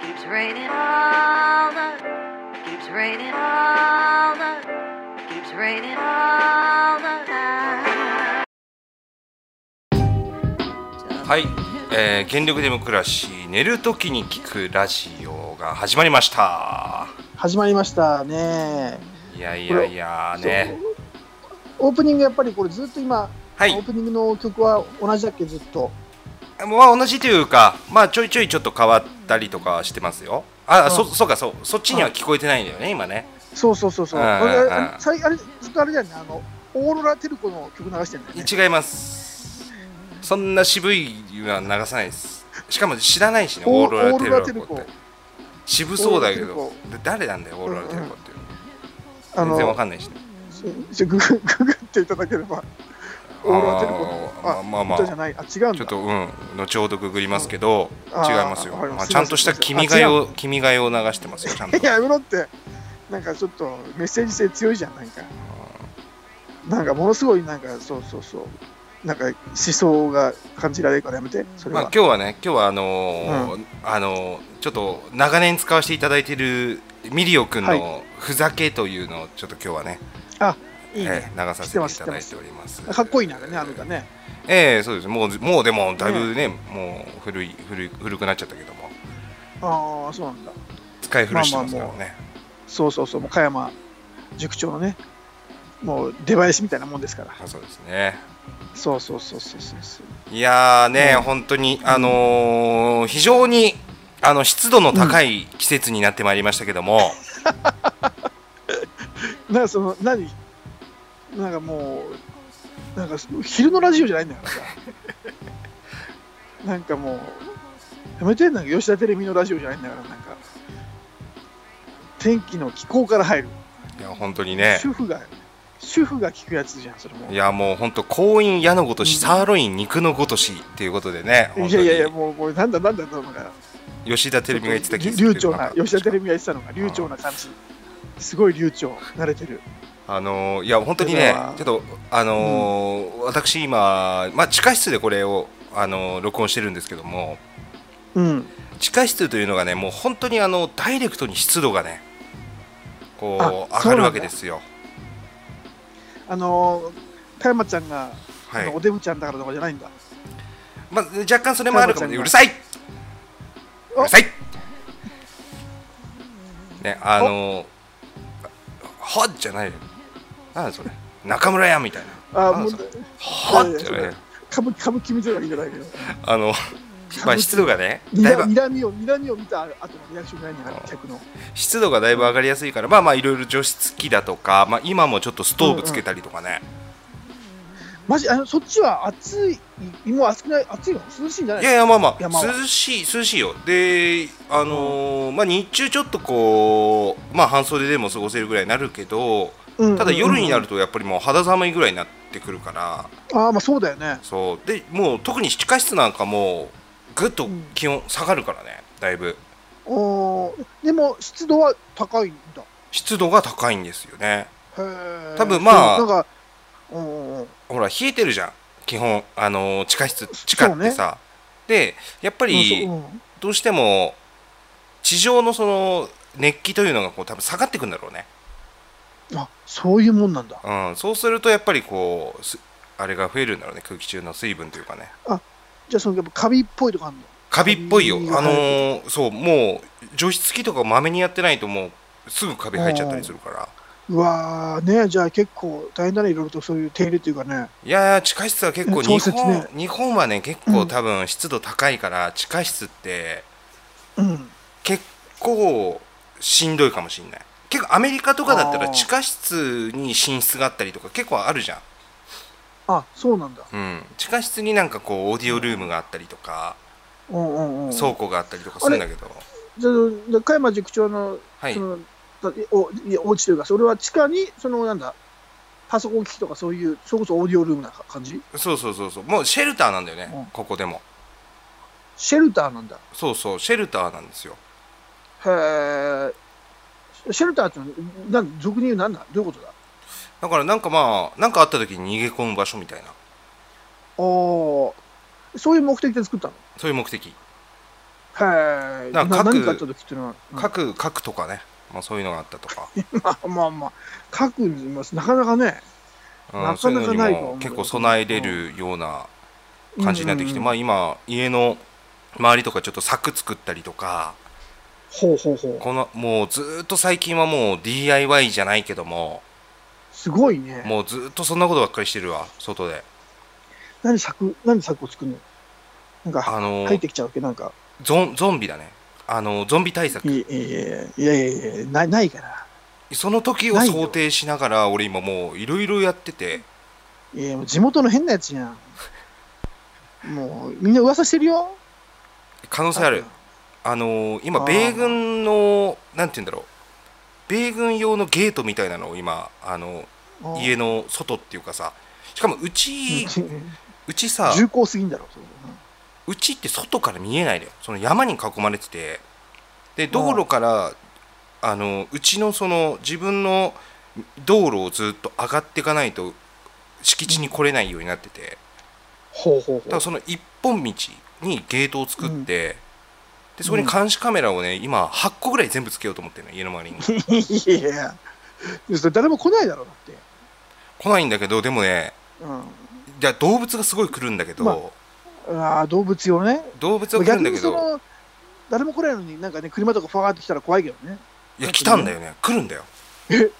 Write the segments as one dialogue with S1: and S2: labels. S1: Keeps raining all night. Keeps raining all night. Keeps raining all night.
S2: はい、えー、原力でも暮らし寝るときに聞くラジオが始まりました
S3: 始まりましたね
S2: いやいやいやね
S3: オープニングやっぱりこれずっと今、
S2: は
S3: オー
S2: い
S3: プニングの曲は同じだっけずっと
S2: まあ同じというかまあちょいちょいちょっと変わったりとかはしてますよああそそうかそうそっちには聞こえてないんだよね今ね
S3: そうそうそうそう
S2: うんうんうん
S3: あれあれさいあれずっとあれだよねあのオーロラテルコの曲流してるんだよね
S2: 違いますそんな渋いのは流さないですしかも知らないしね
S3: お
S2: オーロラテルコって
S3: オーロラテルコ
S2: 渋そうだけ
S3: オーロラ
S2: ど
S3: テ
S2: で誰なんだよオーロラテルコっていうの
S3: あ
S2: 全然わ
S3: の
S2: かんないしね
S3: ちょググググっていただければオーロラテルコ
S2: あーまあまあまあ
S3: 歌じゃないあ違うんだ
S2: ちょっとうん後ほどググりますけど
S3: あ
S2: 違い
S3: ー
S2: ますよ、
S3: わかり
S2: ま
S3: ま
S2: あ、
S3: す
S2: ちゃんとした「
S3: すい
S2: 君
S3: ま
S2: が
S3: せん
S2: 代」「君が代」を流してますよちゃんと
S3: いややめろってなんかちょっとメッセージ性強いじゃんなんかなんかものすごいなんかそうそうそうなんか思想が感じられるからやめてそれ
S2: まあ
S3: は、
S2: 今日はね今日はあのーあのーちょっと長年使わせていただいているミリオくん
S3: は
S2: のふざけというのをちょっと今日はね、
S3: あいい
S2: え
S3: ね、
S2: ー流させていただいております
S3: かっこいいなねあの歌ね
S2: ええそうですもうもうでもだいぶねもう古い古い古くなっちゃったけども
S3: ああそうなんだ
S2: 使い古してますからね、
S3: まあそうそうそうもう加山塾長のねもう出囃子みたいなもんですから
S2: あそうですね
S3: そうそうそうそうそうそう
S2: いやーね、
S3: うん
S2: 本当に、あのー非常にあの湿度の高い季節になってまいりましたけども、
S3: なんかその何なんかもうなんか昼のラジオじゃないんだからさなんかもうやめてなんか吉田テレビのラジオじゃないんだからなんか天気の気候から入る、
S2: いや本当にね、
S3: 主婦が主婦が聞くやつじゃんそれも
S2: いうやもう本当、婚姻矢のごとし、
S3: うん
S2: サーロイン肉のごとしっていうことでね、本
S3: い
S2: 当
S3: や
S2: に
S3: いやいやもうもうなんだなんだとなんか
S2: 吉田テレビが言ってた気がする
S3: 流
S2: けど
S3: 暢な吉田テレビが言ってたのが流暢な感じすごい流暢慣れてる
S2: あのーいや本当に
S3: それ
S2: ね
S3: は、
S2: ちょっと、あのー私、今、まあ、地下室でこれを、あのー録音してるんですけども、
S3: うん
S2: 地下室というのがね、もう本当にあのダイレクトに湿度がね、こう
S3: あ
S2: 上
S3: そ
S2: が
S3: うなんだ
S2: るわけですよ。
S3: あのー、加山ちゃんが、
S2: はい
S3: あのおデブちゃんだからとかじゃないんだ
S2: まあ、若干それもあるかもねう
S3: 山
S2: る
S3: ちゃ
S2: さいう
S3: お
S2: るさいねあのはっじゃないよなんだそれ中村屋みたいな
S3: あ
S2: あ
S3: もう
S2: そ
S3: 歌
S2: はい
S3: やい
S2: っ
S3: や
S2: じゃないよ
S3: 舞歌舞伎見てるわけじゃないけど
S2: あのまあ湿度がね
S3: に
S2: だい
S3: らに
S2: ぶ
S3: らみをにらみを見た後のリアクションがないんだから
S2: あ
S3: 客の
S2: 湿度がだいぶ上がりやすいからまあまあいろいろ除湿機だとか、まあ、今もちょっとストーブつけたりとかね、
S3: マジあのそっちは暑いもう暑くない暑いの涼しいんじゃない
S2: いやいやまあまあ
S3: 山は
S2: 涼しい涼しいよであのーまあ日中ちょっとこうまあ半袖でも過ごせるぐらいになるけど
S3: うん
S2: ただ夜にな
S3: る
S2: るとやっぱりもう肌寒いぐらいになってくるから
S3: ああまあそうだよね
S2: そうでもう特に地下室なんかもうぐっと気温下がるからねだいぶ
S3: おーでも湿度は高いんだ
S2: 湿度が高いんですよね
S3: へえ
S2: 多分まあ
S3: なんかうんうんうん
S2: ほら冷えてるじゃん基本あのー地下室地下ってさ、でやっぱり
S3: うんそううん
S2: どうしても地上のその熱気というのがこう多分下がってくんだろうね、
S3: あそういうもんなんだ
S2: うん、そうするとやっぱりこうすあれが増えるんだろうね空気中の水分というかね
S3: じゃあそのやっぱカビっぽいとかあるの
S2: カビっぽいよ、
S3: うん
S2: あのーそうもう除湿機とかまめにやってないともうすぐカビ生えちゃったりするから
S3: うわーねじゃあ結構大変だねいろいろとそういう手入れっていうかね
S2: いやいや地下室は結構
S3: うん調
S2: 日
S3: 節
S2: 本,、
S3: ね
S2: 日本はね結構多分湿度高いから、地下室って
S3: うん
S2: 結構しんどいかもしんない結構アメリカとかだったら
S3: あー
S2: 地下室に寝室があったりとか結構あるじゃん、
S3: あそうなんだ
S2: うん、地下室になんかこうオーディオルームがあったりとか、
S3: うんうんうん
S2: 倉庫があったりとかするんだけど
S3: じゃあ中山塾長の
S2: はい
S3: そのだおいやお家というかそれは地下にそのなんだパソコン機器とかそういうそれこそオーディオルームな感じ
S2: そうそうそうそうもうシェルターなんだよね、
S3: うん
S2: ここでも
S3: シェルターなんだ
S2: そうそうシェルターなんですよ
S3: へえシェルターってのなん俗に言うなんだどういうことだ
S2: だからなんかまあなんかあった時に逃げ込む場所みたいな
S3: おそういう目的で作ったの
S2: そういう目的
S3: はい。
S2: な
S3: なん
S2: か各
S3: 何かあった時っていうのは、うん
S2: 核核とかね、まあ、そういうのがあったとか、
S3: まあまあまあ、書くんですなかなかね、
S2: うん
S3: なかなか
S2: そういうのに
S3: ないとは思
S2: も
S3: うけど
S2: 結構備えれるような感じになってきて、
S3: うん
S2: まあ今家の周りとかちょっと柵作ったりとか
S3: ほうほうほう、
S2: このもうずーっと最近はもう DIY じゃないけども
S3: すごいね。
S2: もうずーっとそんなことばっかりしてるわ外で
S3: 何作、何作を作るのなんか、
S2: あの
S3: 入ってきちゃうわけ、なんか、
S2: ゾンゾンビだねあのゾンビ対策
S3: いやいやいやいやいや、ないないから。
S2: その時を想定しながら俺今もういろいろやってて
S3: いや、もう地元の変なやつじゃん。もう、みんな噂してるよ。
S2: 可能性あるあのー今
S3: あー
S2: 米軍のなんて言うんだろう米軍用のゲートみたいなのを今あの
S3: あ
S2: 家の外っていうかさしかもうち
S3: 重
S2: うちさ
S3: 厚すぎんだろ、それ
S2: うちって外から見えないのよその山に囲まれててで道路からあのうちのその自分の道路をずっと上がっていかないと敷地に来れないようになってて
S3: ほうほう
S2: だか
S3: ほ
S2: らその一本道にゲートを作って、でそこに監視カメラをね今8個ぐらい全部つけようと思ってるの家の周りに
S3: う。 いやいや、それ誰も来ないだろ、だって。
S2: 来ないんだけどでもね
S3: う
S2: じゃあ動物がすごい来るんだけど、
S3: まあん。ああ、動物用ね。
S2: 動物が来る
S3: 逆
S2: んだ
S3: に
S2: け
S3: そ
S2: ど
S3: の、誰も来ないのに、なんかね、車とかファーって来たら怖いけどね。
S2: いや来たんだよね来るんだよ
S3: え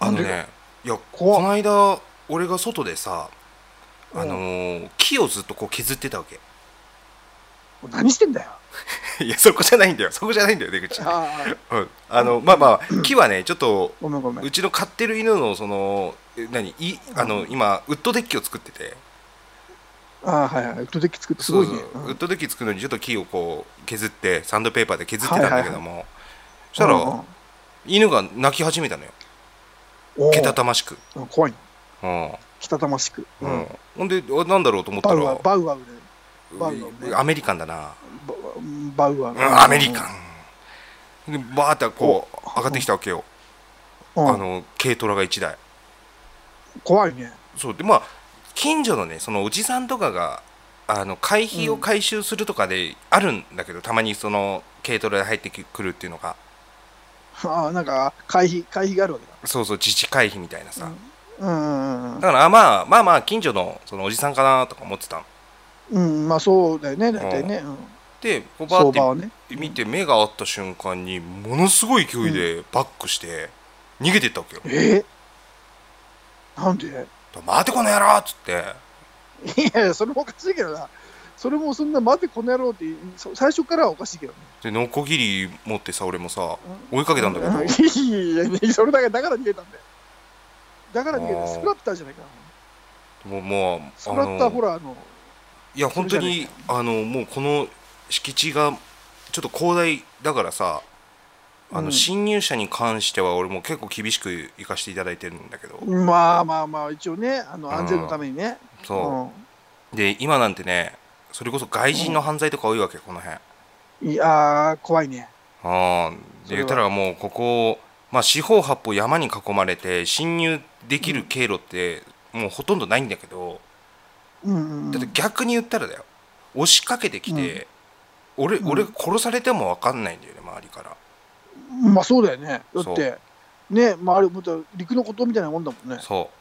S2: あの
S3: なん
S2: ねいや
S3: 怖
S2: こ
S3: っ
S2: の間俺が外でさあのー木をずっとこう削ってたわけ
S3: 何してんだよ。
S2: いやそこじゃないんだよそこじゃないんだよ出口、
S3: ああ、
S2: うん、 あのまあまあ木はねちょっと
S3: ごめんごめん。
S2: うちの飼ってる犬のそのえ何いあの今ウッドデッキを作ってて
S3: ああ、はいはい。ウッドデッキ作ってすごい
S2: そ
S3: ね。
S2: うそう
S3: うん
S2: ウッドデッキ作るのにちょっと木をこう削ってサンドペーパーで削ってたんだけども、そした
S3: うん
S2: ら犬が泣き始めたのよ
S3: うん
S2: けたたましく、
S3: おーうん怖いね。
S2: うん
S3: けたたましく。う
S2: うんん、ほんであなんだろうと思った
S3: バ
S2: ら
S3: ウアー、バウアーで。バウアーね
S2: アメリカンだな、
S3: ババウア
S2: うん
S3: ー。
S2: アメリカンでバーってこう上がってきたわけよ、
S3: うん。
S2: あの軽トラが1台
S3: 怖いね。
S2: そうでまあ近所のねそのおじさんとかがあの会費を回収するとかであるんだけど、たまにその軽トラで入ってくるっていうのが
S3: ああ、なんか、回避、回避があるわけだ。
S2: そうそう自治会費みたいなさ、
S3: うんうん
S2: だからまあまあまあ近所のそのおじさんかなとか思ってたの
S3: うん。うん、まあそうだよね、大体ね。うん
S2: でこうバ
S3: 相場
S2: ー
S3: は
S2: っ
S3: ね。
S2: て見て目が合った瞬間にものすごい勢いでバックして逃げてったわけよ、
S3: えーなんで
S2: 待てこの野郎っつって
S3: いやいや、それもおかしいけどな。それもそんな、待って、この野郎って、そ最初からはおかしいけどね。
S2: でノコギリ持ってさ俺もさ追いかけたんだけど、
S3: いやいやいや、それだけ、だから逃げたんだよ。だから逃げ
S2: あー
S3: た。スクラッターじゃないかな。
S2: もうもう
S3: スクラッター、ほら、あの、
S2: いや本当
S3: それじゃ
S2: に
S3: ね
S2: あのもうこの敷地がちょっと広大だからさあの、
S3: うん
S2: 侵入者に関しては俺も結構厳しく行かせていただいてるんだけど、
S3: まあまあまあ、一応ね、あの安全のためにね。
S2: そううで今なんてねそれこそ外人の犯罪とか多いわけよこの辺あ
S3: ん。いやー、怖いね。
S2: あ
S3: そ
S2: で
S3: れ
S2: 言
S3: は
S2: ったらもうここ、まあ、四方八方山に囲まれて侵入できる経路ってもうほとんどないんだけど、
S3: うんうんうん。
S2: だって逆に言ったらだよ押しかけてきて、俺
S3: うん
S2: 俺が殺されても分かんないんだよね周りから
S3: まあそうだよね。だ
S2: そ
S3: っ
S2: う
S3: て、ね、まああれ、もっと陸のことみたいなもんだもんね。
S2: そう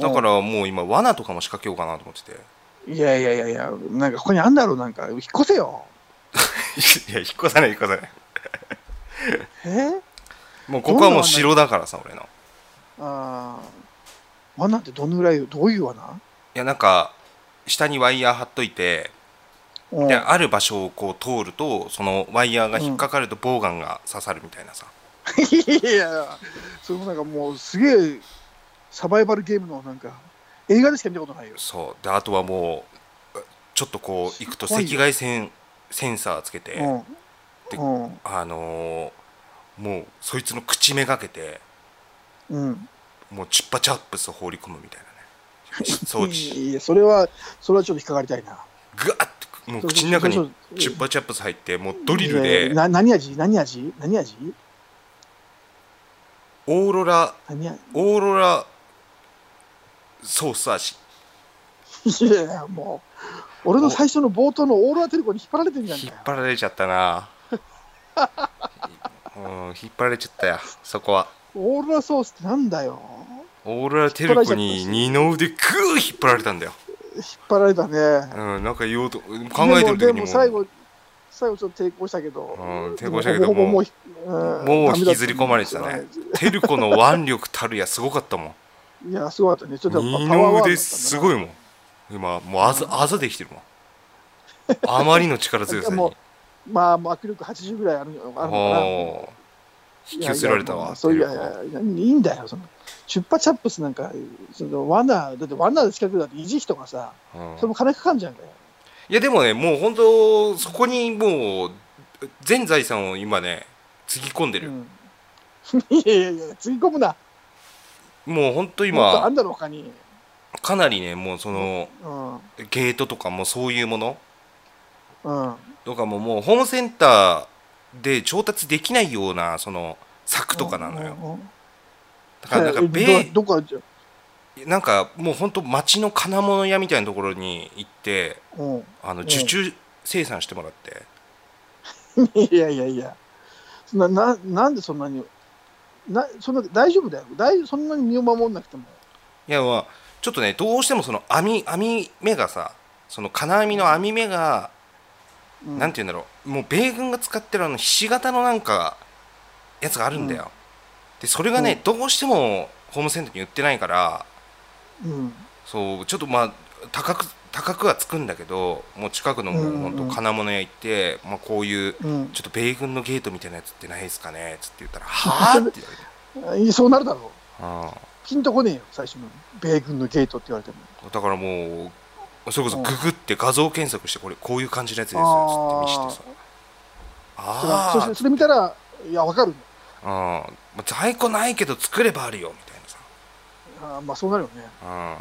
S2: だからもう今罠とかも仕掛けようかなと思ってて
S3: うん。いやいやいやいや、なんかここにあんだろう、なんか、引っ越せよ。
S2: いや引っ越さない引っ越さない
S3: えー、
S2: もうここはもう城だからさ俺の
S3: ああ。罠ってどのぐらいよどういう罠
S2: いやなんか下にワイヤー張っといて
S3: うん
S2: で
S3: い
S2: ある場所をこう通るとそのワイヤーが引っかかるとボウガンが刺さるみたいなさ、
S3: やいや、それもなんかもうすげえサバイバルゲームのなんか映画でしか見たことないよ。
S2: そうであとはもうちょっとこう行くと
S3: すご
S2: 赤
S3: いよ
S2: 外線センサーつけて、で
S3: うん。うん。
S2: あのーもうそいつの口めがけて
S3: うん。
S2: もうチュッパチャップス放り込むみたいな ね装置
S3: いや、それは、それはちょっと引っかかりたいな。
S2: グワッてもう口の中
S3: そう
S2: に
S3: そう
S2: チュッパチャップス入ってもうドリ
S3: い
S2: ル
S3: やいや
S2: で
S3: な何味何味何味
S2: オーロラ
S3: 何味
S2: オーロラソース味
S3: いやいや、もう、俺の最初の冒頭のオーロラテレコに引っ張られてんじゃん
S2: 引
S3: か
S2: っ張られちゃった なうん引っ張られちゃったよそこは
S3: オーロラソースってなんだよ
S2: オーロラテルコに二の腕グー引っ張られたんだよ、
S3: 引っ張られたね
S2: うん、なんか言おうと考えてる時
S3: でもで
S2: にも
S3: も最後最後ちょっと抵抗したけど、
S2: うん抵抗したけど
S3: ほぼほぼ
S2: も
S3: もう,ん、
S2: もう引きずり込まれてたねテルコの腕力たるやすごかったもん
S3: いやすごかったねちょっとやっぱ
S2: 二
S3: パワーワ
S2: の
S3: ードだったね
S2: 腕すごいもん今もうあざあざできてるもんあまりの力強さに
S3: もまあもう握力80ぐらいあるのあるのかな
S2: おー引き寄せられた
S3: いやいや
S2: わ
S3: そうい
S2: テ
S3: や
S2: ル
S3: い
S2: コ
S3: やいやいいんだよそのチュッパチャップスなんかそのワナだってワナの近くだって維持費とかさ
S2: うん
S3: それも金かかんじゃんかよ
S2: いやでもねもう本当そこにもう全財産を今ねつぎ込んでる、
S3: うん いやいやいやつぎ込むな
S2: もう本当
S3: もっとあ
S2: 今
S3: んだろ他に
S2: かなりねもうその
S3: うんうん
S2: ゲートとかもそういうもの
S3: うん
S2: とかももうホームセンターで調達できないようなその策とかなのよ
S3: うん
S2: だからなんか
S3: え
S2: 米
S3: どどこかじゃ
S2: なんかもう本当町の金物屋みたいなところに行って
S3: うん
S2: あの
S3: ん
S2: 受注生産してもらって
S3: いやいやいや、そんなななんでそんなになそんな大丈夫だよ大丈夫、そんなに身を守んなくても。
S2: いやまあちょっとねどうしてもその網網目がさその金網の網目が
S3: うん
S2: なんて言うんだろうもう米軍が使ってるあのひし形のなんかやつがあるんだよ、でそれがね、
S3: う
S2: どうしてもホームセンターに売ってないから
S3: うん
S2: そうちょっとまあ高く高くはつくんだけどもう近くのも
S3: うん
S2: う
S3: うん
S2: ほんと金物屋行って、まあ、こういう
S3: うん
S2: ちょっと米軍のゲートみたいなやつってないですかねつって言ったら「はあ?」って言われて
S3: いや、そうなるだろう。
S2: あ
S3: ピンとこねえよ、最初の。米軍のゲートって言われても。
S2: あだからもうそれこそ
S3: うん
S2: ググって画像検索してこれこういう感じのやつですよつって見してさ
S3: それは
S2: あ
S3: そ
S2: ー
S3: してそれ見たら、いや、わかる。
S2: うんまあ在庫ないけど作ればあるよみたいなさ
S3: あーまあ、そうなるよね。
S2: うん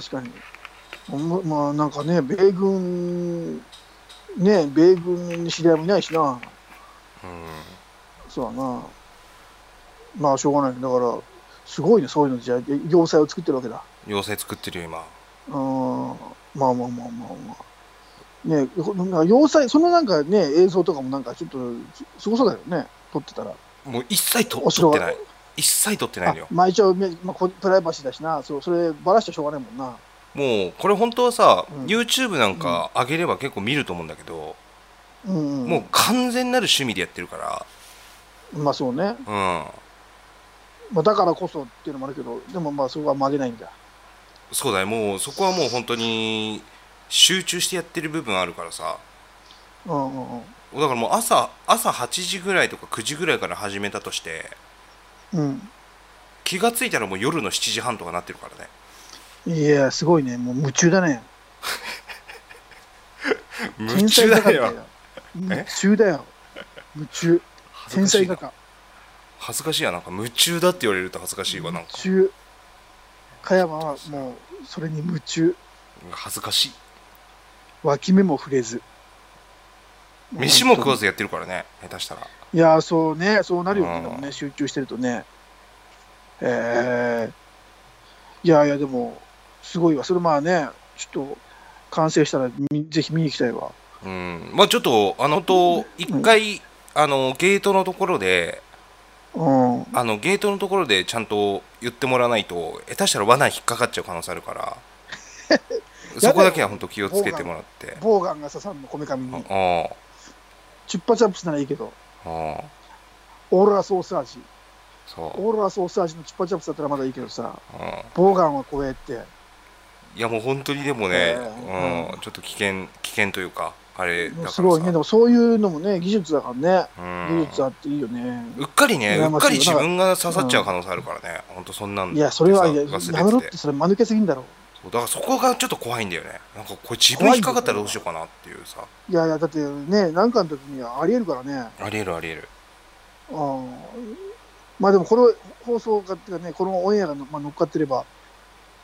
S3: 確かに。もうまあ、なんかね、米軍、ね、米軍に知り合いもいないしな。
S2: うん
S3: そうだな。まあ、しょうがない。だから、すごいね、そういうのじゃあ、要塞を作ってるわけだ。
S2: 要塞作ってるよ今
S3: あーまあまあまあまあまあ。ねこなんか要塞、そのなんかね、映像とかもなんかちょっとすすごそうだよね、撮ってたら。
S2: もう一切と
S3: お
S2: 撮
S3: 城
S2: っ
S3: は
S2: てない一切撮ってない
S3: あ
S2: のよ
S3: まあ一応、ねまあこ、プライバシーだしな、そうそればらしちゃしょうがないもんな。
S2: もうこれ本当はさ、
S3: うん
S2: YouTube なんか上げれば結構見ると思うんだけど、
S3: うん、うん。
S2: もう完全なる趣味でやってるか
S3: まあそうね。
S2: らうん
S3: まあだからこそっていうのもあるけど、でもまあそこは曲げないんだ。
S2: そうだねもうそこはもう本当に集中してやってる部分あるからさ
S3: うんうんう
S2: だ
S3: ん。
S2: からもう朝朝8時ぐらいとか9時ぐらいから始めたとして
S3: うん。
S2: 気がついたらもう夜の7時半とかなってるからね
S3: いや、すごいね。もう夢中だね。
S2: 夢中だ
S3: 天才画家みたい
S2: よ
S3: な夢中だよ。夢中。
S2: 恥ず
S3: 天
S2: かし
S3: 才
S2: い
S3: 画
S2: な
S3: 家。
S2: 恥ずかしいやなんか夢中だって言われると恥ずかしいわなんか
S3: 夢中。加山はもう、それに夢中。
S2: 恥ずかしい
S3: 脇目も触れず。
S2: 飯も食わずやってるからね下手したら
S3: いやー、そうね、そうなるよ
S2: う
S3: ね、
S2: ん
S3: でもね、集中してるとね。えー、いやいや、でも、すごいわ。それまあね、ちょっと、完成したらみ、ぜひ見に行きたいわ。
S2: うんまあちょっとあのと一回あのゲートのところで
S3: うん。
S2: あのゲートのところでちゃんと言ってもらわないと下手したら罠に引っかかっちゃう可能性あるから そこだけは本当気をつけてもらって
S3: ボーガンが刺さんの、こめかみ
S2: あ
S3: に。
S2: あ
S3: チュッパチャップスならいいけど、
S2: ああ
S3: オーロラソース味。
S2: そう
S3: オーロラソース味のチュッパチャップスだったらまだいいけどさ、
S2: うん
S3: ボーガンは怖えって。
S2: いやもう本当にでもね、
S3: うん
S2: うん、ちょっと危険危険というかあれだからさ
S3: すごいね、でもそういうのもね、技術だからね。
S2: う
S3: 技術
S2: ん、
S3: あっていいよね。
S2: うっかりね
S3: 羨
S2: うっ
S3: ましい
S2: かり自分が刺さっちゃう可能性あるからね、本当そんなん
S3: いや、それは、いや
S2: 忘れてて
S3: やめろって、それ、間抜けすぎんだろ。
S2: そうだからそこがちょっと怖いんだよねなんかこれ自分引っかかったらどうしようかなっていうさ
S3: いやいや、だってね、なんかの時にはありえるからね。あ
S2: ありえるありえる
S3: ーまあでも、この放送が、てかね、このオンエアがの、まあ、乗っかってれば、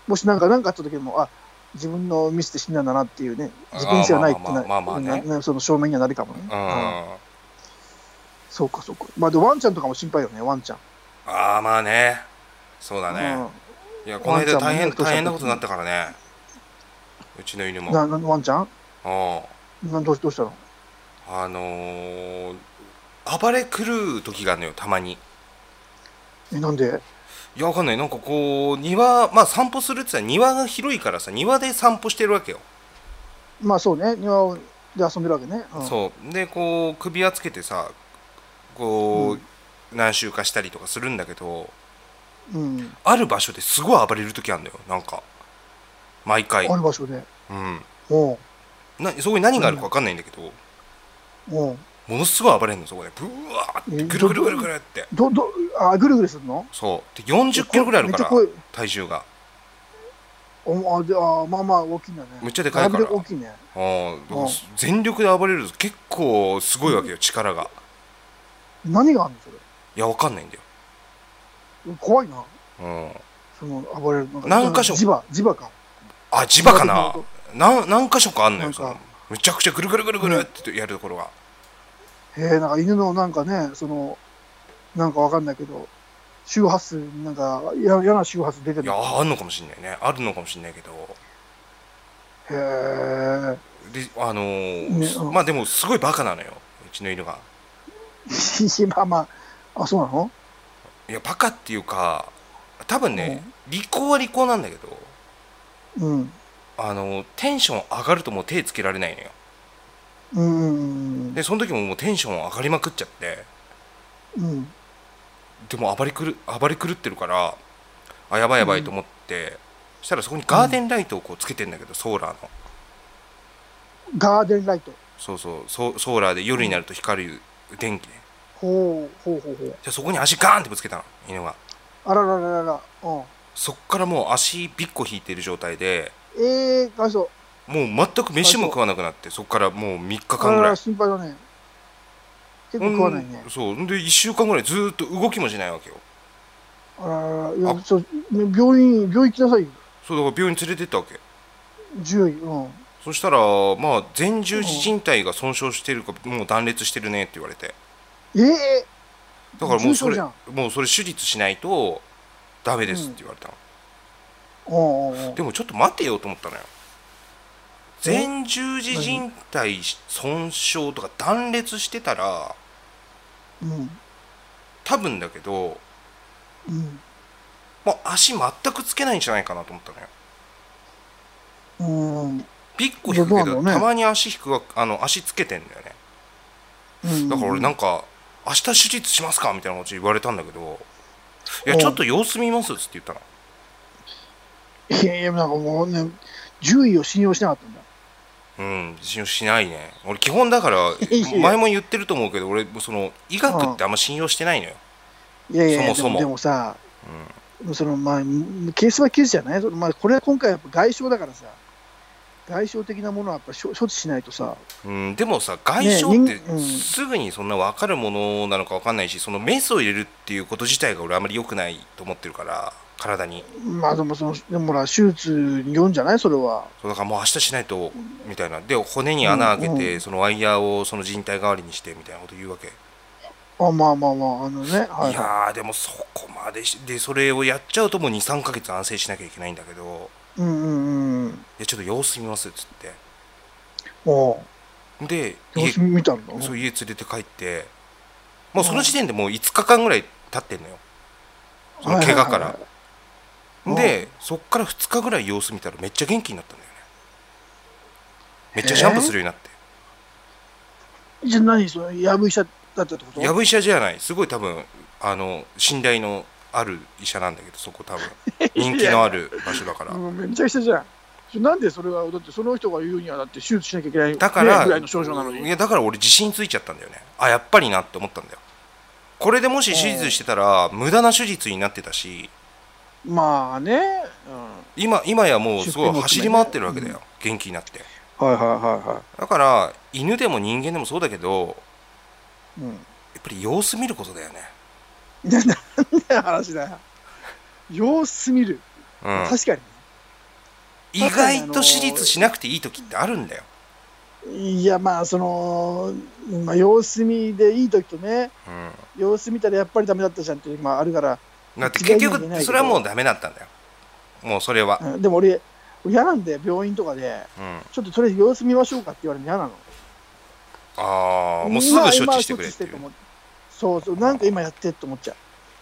S3: もしなんか、なんかあった時でも、あ自分のミスで死んだんだなっていうね、事件性はないって
S2: あ
S3: な、
S2: ーまあまあまあまあまあね
S3: ななその証明にはなるかもね。
S2: うん
S3: あー
S2: あ
S3: そうか、そうか。まあでも、ワンちゃんとかも心配よね、ワンちゃん。
S2: あーまあねそうだね、
S3: うん
S2: いやこの
S3: ワンち
S2: 間
S3: ゃん
S2: 大
S3: もね
S2: 変
S3: どうした
S2: 大変なことになったからねうちの犬も
S3: な
S2: あ
S3: なワンちゃん
S2: あ
S3: などうどうしたの
S2: あのー暴れ狂う時があるのよたまに
S3: えなんで
S2: いやわかんないなんかこう庭まあ散歩するって言ったら庭が広いからさ庭で散歩してるわけよ、
S3: まあそうね庭をで遊んでるわけね、うん、
S2: そうでこう首輪つけてさこう、
S3: うん
S2: 何周かしたりとかするんだけど
S3: う、うん、
S2: ある場所ですごい暴れる時あるのよなんか毎回
S3: ある場所で
S2: うん
S3: おう
S2: なそこに何があるかわかんないんだけど、
S3: おう
S2: ものすごい暴れるのそこでブワーってぐるぐるぐるぐるって
S3: どどあぐるぐるするの
S2: そうで40キロぐらいあるから
S3: めっちゃ濃い
S2: 体重が
S3: おあであまあまあ大きいんだね
S2: めっちゃでかいから
S3: だぶ大きいね
S2: あーだから
S3: うん
S2: 全力で暴れると結構すごいわけよ力が
S3: 何があるのそれ
S2: いやわかんないんだよ、
S3: 怖いな
S2: うん、
S3: その暴れるなん
S2: 何箇所
S3: 磁場磁場か
S2: あ磁場かな
S3: 磁
S2: なん何箇所かあんの
S3: な
S2: よ
S3: んか
S2: そのむちゃくちゃぐるぐるぐるぐるってやるところが、
S3: へえなんか犬のなんかねそのなんかわかんないけど周波数になんか嫌嫌な周波数出て
S2: い
S3: る
S2: やあんのかもしんないねあるのかもしんないけど
S3: へえ
S2: であのー
S3: ね
S2: す
S3: うん
S2: まあでもすごいバカなのようちの犬が
S3: まあまああそうなの
S2: いやバカっていうか多分ね、利口は利口なんだけど
S3: うん
S2: あのテンション上がるともう手つけられないのよ
S3: うんうん
S2: でその時ももうテンション上がりまくっちゃって
S3: うん
S2: でも暴れくる暴れ狂ってるからあやばいやばいと思って、したらそこにガーデンライトをこうつけてんだけど、ソーラーの
S3: ガーデンライト
S2: そうそうソソーラーで夜になると光る電気ね
S3: ほうほうほうほう
S2: じゃあそこに足ガーンってぶつけたの犬が
S3: あらららららうん
S2: そっからもう足びっこ引いてる状態で
S3: ええー、かわいそう
S2: もう全く飯も食わなくなってそっからもう3日間
S3: あら
S2: ぐ
S3: ら
S2: らい
S3: ら心配だね結構食わないね
S2: うんそうで1週間ぐらいずーっと動きもしないわけよ
S3: あらららい
S2: あ
S3: やそう病院病院行きなさいよ
S2: そうだから病院連れてったわけ
S3: 獣医うん
S2: そしたら、まあ、前十字靭帯が損傷してるか、もう断裂してるねって言われて、
S3: ええ
S2: だからもうそ
S3: 重症
S2: れ、
S3: じゃん
S2: もうそれ手術しないとダメですって言われたの、
S3: ー、おうんうんうん
S2: でもちょっと待てよと思ったのよ。前十字靭帯損傷とか断裂してたら、
S3: うん
S2: 多分だけど、
S3: うん
S2: もう足全くつけないんじゃないかなと思ったのよ。
S3: うんうん
S2: ピッコ引くけ
S3: どう
S2: ど、
S3: なんだろうね
S2: たまに足引くわ、あの、足つけてんだよね。
S3: うん
S2: だから俺なんか「明日手術しますか?」みたいなこと言われたんだけど「いやちょっと様子見ます」っつって言ったの
S3: いやいや、なんかもうね、獣医を信用してなかったんだ。
S2: うん信用しないね俺基本だから
S3: いや
S2: 前も言ってると思うけど俺その医学ってあんま信用してないのよ、
S3: いやいやいや、
S2: そもそも
S3: でもでもさ、そのまあ、ケースはケースじゃない、そのまあ、これは今回やっぱ外傷だからさ、外傷的なものはやっぱ処処置しないとさ、
S2: うん、でもさ外傷っ
S3: ね人う
S2: て
S3: ん
S2: すぐにそんな分かるものなのか分かんないしそのメスを入れるっていうこと自体が俺あんまり良くないと思ってるから体に
S3: まあでもその、でもほら、手術によるんじゃない、それは。
S2: そうだからもう明日しないとみたいなで骨に穴開け
S3: うんう
S2: てそのワイヤーをその人体代わりにしてみたいなこと言うわけ
S3: あまあまあまあ、あのね、はいいは
S2: やーでもそこまでしでそれをやっちゃうともう23ヶ月安静しなきゃいけないんだけど
S3: い。うんうんうん。
S2: いやちょっと様子見ますっつっ
S3: も
S2: てで
S3: う、
S2: 家
S3: 様子見たの
S2: そう家連れて帰ってもうその時点でもう5日間ぐらい経ってんのよその怪我から、
S3: はいはいはい
S2: でそっから2日ぐらい様子見たらめっちゃ元気になったんだよねめっちゃジャンプするようになって
S3: じゃあ何、その、やぶ医者だったってこと
S2: やぶ医者じゃないすごい多分あの信頼のある医者なんだけどそこ 多分人気のある場所だから
S3: うんめちゃくちゃじゃん。それなんでそれは、だってその人が言うには、だって手術しなきゃいけない
S2: だか
S3: ね
S2: ら、
S3: ぐらいの症状なのに。
S2: いやだから俺自信ついちゃったんだよねあやっぱりなって思ったんだよこれでもし手術してたら無駄な手術になってたし
S3: まあね、うん、
S2: 今今やもうすご
S3: 出
S2: い
S3: 費も含めね
S2: 走り回ってるわけだよ、元気になって
S3: はいはいは
S2: だから犬でも人間でもそうだけど
S3: いはい。
S2: やっぱり様子見ることだよね
S3: うん、でなんで話だよ。様子見る、
S2: うん
S3: 確か
S2: 意外と手術しなくていい時ってあるんだよ、
S3: に。いやまあその、まあ、様子見でいい時とね
S2: う
S3: 様子見たらやっぱりダメだったじゃんっていうまああるから、
S2: ん、だって
S3: 一概
S2: 結
S3: には言えな
S2: 局
S3: いけど
S2: それはもうダメだったんだよもうそれは
S3: うんでも俺嫌なんだよ、病院とかで、
S2: うん、
S3: ちょっととりあえず様子見ましょうかって言われるの嫌なの。
S2: ああもうすぐ処置してくれって
S3: 今今は処置
S2: い
S3: と
S2: う
S3: 思うそうそう、なんか今やってって思っちゃ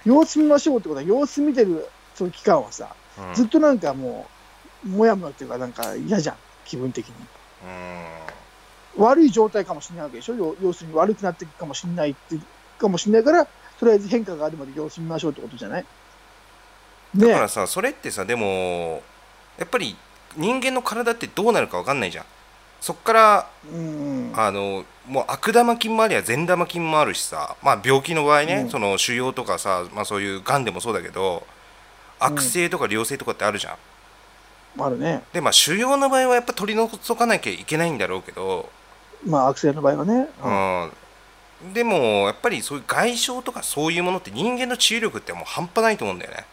S3: う。様子見ましょうってことは、様子見てるその期間はさ、
S2: うん
S3: ずっとなんかもう、もやもやっていうか、なんか嫌じゃん、気分的に。
S2: うん
S3: 悪い状態かもしれないわけでしょ、要要するに悪くなっていくかもしれないってかもしれないから、とりあえず変化があるまで様子見ましょうってことじゃないね
S2: だからさそれってさでもやっぱり人間の体ってどうなるか分かんないじゃんそっから
S3: うん、
S2: あのもう悪玉菌もありゃ善玉菌もあるしさ、まあ、病気の場合ね、
S3: うん
S2: その腫瘍とかさ、まあ、そういうがんでもそうだけど悪性とか良性とかってあるじゃん、
S3: あるね、
S2: でまあ腫瘍の場合はやっぱ取り除かなきゃいけないんだろうけど、
S3: まあ、悪性の場合はね、うん
S2: うん、でもやっぱりそういう外傷とかそういうものって人間の治癒力ってもう半端ないと思うんだよね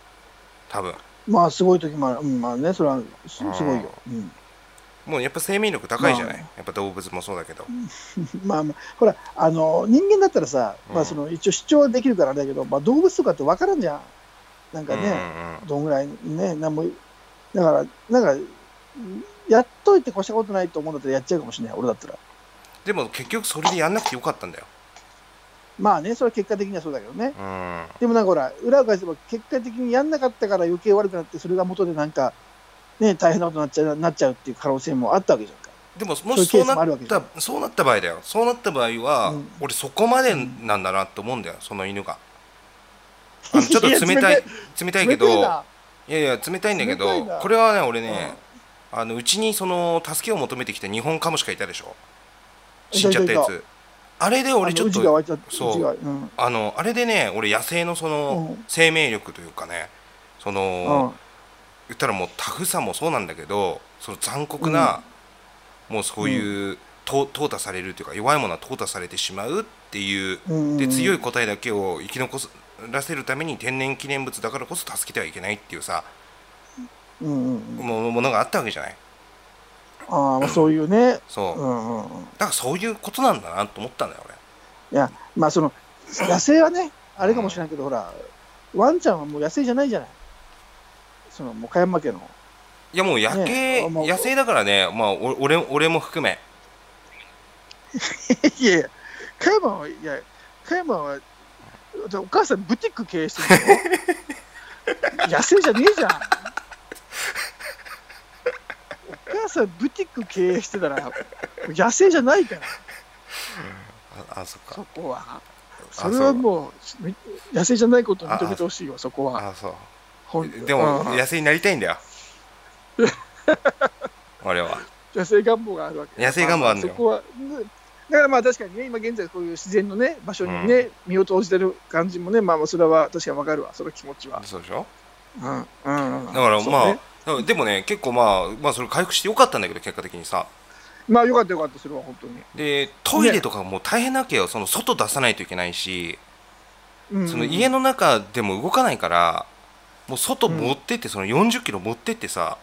S2: 多分
S3: まあ、すごい時もある、うん、まあね、それはすすごいよ。うん
S2: もうやっぱ生命力高いじゃない、
S3: ま
S2: やっぱ動物もそうだけど、
S3: まあまあ、ほら、あの人間だったらさ、ま
S2: う
S3: あ、
S2: ん
S3: その一応主張はできるからあれだけど、まあ、動物とかって分からんじゃん、なんか
S2: うん
S3: ね、
S2: うんうん
S3: どんぐらいね、なんもだから、なんか、やっといて越したことないと思うんだったらやっちゃうかもしれない、俺だったら。
S2: でも結局それでやんなくてよかったんだよ、
S3: まあね、それは結果的にはそうだけどね、
S2: うん、
S3: でもなんかほら、裏を返せば、結果的にやんなかったから余計悪くなって、それが元でなんか、ね、大変なことになっちゃうなっちゃうっていう可能性もあったわけじゃんか。
S2: でもも
S3: そうい
S2: しそう
S3: うケース
S2: な
S3: もあるわ
S2: っ
S3: けじゃ
S2: たそうなった場合だよそうなった場合は、
S3: うん
S2: 俺そこまでなんだなと思うんだよその犬 があのちょっと冷た
S3: い
S2: い
S3: や
S2: 冷たいけど
S3: 冷
S2: い
S3: たいな
S2: やいや冷たいんだけ
S3: 冷たい
S2: ど
S3: な
S2: これはね俺ね、あのうちにその助けを求めてきた日本カモシカいたでしょ死んじゃったや
S3: いたい
S2: つあれで俺ちょっ
S3: あの宇治が湧
S2: と
S3: いちゃった
S2: そう
S3: 宇治がうん
S2: あのあれでね俺野生のその
S3: うん
S2: 生命力というかねその、言ったらもうタフさもそうなんだけどその残酷な、もうそういう、と淘汰されるというか弱いものは淘汰されてしまうっていう、
S3: うん
S2: で強
S3: い
S2: い個体だけを生き残らせるために天然記念物だからこそ助けてはいけないっていうさ、
S3: うんうんうん
S2: もうものがあったわけじゃない
S3: ああまあそういうね、
S2: そう、
S3: う
S2: だ
S3: んうんうん、
S2: からそういうことなんだなと思ったんだよ俺
S3: いやまあその野生はねあれかもしれないけど、ほらワンちゃんはもう野生じゃないじゃないそのもう岡山家の
S2: いやもう野
S3: ね
S2: 系、
S3: あもう
S2: 野生だからね、まあ、お俺俺も含め
S3: いやいや、加山は、いや、加山は、だお母さんブティック経営してる の野生じゃねえじゃん。お母さんブティック経営してたら、野生じゃないから、
S2: ああそっか
S3: そこは。それはもう、み野生じゃないことを認めてほしいよ、そこは。
S2: あそう
S3: ほん
S2: でも
S3: うん
S2: 野生になりたいんだ よ俺は
S3: 野生願望があるわけ
S2: 野生願望あるのよ
S3: そこはねだからまあ確かにね今現在こういう自然のね場所にね、身を投じてる感じもねまあまあそれは確かにわかるわその気持ちは
S2: そうでしょ
S3: うんうんうん
S2: だから
S3: そう
S2: まあ、
S3: ね
S2: だからでもね結構まあまあそれ回復してよかったんだけど結果的にさ
S3: まあよかったよかったそれは本当に、
S2: でトイレとかもう大変なわけよその外出さないといけないし、
S3: うん
S2: その家の中でも動かないからもう外持ってって、その40キロ持ってってさ、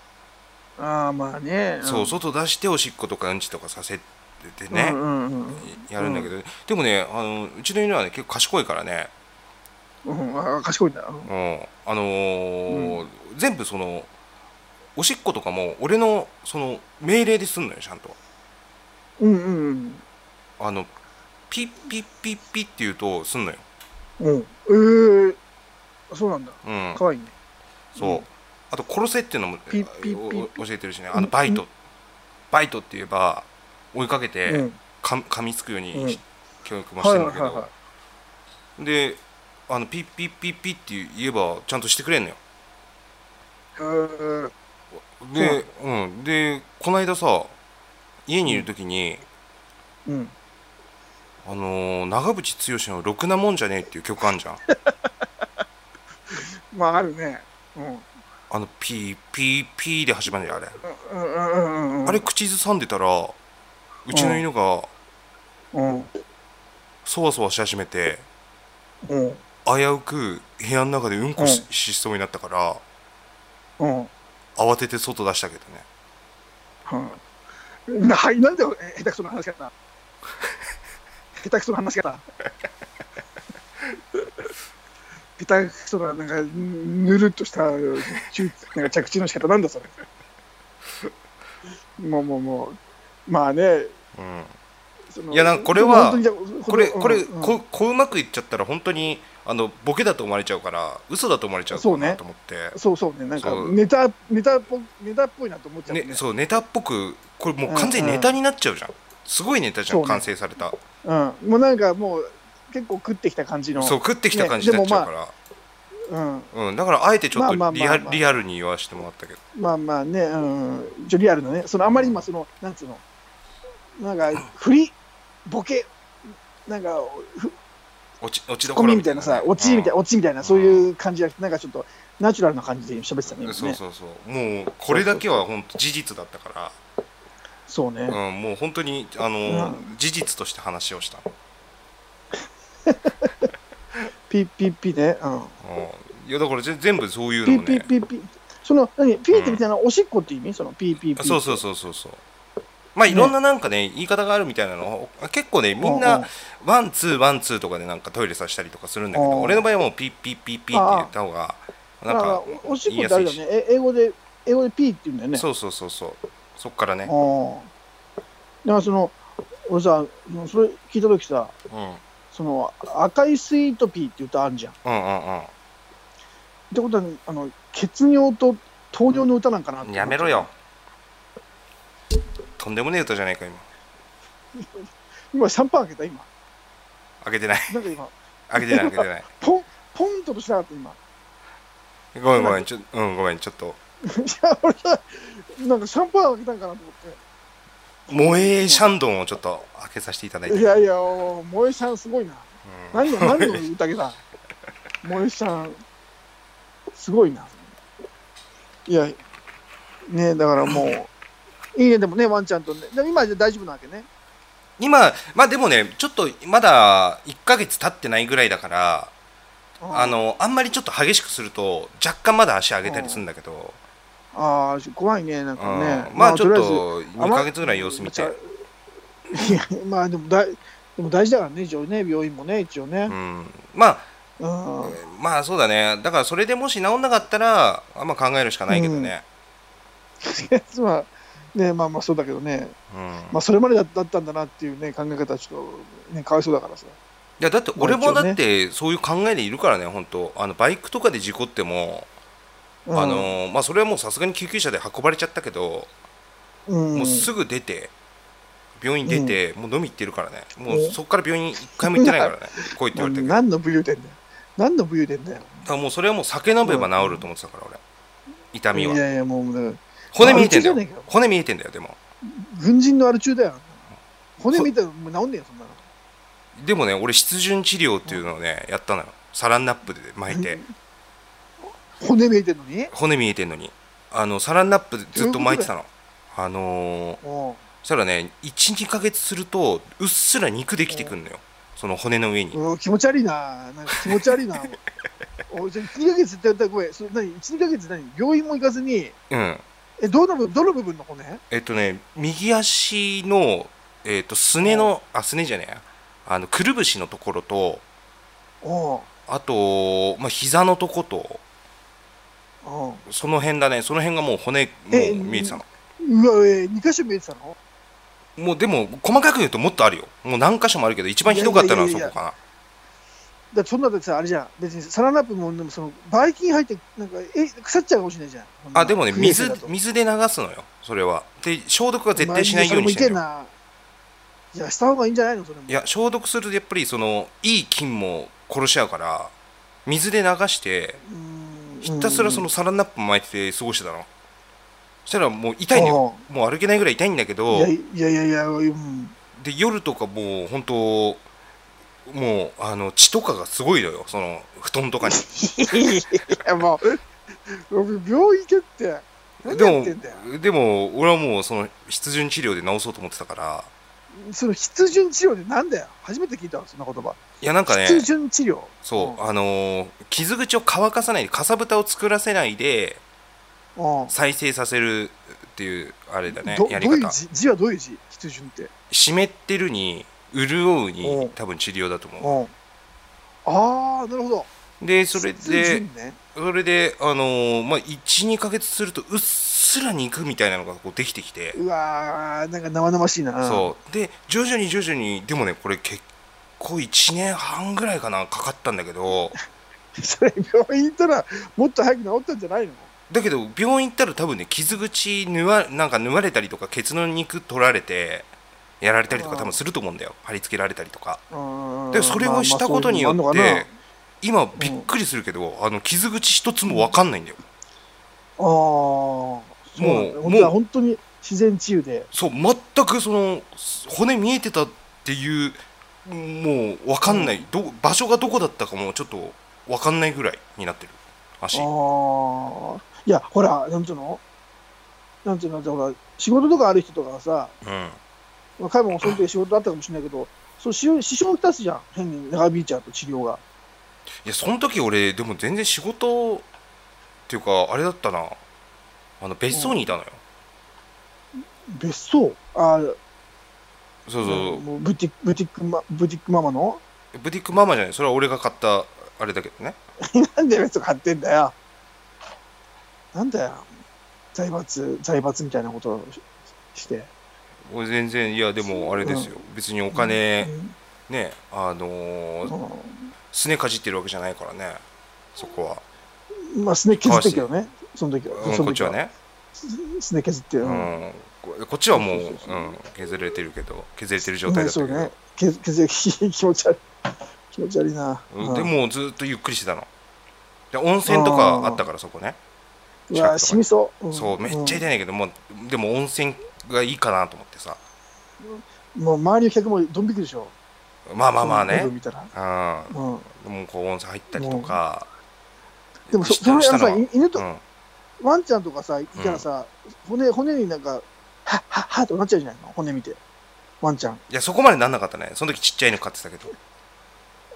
S3: ああまあね、ん
S2: そう外出しておしっことかうんちとかさせててね、
S3: うんうん
S2: やるんだけど、でもねあのうちの犬はね結構賢いからね、
S3: うん、うん、あー賢いんだうん
S2: うんあのー全部そのおしっことかも俺のその命令ですんのよちゃんと。
S3: うんうん
S2: あのピッピッピッピッって言うとすんのよ、
S3: うんうんええそうなんだ
S2: うん、
S3: 可愛いね
S2: そうあと殺せっていうのも
S3: ピッピッピッ
S2: お教えてるしねあのバイトバイトって言えば追いかけ
S3: う
S2: て
S3: ん
S2: か噛みつくよう
S3: う
S2: に
S3: ん
S2: 教育もし
S3: は
S2: て
S3: い
S2: る
S3: は
S2: ん
S3: い
S2: だけ
S3: はい
S2: ど
S3: は
S2: であのピッピッピッピッって言えばちゃんとしてくれんのよ
S3: いうん
S2: でうんでこの間さ家にいる時に
S3: うん
S2: あのー長渕剛の「ろくなもんじゃねえ」っていう曲あんじゃん
S3: まああるねうん
S2: あのピーピーピーで始まるよあれ
S3: うんうんうんうんうん
S2: あれ口ずさんでたらうちの犬が
S3: うん
S2: そわそわし始めて
S3: うん
S2: 危うく部屋の中でうんこし,、
S3: う
S2: そうになったから
S3: うん
S2: 慌てて外出したけどね
S3: うん、はい、なんだよ、え下手くそな話 し方。下手くそな話し方。下手くそな、なんか、ぬるっとした、ちゅなんか着地の仕方なんだ、それ。もうもうもう、まあね、
S2: うん、
S3: その
S2: いやなんかこれは
S3: でも本当にじゃあ
S2: これこれ、
S3: うんうん
S2: ここううまくいっちゃったら本当にあのボケだと思われちゃうから嘘だと思われちゃうか
S3: そう
S2: な
S3: ね
S2: と思って
S3: そうそうね、なんか
S2: そう
S3: ネタネタっぽネタっぽいなと思っち
S2: そ
S3: ゃ
S2: う,、
S3: うね
S2: ね、そうネタっぽくこれもう完全にネタになっちゃうじゃん、すごいネタじゃん、
S3: そうね
S2: 完成された
S3: うん、もうなんかもう結構食ってきた感じの、
S2: そう食ってきた感じになっちゃうから、
S3: うん、
S2: うん、だからあえてちょっ
S3: ま
S2: と
S3: あまあ
S2: リ
S3: ま
S2: ア
S3: あまあ
S2: リアルに言わせてもらったけど
S3: まあまあね、うん、ちょリアルなね、そのあんまり今そのなんつうの、なんか振りボケなんかふ
S2: 落ち落ちど
S3: コ
S2: こ
S3: ミ
S2: ろ
S3: みたいなさ、オチみたいな、
S2: な
S3: オチみたいなそういう感じじゃなくて、なんかちょっとナチュラルな感じで喋ってた
S2: う
S3: ね今
S2: ん
S3: ね、
S2: そうそうそうもうこれだけは本当事実だったか
S3: そう
S2: ら、
S3: ね、
S2: うん、もう本当にあの、
S3: う
S2: 事実として話をした、
S3: ピッピッピね、うん。
S2: うん、いやだからぜ全部そういう
S3: ピ
S2: のを
S3: ーピ
S2: ね
S3: ーピーピー。その、何ピーってみたいな、おしっこって意味その、ピーピーピー。
S2: そうそうそうそうそうまあいろんななんかね言い方があるみたいなの結構ねみん
S3: うんう
S2: なんワンツーワンツーとかでなんかトイレさせたりとかするんだけ
S3: う
S2: ど
S3: ん
S2: 俺の場合はもうピッピッピッピッって言った方が
S3: だ
S2: な
S3: か
S2: ん
S3: ら
S2: か
S3: おおしっ
S2: 言い
S3: こっ
S2: や
S3: てあ
S2: す
S3: れ
S2: い
S3: だよ
S2: し
S3: ね。え英語で、英語でピーって言うんだよね。
S2: そうそうそうそうそっからね
S3: ああ。だからその、俺さ、それ聞いたときさ、
S2: うんうん
S3: その、赤いスイートピーって歌あるじゃん。っ
S2: うん
S3: てことは、あの、血尿と糖尿の歌なんかなって
S2: うんやめろよ。とんでもねえ歌じゃないか今
S3: 今、シャンパン開けた、今。
S2: 開けてない
S3: なんか今、
S2: 開けてない開け てない
S3: ポン、ポンととしなかった、今。
S2: ごめんごめんちょうんごめんちょっと
S3: いや、俺さ、なんかシャンパン開けたんかなと思っ
S2: 萌
S3: て。
S2: えシャンドンをちょっと開けさせていただいて
S3: いやいや、お萌えさんすごいな。
S2: うん
S3: 何の何の宴だ。萌えさん、すごいな。いや、ねだからもう、いいね、でもね、ワンちゃんとね。でも今じゃ大丈夫なわけね。
S2: 今まあでもねちょっとまだ1ヶ月経ってないぐらいだから
S3: うん
S2: あ、のあんまりちょっと激しくすると若干まだ足上げたりするんだけど、
S3: ああ、怖いね、なん
S2: う
S3: か
S2: ん
S3: ね。
S2: まあちょっ
S3: りえ
S2: と
S3: あま
S2: 2ヶ月ぐらい様子見て、
S3: ずいや、まあでも大、でも大事だからね、一応ね、病院もね、一応
S2: う
S3: ね。
S2: ん、ま
S3: うん。
S2: あまあそうだねだからそれでもし治んなかったらあんま考えるしかないけどね、
S3: まあ、ね、まあまあそうだけどね、
S2: うん
S3: まあそれまでだだったんだなっていうね、考え方はちょっと、ね、かわいそうだからさ。
S2: いやだって俺
S3: まあ
S2: も
S3: 一応ね
S2: だってそういう考えでいるからね本当あのバイクとかで事故っても、
S3: うん
S2: あのまあ、それはもうさすがに救急車で運ばれちゃったけど、
S3: うん
S2: もうすぐ出て病院出て、もう飲み行ってるからねもうそこから病院一回も行ってない からね来いって言われたけどだか
S3: 何の武勇伝だよ何の武勇伝だよ
S2: らもうそれはもう酒飲めば治ると思ってたから俺痛み
S3: い
S2: は
S3: やいやもうね
S2: 骨見えてんだ
S3: あうち
S2: よ
S3: じゃねえか
S2: 骨見えてんだよでも
S3: 軍人のある中だよ骨見たらもう治んねえよそんなの
S2: でもね俺湿潤治療っていうのをねやったのよサランラップで巻いて
S3: 骨見えてんのに
S2: 骨見えてんのにあのサランラップでずっと巻いてたのあのー
S3: おう
S2: そしたらね12ヶ月するとうっすら肉できてくんのよその骨の上に
S3: うん気持ち悪いななんか気持ち悪 いなおいじゃあ1、2ヶ月ってやったらごめん、それ何 ?1、2ヶ月何病院も行かずに、
S2: うん
S3: え、どの部分、どの部分の骨
S2: えっとね、右足の、えっと、すねの、あ、すねじゃねえや、あの、くるぶしのところと、
S3: おう
S2: あと、まあ、膝のとこと、
S3: おう
S2: その辺だね、その辺がもう骨、も
S3: え
S2: う見えてたの。
S3: うわ、え、2箇所見えてたの
S2: もう、でも、細かく言うともっとあるよ。もう何箇所もあるけど、一番ひどかったのはいそ
S3: やいや
S2: こ
S3: いやいや
S2: か
S3: だってそんなだってさ、あれじゃん。別にサランラップも、でもその、ばい菌入って、なんか、え、腐っちゃうかもしれないじゃん。そん
S2: な。
S3: な
S2: あ、でもね、
S3: 不衛生
S2: 水
S3: だと、
S2: 水で流すのよ、それは。で、消毒は絶対しないようにして
S3: い
S2: るよ。
S3: いや、した方がいいんじゃないのそれも。
S2: いや、消毒すると、やっぱり、その、いい菌も殺しちゃうから、水で流して、
S3: うーん、
S2: ひたすらそのサランラップ巻いて過ごしてたのそしたらもう痛いのよもう歩けないぐらい痛いんだけ
S3: うん。
S2: ど
S3: いやいやいやいや、うん。
S2: で夜とかもう本当もうあの血とかがすごいのよその布団とかに
S3: いや、もう、病院行けって。何
S2: で
S3: やってんだよ。
S2: もでも俺はもうその必需治療で治そうと思ってたから
S3: その必準治療でなんだよ。初めて聞いたわ、そんな言葉。
S2: いやなんかね
S3: 必準治療。
S2: そう、あのー傷口を乾かさないでかさぶたを作らせないで
S3: うん。うん。
S2: 再生させるっていうあれだね
S3: ど
S2: やり
S3: どういう
S2: 方
S3: 字字はどういう字必準って。
S2: 湿ってるに潤う
S3: う
S2: に
S3: ん
S2: 多分治療だと思
S3: うん。ああ、なるほど。
S2: うでそれ
S3: 必
S2: で
S3: 準ね。
S2: それで、あのーまあ、12か月するとうっすすらに行くみたいなのがこうできてきて、
S3: うわーなんか生々しいな
S2: そうで徐々に徐々にでもねこれ結構1年半ぐらいかなかかったんだけ ど
S3: それ病院行ったらもっと早く治ったんじゃないの
S2: だけど病院行ったら多分ね傷口縫わなんか縫われたりとかケツの肉取られてやられたりとか
S3: あー
S2: 多分すると思うんだよ貼り付けられたりとか。
S3: うん
S2: でそれをしたことによって、
S3: まあまあそういうの
S2: 今びっくりするけど、あの傷口一つも分かんないんだよ、
S3: もあるなあーそうなんだ
S2: もう
S3: 本当
S2: も
S3: は
S2: う
S3: 本当に自然治癒で
S2: そう全くそのす骨見えてたっていうもう分かんない、ど場所がどこだったかもちょっと分かんないぐらいになってる足
S3: ああいやほらなんていうのなんていうのだってほら仕事とかある人とかはさ
S2: うん
S3: まあ彼もその時仕事だったかもしれないけ どそう支障支障をきたすじゃん変に長引いちゃうと治療が
S2: いやその時俺でも全然仕事っていうかあれだったなあの別荘にいたのよ、
S3: 別荘ああ
S2: そうそう
S3: もうブティックブティックマブティックママの
S2: そうブティックママじゃないそれは俺が買ったあれだけどね
S3: なんで別荘買ってんだよなんだよ財閥財閥みたいなことをしして
S2: 俺全然いやでもあれですよ、別にお金、ねあの
S3: う
S2: ー、
S3: ん
S2: すねかじってるわけじゃないからねそこは、
S3: うんまあすね削ってるけどねその時は、
S2: うん、
S3: そ
S2: こっ
S3: の
S2: ち
S3: 時
S2: はね、
S3: すね削って
S2: う
S3: る、うん
S2: ん、ここっちはもう、う、
S3: そうそうそうん
S2: 削れてるけど削れてる状態だったけど、
S3: ねそうねけ削り気持ち悪い 気持ち悪いな、
S2: うん
S3: うん
S2: でもずっとゆっくりしてたので温泉とかあったからそこね、
S3: うわ染みそう、ん
S2: そうめっちゃ痛いんだけど、もうでも温泉がいいかなと思ってさ
S3: うんもう周りの客もドン引きでしょ
S2: まあまあまあ
S3: その部分
S2: ね
S3: 見たら
S2: うん
S3: うん、
S2: でもこう温泉入ったりとか
S3: でもそ
S2: し
S3: その
S2: した
S3: や
S2: の
S3: さ
S2: は
S3: 犬と、
S2: うん
S3: ワンちゃんとかさいたらさ、骨骨になんかはっはっはってなっちゃうじゃないの骨見てワンちゃん
S2: いやそこまでなんなかったねその時ちっちゃいの飼ってたけど、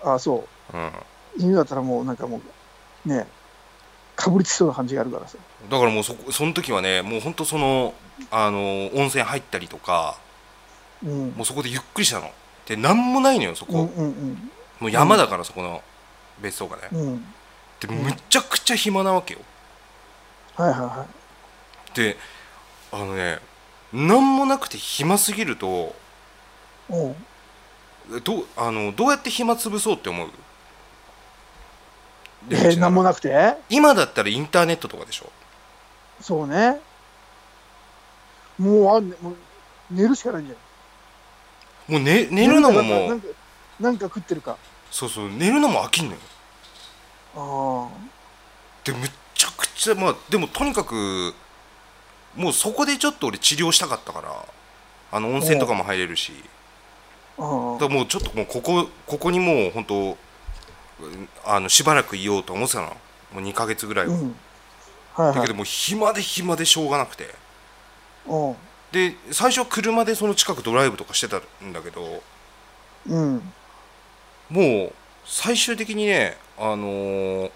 S3: ああそう
S2: うん、
S3: 犬だったらもうなんかもうねかぶりつきそうな感じがあるからさ
S2: だからもうそこその時はねもうほんとそのあの温泉入ったりとか
S3: うん
S2: もうそこでゆっくりしたので何もないのよそこ、
S3: う
S2: も
S3: んうん
S2: う山だからそこの別荘がね、
S3: うんうん
S2: でむちゃくちゃ暇なわけよ
S3: はいはいは
S2: であのね何もなくて暇すぎると
S3: いうん
S2: どうあのどうやって暇潰そうって思う
S3: え
S2: でうちなら
S3: ー、なんもなくて
S2: 今だったらインターネットとかでしょ
S3: そうねもうあんねもう寝るしかないんじゃ
S2: もう、ね、
S3: ない
S2: 寝るのも
S3: な
S2: も
S3: ん
S2: う
S3: かなんか食ってるか
S2: そうそう寝るのも飽きんのよ
S3: あ
S2: でむっちゃくちゃまあでもとにかくもうそこでちょっと俺治療したかったからあの温泉とかも入れるし
S3: ああ
S2: だからもうちょっともうここここにもう本当うんあのしばらくいようと思ってたのもう2ヶ月ぐらい
S3: あ
S2: は、
S3: うんはい
S2: だけ
S3: はい
S2: どもう暇で暇でしょうがなくて
S3: うん
S2: で最初は車でその近くドライブとかしてたんだけど
S3: うん
S2: もう最終的にねあのー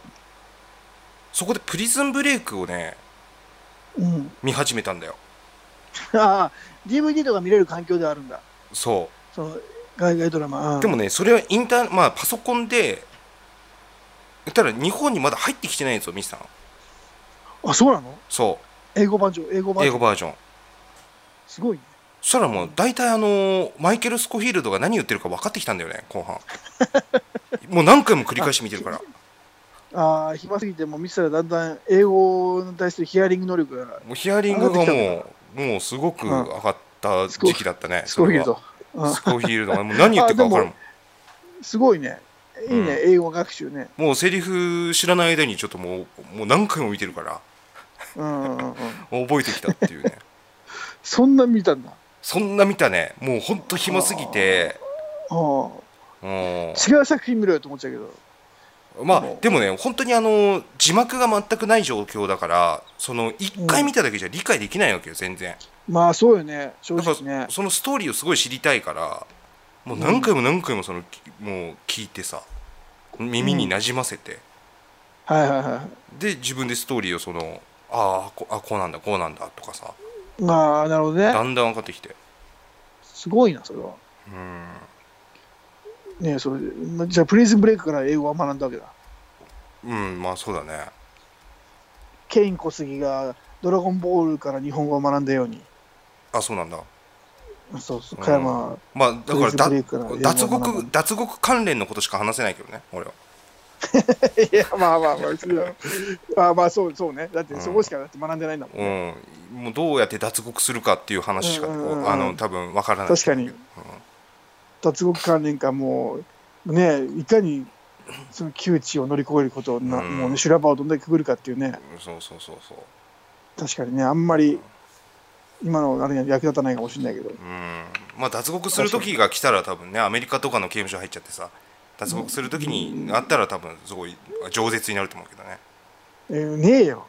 S2: そこでプリズンブレイクをね
S3: うん
S2: 見始めたんだよ
S3: ああ DVD とか見れる環境ではあるんだ
S2: そう
S3: その海外ドラマ、うん
S2: でもね、それはインター、まあ、パソコンで、ただ日本にまだ入ってきてないやつを見てたの。
S3: あそうなの
S2: そ
S3: 英語版上英語
S2: う、
S3: 版
S2: 英語バージョン。
S3: すごいね
S2: そしたらもう、大体あのーマイケル・スコフィールドが何言ってるか分かってきたんだよね、後半。 もう何回も繰り返し見てるから。
S3: ああ暇すぎてもう見せたらだんだん英語に対するヒアリング能力が
S2: もうヒアリングが
S3: 上がっ
S2: もう、もうすごく上がった時期だったね、
S3: すごいけ
S2: それは
S3: ど、うん
S2: スコフィールドがもう何言ってるか分からん
S3: あすごいねいいね、英語学習ね
S2: もうセリフ知らない間にちょっともう、もう何回も見てるから、
S3: うんうんうんうん
S2: もう覚えてきたっていうね。
S3: そんな見たんだ
S2: そんな見たね、もうほんと暇すぎて、
S3: あー
S2: もう。
S3: 違う作品見ろよと思っちゃうけど
S2: まあ
S3: もう
S2: でもね本当にあの字幕が全くない状況だからその1回見ただけじゃ理解できないわけよ全然
S3: まあそうよね正
S2: だか
S3: 直
S2: ら
S3: ね
S2: そのストーリーをすごい知りたいからもう何回も何回もそのきもう聞いてさ耳になじませて
S3: はいはいは
S2: で自分でストーリーをそのあーこあこうなんだこうなんだとかさ
S3: いまあなるほどね
S2: だんだん分かってきて
S3: すごいなそれは
S2: うん
S3: ねそれでまじゃあプリズンブレイクから英語は学んだわけだ
S2: うんまあそうだね
S3: ケイン小杉がドラゴンボールから日本語を学んだように、
S2: あそうなんだ
S3: そうそう、
S2: うん
S3: 加 山、
S2: まあだからだ
S3: ブレイクな
S2: 脱
S3: 英語を学
S2: 獄
S3: ぶ
S2: 脱獄関連のことしか話せないけどね俺はい
S3: や、まあまあまあ、別にまあまあ、そうそうね、だってそこしかだって学んでないんだもんね。
S2: うん、もうどうやって脱獄するかっていう話しか、
S3: うんうんうんうん
S2: あの多分わからない
S3: 確かに、脱獄関連か、もう、ね、いかにその窮地を乗り越えることをな、
S2: うん
S3: もうね、修羅場をどんだけくぐるかっていうね、
S2: うんそうそうそうそう
S3: 確かにね、あんまり今のあれには役立たないかもしれないけど、
S2: うんまあ脱獄する時が来たら多分ねアメリカとかの刑務所入っちゃってさ脱獄する時になったら多分すごい饒舌になると思うけどね
S3: えーねえよ、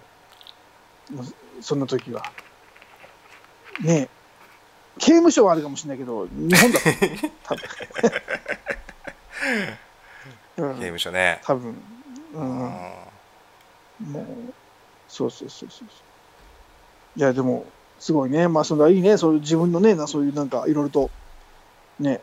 S3: もうそんな時は。ねえ、刑務所はあるかもしれないけど、日本だと、多
S2: 刑
S3: 分うん、
S2: 務所ね、
S3: 多分、う
S2: うんん、
S3: もう、そうそうそうそうそう。いや、でも、すごいね。まあ、それはいいね。そういう自分のね、なそういうなんか、いろいろと、ね、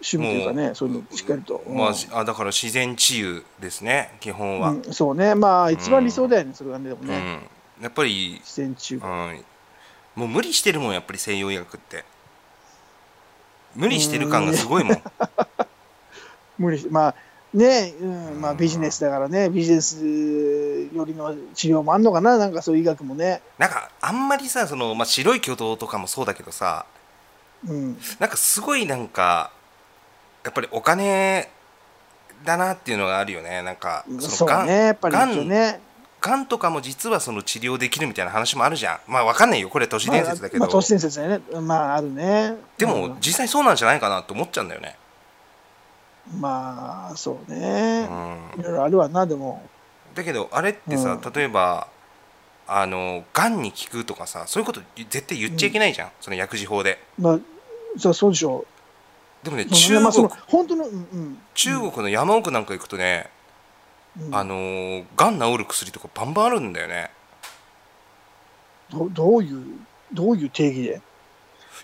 S3: 趣味というかね、そういうのしっかりと。
S2: ま
S3: う
S2: あ
S3: ん
S2: しあだから自然治癒ですね基本は、うん
S3: うん、そうね。まあ、一番理想だよね、それがね、でもね。
S2: やっぱり、
S3: 自然中
S2: う。ん、もう無理してるもんやっぱり西洋医学って無理してる感がすごいもん
S3: 無理しまあ、ね、うん、まあ、
S2: うん
S3: ビジネスだからね、ビジネスよりの治療もあんのかな、なんかそういう医学もね。
S2: なんかあんまりさその、まあ、白い挙動とかもそうだけどさ
S3: うん。
S2: なんかすごいなんかやっぱりお金だなっていうのがあるよねなんかそ
S3: そ
S2: のが
S3: うんね、やっぱり
S2: がん
S3: 一応ね。
S2: がんとかも実はその治療できるみたいな話もあるじゃんまあわかんないよこれ都市伝説だけど、
S3: まあ、まあ、都市伝説だよね。まあ、あるね。
S2: で
S3: う
S2: も
S3: ん
S2: 実際そうなんじゃないかなって思っちゃうんだよね、
S3: まあ、そう
S2: う
S3: ね。
S2: ん、
S3: いろいろあるわな、でも。
S2: だけどあれってさ、
S3: うん
S2: 例えばあのがんに効くとかさそういうこと絶対言っちゃいけないじゃん、その薬事法で
S3: まあ、そうそうでしょ
S2: でもね
S3: う。
S2: 中
S3: まあ、そ
S2: 国
S3: の、本当の、うんうん。
S2: 中国の山奥なんか行くとね、
S3: うん
S2: あのーがん治る薬とかバンバンあるんだよね
S3: どどういう、どういう定義で。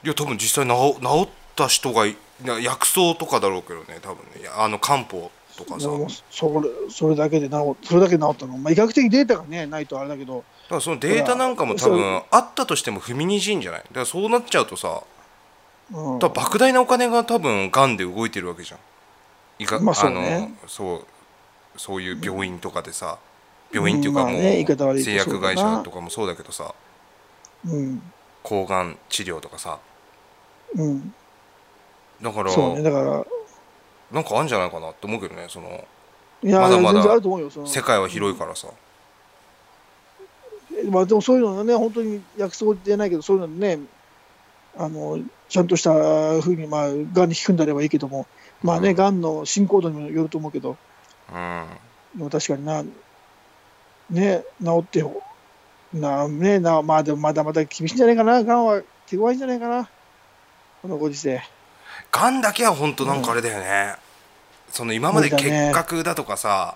S2: いや多分実際治治った人がいな薬草とかだろうけどね多分ねいやあの漢方とかさ
S3: も
S2: だ
S3: う
S2: か
S3: それそれだけで治それだけで治ったの、まあ、医学的データが、ね、ないとあれだけど、
S2: らそのデータなんかも多
S3: そ
S2: 分
S3: う
S2: あったとしても踏みにじいんじゃないだからそうなっちゃうとさ
S3: うん、
S2: 多分莫大なお金が多分がんで動いてるわけじゃんいか、
S3: まあそうね
S2: のそうそういう病院とかでさ病院っていうか
S3: ま
S2: も
S3: あ
S2: う
S3: ね言い方悪いけど
S2: 製薬会
S3: そうだ
S2: 社
S3: な
S2: とかもそうだけどさ
S3: うん
S2: 抗がん治療とかさ
S3: うん、
S2: だから
S3: そうねだから
S2: なんかあるんじゃないかなって思うけどねその
S3: いや、
S2: まだまだ
S3: 全然あると思うよその
S2: 世界は広いからさ、
S3: えまあ、でもそういうのがね本当に薬草じゃないけどそういうのねあのちゃんとしたふうにまあがんに効くんであればいいけどもまあね、
S2: うん
S3: がんの進行度にもよると思うけど
S2: うん、
S3: でも確かになね治ってよなねなまあでもまだまだ厳しいんじゃないかながんは手強いんじゃないかなこのご時世
S2: がんだけは本当なんかあれだよね、その今まで
S3: そう
S2: 結
S3: だね
S2: 核だとかさ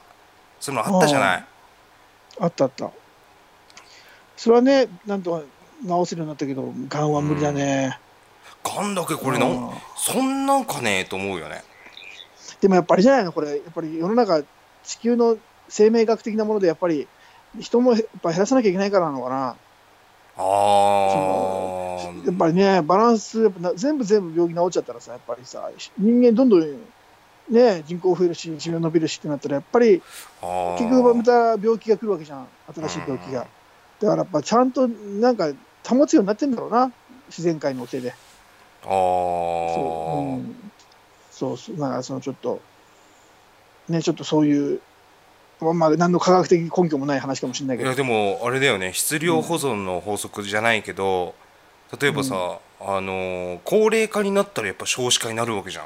S2: そういうのあったじゃない、
S3: あったあった。それはね、なんとか治せるようになったけど、がんは無理だね。
S2: がんだけこれ
S3: うん
S2: の、そんなんかねえと思うよね
S3: でもやっぱりじゃないの、これ、やっぱり世の中、地球の生命学的なもので、やっぱり人もやっぱ減らさなきゃいけないからなのかな。
S2: あ
S3: そやっ
S2: ー
S3: ぱりね、バランス、やっぱな全部全部病気治っちゃったらさ、やっぱりさ、人間どんどん、ね、人口増えるし、寿命伸びるしってなったら、やっぱり
S2: あー
S3: 結局また病気が来るわけじゃん、新しい病気が。だからやっぱちゃんとなんか保つようになってんだろうな、自然界のお手で。
S2: あ
S3: そうう
S2: ー
S3: ん、そうそう、まあ、そのちょっと、ね、ちょっとそういう、まあ、何の科学的根拠もない話かもしれない
S2: い
S3: けど、
S2: やでもあれだよね質量保存の法則じゃないけど、例えばさ、あのー高齢化になったらやっぱ少子化になるわけじゃ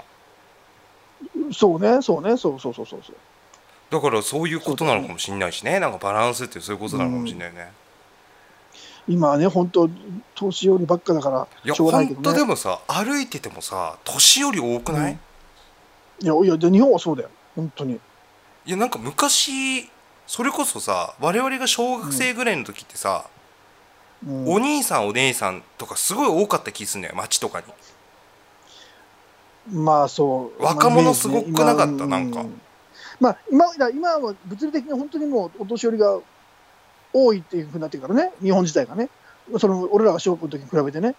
S2: ん
S3: そうね、そうね、そうそうそうそうそう。
S2: だからそういうことなのかもしれないしねなんかバランスってそういうことなのかもしれないよね、
S3: 今はね、本当、年寄りばっかだか
S2: いや
S3: ら、しょうがないけ
S2: 本当
S3: ど
S2: で
S3: ね。
S2: もさ歩いててもさ年寄り多くない、
S3: うんいや、いや、で日本はそうだよ、本当に。
S2: いやなんか昔それこそさ我々が小学生ぐらいの時ってさ、
S3: うん
S2: お兄さんお姉さんとかすごい多かった気すんだよ街とかに
S3: まあそう。
S2: 若者すごくなかった
S3: まあ
S2: なんか。
S3: うまあ今だ今は物理的に本当にもうお年寄りが多いっていうふうになってるからね、日本自体がね、その俺らが小学校の時に比べてね、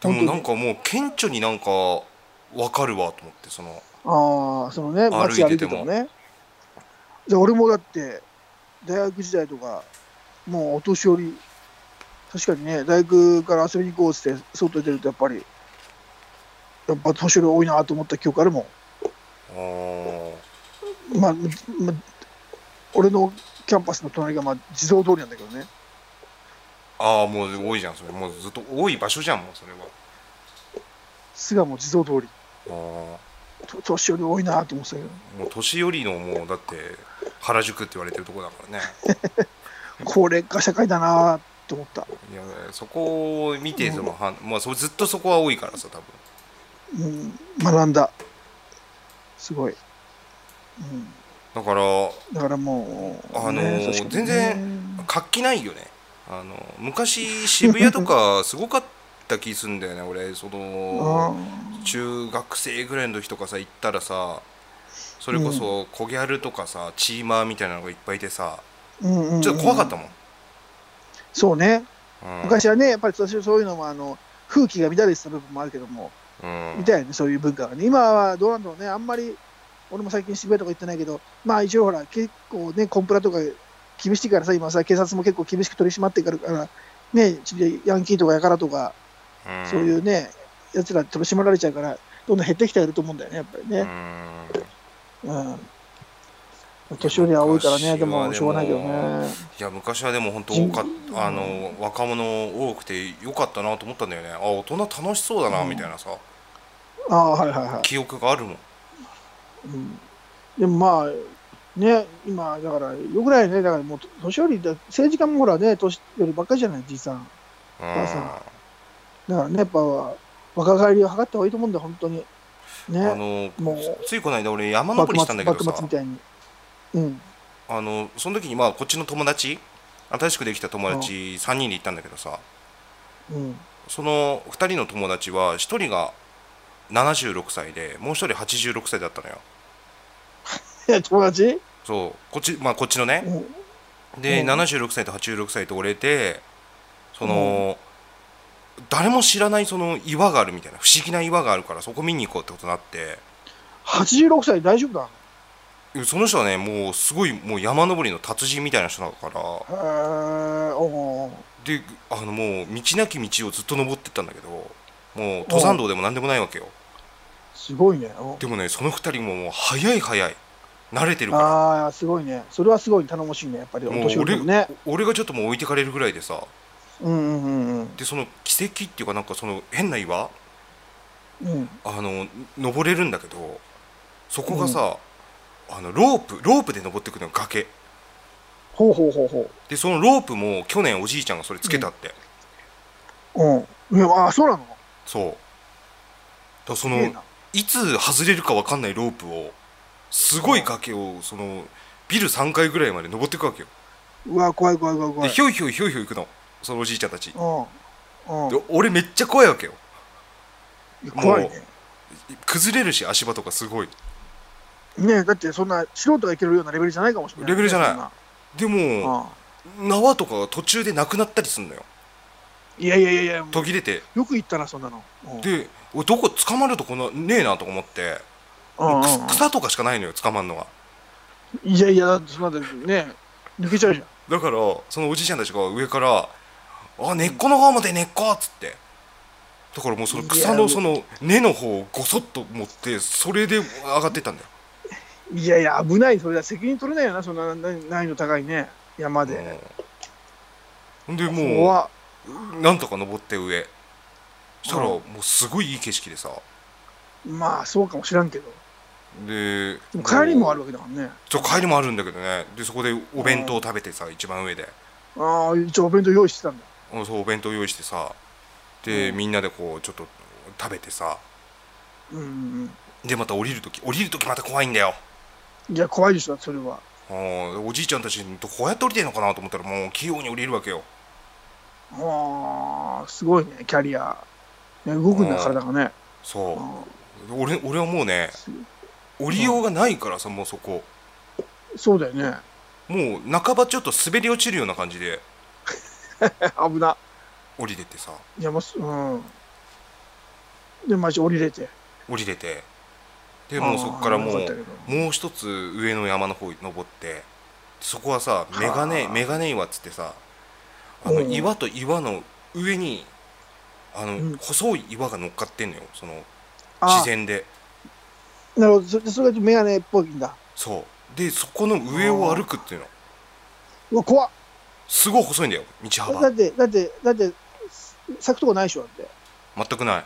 S2: でも
S3: 本当
S2: な
S3: に
S2: んかもう顕著になんかわかるわと思ってその
S3: ああ、そのね、街歩
S2: 歩
S3: い
S2: い
S3: て
S2: て
S3: て
S2: て
S3: も
S2: も
S3: ね。で俺もだって、大学時代とか、もうお年寄り、確かにね、大学から遊びに行こうっつって、外に出るとやっぱり、やっぱ年寄り多いなと思った記憶あるも
S2: あー
S3: ん。まあ、むむ俺のキャンパスの隣が、まあ、地蔵通りなんだけどね。
S2: あーもう多いじゃんそれもうずっと多い場所じゃんもうそれは
S3: 巣鴨地蔵通り。
S2: あー
S3: と年寄り多いなと思ってたけど、
S2: もう年寄りのもうだって原宿って言われてるとこだからね
S3: 高齢化社会だなと思った。
S2: いやそこを見てその、はんまあ、そうずっとそこは多いからさ多分
S3: うん、学んだ。すごい。うん
S2: だから
S3: だからもう、
S2: あのー
S3: ね確かにね
S2: 全然活気ないよねあの昔渋谷と かすごかった気すんだよね俺その
S3: う
S2: 中学生ぐらいの時とかさ行ったらさそれこそ小ギャルとかさチーマーみたいなのがいっぱいいてさ
S3: んうんうんうん
S2: ちょっと怖かったもん、
S3: そうね、
S2: うん
S3: 昔はね、やっぱり私はそういうのもあの風紀が乱れてた部分もあるけども、
S2: うん
S3: みたいね、そういう文化がね、今はどうなんだろうね、あんまり、俺も最近渋谷とか行ってないけど、まあ一応ほら、結構ね、コンプラとか厳しいからさ、今さ、警察も結構厳しく取り締まってくるから、ね、ちょっとヤンキーとかやからとか、
S2: うん
S3: そういうね、やつら取り締まられちゃうから、どんどん減ってきてはいると思うんだよね、やっぱり
S2: う
S3: ね。
S2: ん
S3: うん、年寄りは多いからね、でもしょうがないけど
S2: 昔は
S3: ね。
S2: いや昔はでも本当多かっあの若者多くてよかったなと思ったんだよねあ大人楽しそうだなみたいなさ、
S3: ああ、はいはいはい。
S2: 記憶があるもん
S3: うんでもまあ、ね、今、だから、よくないね、だからもう、年寄りだ、政治家もほらね、年寄りばっかりじゃない、じいさん。
S2: うん
S3: さだからね、やっぱ、若返りを図った方がいいと思うんだよ、本当に。
S2: あ
S3: ね、
S2: の
S3: もう
S2: ついこの間俺山登
S3: 幕
S2: りした
S3: 末
S2: んだけど
S3: 幕末
S2: さ
S3: みたいに。うん、
S2: あのその時にまあこっちの友達新しくできた友達3人で行ったんだけどさ
S3: うん。
S2: その2人の友達は1人が76歳でもう1人86歳だったのよ
S3: え、友達
S2: そうこっちまあこっちのね
S3: うん
S2: で
S3: うん
S2: 76歳と86歳と俺でその誰も知らないその岩があるみたいな不思議な岩があるからそこ見に行こうってことになって
S3: 86歳大丈夫だ。
S2: その人はねもうすごいもう山登りの達人みたいな人だから
S3: へえ、おう
S2: であのもう道なき道をずっと登ってったんだけどもう登山道でも何でもないわけよ
S3: すごいね。おう
S2: でもねその2人ももう早い早い慣れてるか
S3: ああ、すごいね。それはすごい頼もしいね、やっぱり、お
S2: らもう
S3: 年寄
S2: 俺
S3: りでもね。
S2: 俺がちょっともう置いてかれるぐらいでさ
S3: うんうんうん
S2: でその奇跡っていうかなんかその変な岩
S3: うん。うん
S2: あの登れるんだけどそこがさ、あのロープロープで登ってくのよ崖
S3: ほうほうほうほ
S2: でそのロープも去年おじいちゃんがそれつけたって、
S3: う。うん。いや、ああ、そうなの
S2: そうだからそ
S3: す
S2: の
S3: げえな。
S2: いつ外れるか分かんないロープをすごい崖をそのビル3階ぐらいまで登っていくわけよ
S3: うわ、怖い怖い怖い怖
S2: で
S3: い。
S2: ひょいひょいひょいひょい行くのそのおじいちゃんたちで
S3: うん。うん。
S2: 俺めっちゃ怖いわけよ
S3: 怖いね。
S2: 崩れるし足場とかすごい
S3: ねえだってそんな素人がいけるようなレベルじゃないかもしれないね、
S2: レベルじゃない
S3: そんな
S2: でも
S3: ああ
S2: 縄とかが途中でなくなったりすんのよ
S3: いやいやいやいや、
S2: 途切れて
S3: よく言ったな、そんなの。うん
S2: で俺どこ捕まるとこなねえなとか思って
S3: うんうん
S2: く草とかしかないのよ捕まんのが
S3: うん、いやいや、だってそんなだってね、抜けちゃうじゃん。
S2: だからそのおじいちゃんたちが上から「あ根っこの方まで根っこ」っつってだからもうその草
S3: いや
S2: のその根の方をごそっと持ってそれで上がってったんだよ
S3: いやいや、危ない、それだ、責任取れないよな、そんなな難易度高いね、山で。
S2: うんでも
S3: 怖っ
S2: うなんとか登って上そしたら
S3: う
S2: もうすごいいい景色でさ
S3: まあ、そうかもしらんけど。
S2: で
S3: でも帰りもあるわけだからね。
S2: そう帰りもあるんだけどねでそこでお弁当を食べてさ一番上で
S3: ああ、一応お弁当用意してたんだ。
S2: うんそうお弁当用意してさで
S3: うん
S2: みんなでこうちょっと食べてさ
S3: うんうん
S2: でまた降りる時降りる時また怖いんだよ
S3: うん。いや、怖いでしょ、それは。
S2: あーおじいちゃんたちとこうやって降りてるのかなと思ったらもう器用に降りるわけよ
S3: ああ、すごいね、キャリア。ね、動くんだ、
S2: うん
S3: 体がね。
S2: そ
S3: あ
S2: う俺俺はもうね
S3: ーす
S2: 降りようがないからさもうそこ
S3: そうだよね。
S2: もう半ばちょっと滑り落ちるような感じで
S3: 危な。
S2: 降りれてさ
S3: いや、もうす、うん。で、マジ降りれて。
S2: 降りれてでもうそこからもうもう一つ上の山の方に登ってそこはさメガネ
S3: はあ
S2: メガネ岩っつってさあの
S3: うん
S2: 岩と岩の上にあの、
S3: うん
S2: 細い岩が乗っかってんのよその自
S3: 自
S2: 然
S3: 然。
S2: で
S3: なるほど。それで、それがメガネっぽいんだ。
S2: そうでそこの上を歩くっていうの
S3: うわ、怖っ。
S2: すごい細いんだよ道
S3: だだ
S2: 幅
S3: って、だって、だって、咲くとこないでしょ、だって。
S2: 全くない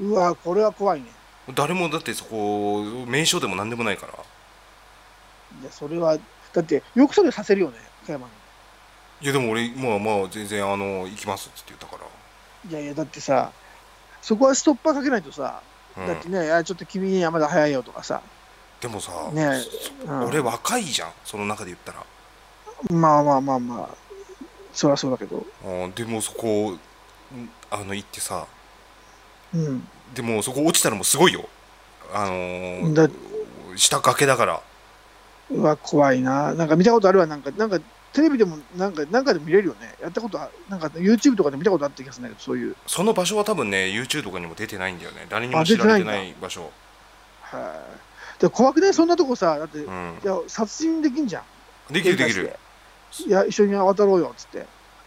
S2: う
S3: わ、これは怖いね。
S2: 誰もだってそこ名所でも何でもないから
S3: いや、それは、だって、よくそれさせるよね、加山に。
S2: いやでも俺まあまあ全然あの行きますっつって言ったか
S3: いやいや、だってさ、そこはストッパーかけないとさ、
S2: ら、うん
S3: だってね、いやちょっと君にはまだ早いよとかさ、
S2: でもさ、
S3: ねうん
S2: 俺若いじゃんその中で言ったら
S3: まあまあまあまあ、そりゃそうだけど、
S2: あーでもそこんあの行ってさ
S3: うん、
S2: でもそこ落ちたらもうすごいよあのー
S3: だ
S2: 下崖だから
S3: うわ、怖いな、なんか見たことあるわ、なんか、なんかテレビでも、なんか、なんかでも見れるよね、やったことあ、なんか YouTube とかで見たことあった気がするんだけど、そういう、
S2: その場所は多分ね YouTube とかにも出てないんだよね誰にも
S3: あ
S2: 知
S3: 出て
S2: ら
S3: ない
S2: れ
S3: ん
S2: て
S3: だ
S2: ない場所
S3: はい。で怖くないそんなとこさ、だって、い
S2: うん
S3: や、殺人できんじゃん。
S2: できるできる。
S3: いや、一緒に渡ろうよ、っつって。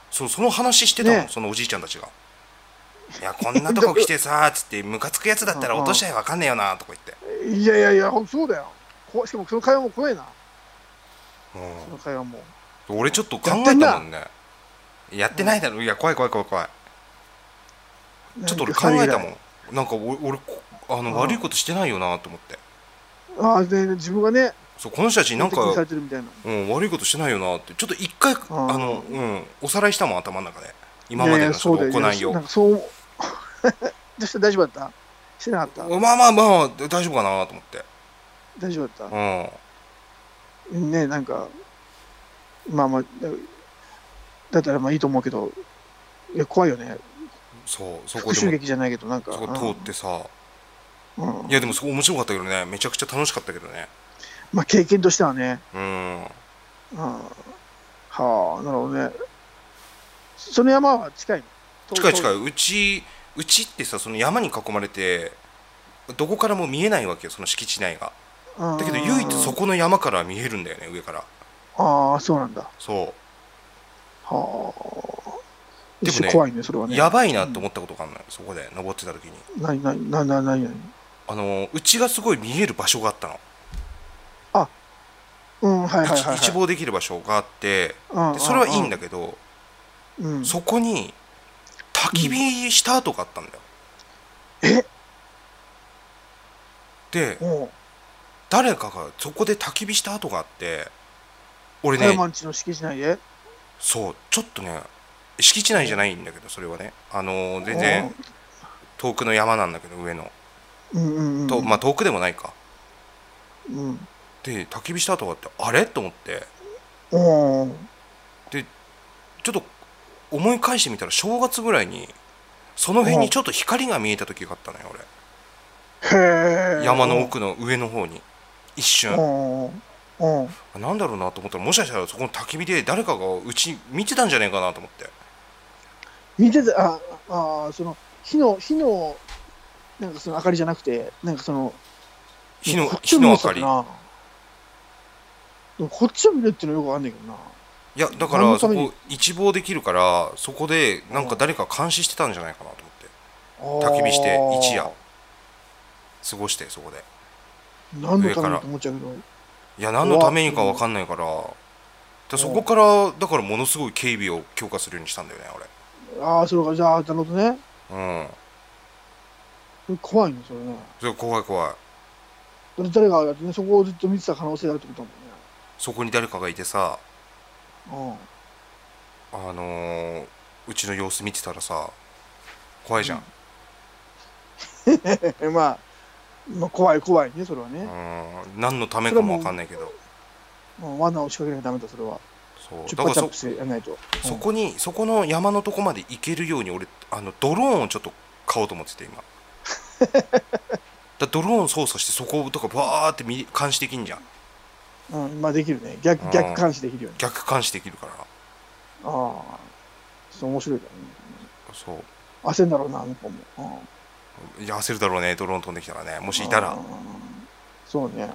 S2: そうその話してたもん、
S3: ね
S2: そのおじいちゃんたちが「いやこんなとこ来てさ」つって「ムカつくやつだったら落としちゃえばわかんねえよな」とか言って
S3: いやいやいや、ほんとそうだよ。こしかもその会話も怖いな、その
S2: う
S3: 会話も。
S2: ん俺ちょっと考えたもんねやってないだろいや怖い怖い怖い怖いちょっと俺考えたも
S3: ん。
S2: んなんか俺俺こあ
S3: うん
S2: の悪いことしてないよなと思って
S3: ああ、で、自分がね、
S2: そうこの人たちなん
S3: 敵にさ
S2: か
S3: れ、てるみたいな。
S2: うん、悪いことしてないよなってちょっと一回あ
S3: ん
S2: の、うん、おさらいしたもん頭の中で今までのその
S3: いやいやそうだ
S2: 行
S3: よ
S2: いを
S3: なんかそう、 どうした大丈夫だったしてなかった
S2: まあまあまあ大丈夫かなと思って
S3: 大丈夫だっ
S2: うん
S3: たねなんか、まあまあ、だだったらまあいいと思うけど、いや、怖いよね。
S2: そうそこ
S3: 復
S2: で
S3: 讐
S2: も
S3: 劇じゃないけど、なんか。
S2: そこ通ってさ
S3: うんうん
S2: いやでもそこ面白かったけどねめちゃくちゃ楽しかったけどね
S3: まあ経験としてはね。
S2: うん
S3: うんはあ、なるほどね。その山は近いの
S2: 近い近
S3: い。
S2: いうちうちってさその山に囲まれてどこからも見えないわけよその敷地内が
S3: だ
S2: だけど唯一そこの山から見えるんだよね上から
S3: ああ、そうなんだ。
S2: そ
S3: はあ。
S2: でもね
S3: 怖いね、それは
S2: う、
S3: ね。
S2: やばいなと思ったことがあるのよ、そこで登ってた時に
S3: なになになになになに
S2: あのうちがすごい見える場所があったの、
S3: うん、はいはいはい、はい。
S2: 一一望できる場所があって
S3: うん、
S2: でそれはいいん
S3: だ。
S2: だけど、
S3: うん、
S2: そこに焚き火した跡があったんだよ、
S3: え
S2: で
S3: おう
S2: 誰かがそこで焚き火した跡があって俺
S3: 加
S2: ね
S3: 山んちの敷地内で
S2: そうちょっとね敷地内じゃないんだけどそれはねあの全然遠くの山なんだけど上の、
S3: おううんうんうん
S2: とまあ遠くでもないか
S3: うん
S2: で焚き火した跡があってあれと思って
S3: おう
S2: ちょっと思い返してみたら正月ぐらいにその辺にちょっと光が見えた時があったのよ
S3: へえ
S2: 俺山の奥の上の方に一瞬
S3: おうおう
S2: なんだろうなと思ったらもしかしたらそこの焚き火で誰かがうち見てたんじゃないかなと思って
S3: 見てたああその火の火のなんかその明かりじゃなくてなんかその
S2: 火の
S3: こっち
S2: 火
S3: を見
S2: の明
S3: る
S2: かり
S3: なでもこっちを見るっていうのはよくわかんないけどない
S2: やだか
S3: 何の
S2: ら
S3: た
S2: そ
S3: めに
S2: こ一望できるからそこでなんか誰か監視してたんじゃないかなと思って焚き火して一夜過ごしてそこで
S3: 何の
S2: 上から
S3: ためにと思っちゃうけど
S2: いや何のためにか分かんないからでそこからだからものすごい警備を強化するようにしたんだよね
S3: ああそれかじゃあなるほどね
S2: 俺うん
S3: 怖いねそれね
S2: それ怖い怖い
S3: それ誰がやってねそこをずっと見てた可能性があるってことだ
S2: そこに誰かがいてさ
S3: もんね
S2: あのーうちの様子見てたらさ怖いじゃん、
S3: うんまあまあ怖い怖いねそれはね、
S2: うん、何のためかも分かんないけど
S3: もう罠を仕掛けなきゃダメだ、それは。
S2: そう
S3: チュ
S2: だ
S3: ッ
S2: から
S3: パチャッ
S2: そ
S3: プしてやらないと。
S2: そこにそこの山のとこまで行けるように俺あのドローンをちょっと買おうと思ってて 今だドローン操作してそことかバーって見監視できんじゃん
S3: うん、まあできるね。逆、
S2: うん
S3: 逆監視できるよね。
S2: 逆監視できるから
S3: ああ。そう、面白いからね。
S2: そう
S3: 焦るんだろうな、あの子も。うん
S2: いや焦るだろうねドローン飛んできたらねもしいたら
S3: うん
S2: だ
S3: そうね。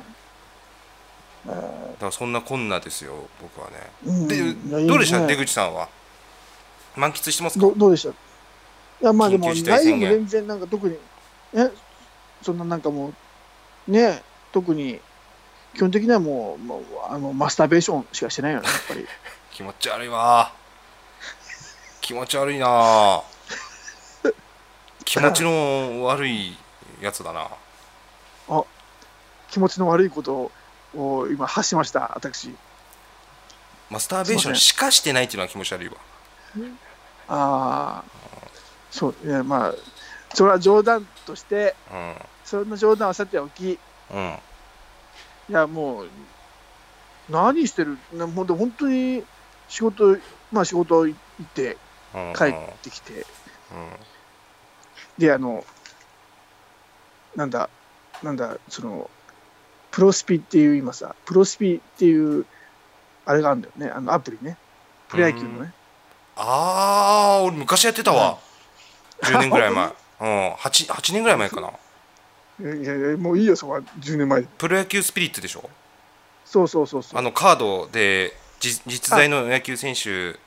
S3: えー
S2: からそんなこんなですよ僕はね
S3: うん
S2: で
S3: いやいいね
S2: どうでした出口さんは満喫してますか
S3: どどうでしたいや、まあでも、
S2: 緊急事態
S3: 内
S2: 宣
S3: 容
S2: 言
S3: も全然、なんか特に、え、そんななんかもう、ね、特に、基本的にはもう、もうあのマスターベーションしかしてないよね、やっ ぱり。
S2: 気持ち悪いわ気持ち悪い な気持ちの悪いやつだな
S3: 気持ちの悪いことを今、発しました、私。
S2: マスターベーションしかしてないっていうのは気持ち悪いわ
S3: ああ、そう、いや、まあ、それは冗談として、その冗談はさておき、
S2: うんうん
S3: いや、もう、何してる、なほんと本当に仕事、まあ仕事行って、
S2: うん
S3: 帰
S2: う
S3: っ
S2: ん
S3: てきて、で、あの、なんだ、なんだ、その、プロスピっていう今さ、プロスピっていう、あれがあるんだよね、あのアプリね、プロ野球のね。
S2: あー俺昔やってたわ、10年ぐらい前、うん、8, 8年ぐらい前かない
S3: やいやいや、もういいよ、そこは10年前で。
S2: プロ野球スピリッツでしょ
S3: そうそうそうそう。
S2: あのカードでじ実在の野球選手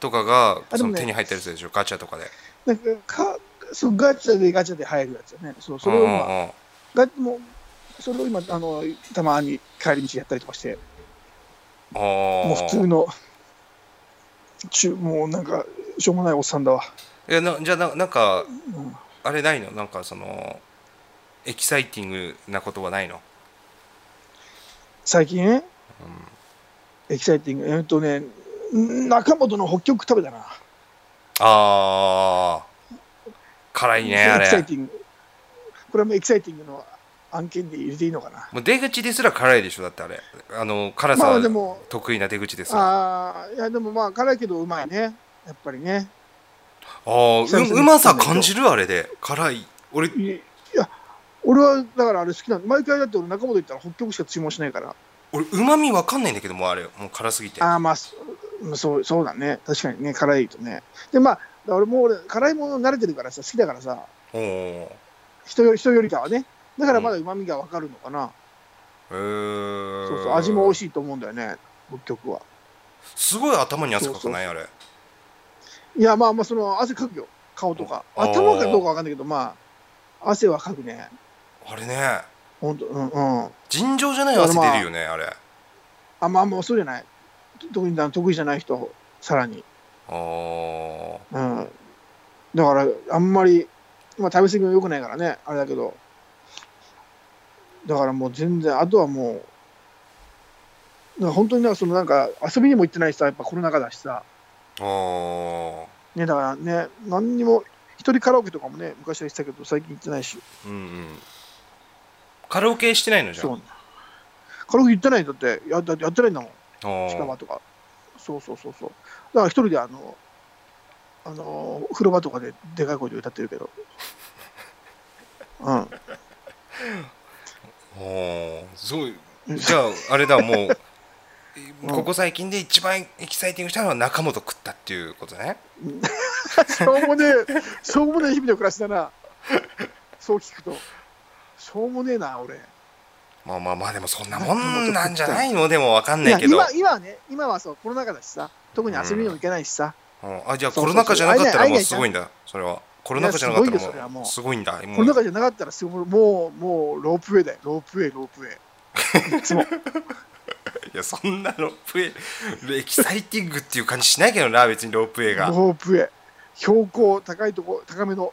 S2: とかが
S3: あで
S2: そ
S3: もね
S2: の手に入ったりするでしょガチャとかで
S3: なんかかそうガチャでガチャで入るやつよね。そう、それを
S2: うんうん
S3: 今、
S2: うん
S3: ガもうそれを今、あの、たまに帰り道やったりとかして、
S2: あ
S3: もう普通
S2: ー
S3: の、ちゅもうなんか、しょうもないおっさんだわ。
S2: えなじゃあななんか
S3: うん
S2: あれないのなんかそのエキサイティングなことはないの、
S3: 最近、
S2: うん
S3: エキサイティング、えっとね、ん中本の北極食べたな。
S2: あー辛いねあ
S3: エキサイ
S2: れ
S3: ティング。これもエキサイティングの案件で入れていいのかな。
S2: もう出口ですら辛いでしょだってあれあの辛さ
S3: まあでも
S2: 得意な出口ですらあ
S3: ああ、いやでもまあ辛いけどうまいね。やっぱりね。
S2: あー
S3: 久々
S2: う
S3: に
S2: うまさ感じるあれで辛い俺
S3: いいや、俺はだからあれ好きなの。毎回だって俺中本行ったら北極しか注文しないから。
S2: 俺うまみわかんないんだけどもうあれもう辛すぎて
S3: ああ、まあ、そそう、そうだね。確かにね、辛いとね。で、まあ、だから俺も俺、辛いもの慣れてるからさ、好きだからさ、
S2: おー
S3: 人より人よりかはね。だからまだ旨味がわかるのかな。
S2: へー
S3: そうそう、味も美味しいと思うんだよね、北極は。
S2: すごい頭に汗かかないあれ
S3: いや、まあまあ、その、汗かくよ。顔とか。
S2: あー
S3: 頭かどうかわかんないけど、まあ、汗はかくね。
S2: あれね
S3: ほんと、うんうん。
S2: 尋常じゃない汗出るよねあれ
S3: あ、まあ、もうそうじゃない。特に得意じゃない人、さらに。
S2: あー
S3: うん。だから、あんまり、まあ、食べ過ぎも良くないからね、あれだけど。だからもう全然、あとはもう、だから本当になんかそのなんか遊びにも行ってないしさ、やっぱコロナ禍だしさ、
S2: あー
S3: ね、だからね、何にも、一人カラオケとかもね、昔はしてたけど、最近行ってないし、
S2: うんうんカラオケしてないのじゃ
S3: そ
S2: ん
S3: うカラオケ行ってないんだって、やだってやってないんだもん、
S2: あー
S3: 近場とか。そうそうそうそう。だから一人であの、あの、風呂場とかででかい声で歌ってるけど。うん。
S2: あーすごいじゃああれだ もう
S3: うん
S2: ここ最近で一番エキサイティングしたのは中本食ったっていうことね
S3: しょうもねえ、しょうもねえ日々の暮らしだな。そう聞くと。しょうもねえな、俺。
S2: まあまあまあでもそんなもんなんじゃないのでもわかんないけど
S3: 今、今はね、今はそう、コロナ禍だしさ、特に遊びにも行けないしさ、
S2: うんあじゃあ
S3: そう
S2: コロ
S3: そうそう
S2: ナ禍じゃなかったらも
S3: あ
S2: う
S3: れね
S2: すごいんだそれはコロナ禍じゃなかっ
S3: いやす
S2: た
S3: ごいよそれ
S2: ら
S3: はも
S2: も
S3: う
S2: うすごいんだもう
S3: コロナ禍じゃなかったらすごい、もう、もう、ロープウェイだよ、ロープウェイ、ロープウェイ。い つも。
S2: いやそんなロープウェイエキサイティングっていう感じしないけどな別にロープウェイがいや
S3: ロープウェイ。標高、高いとこ、高めの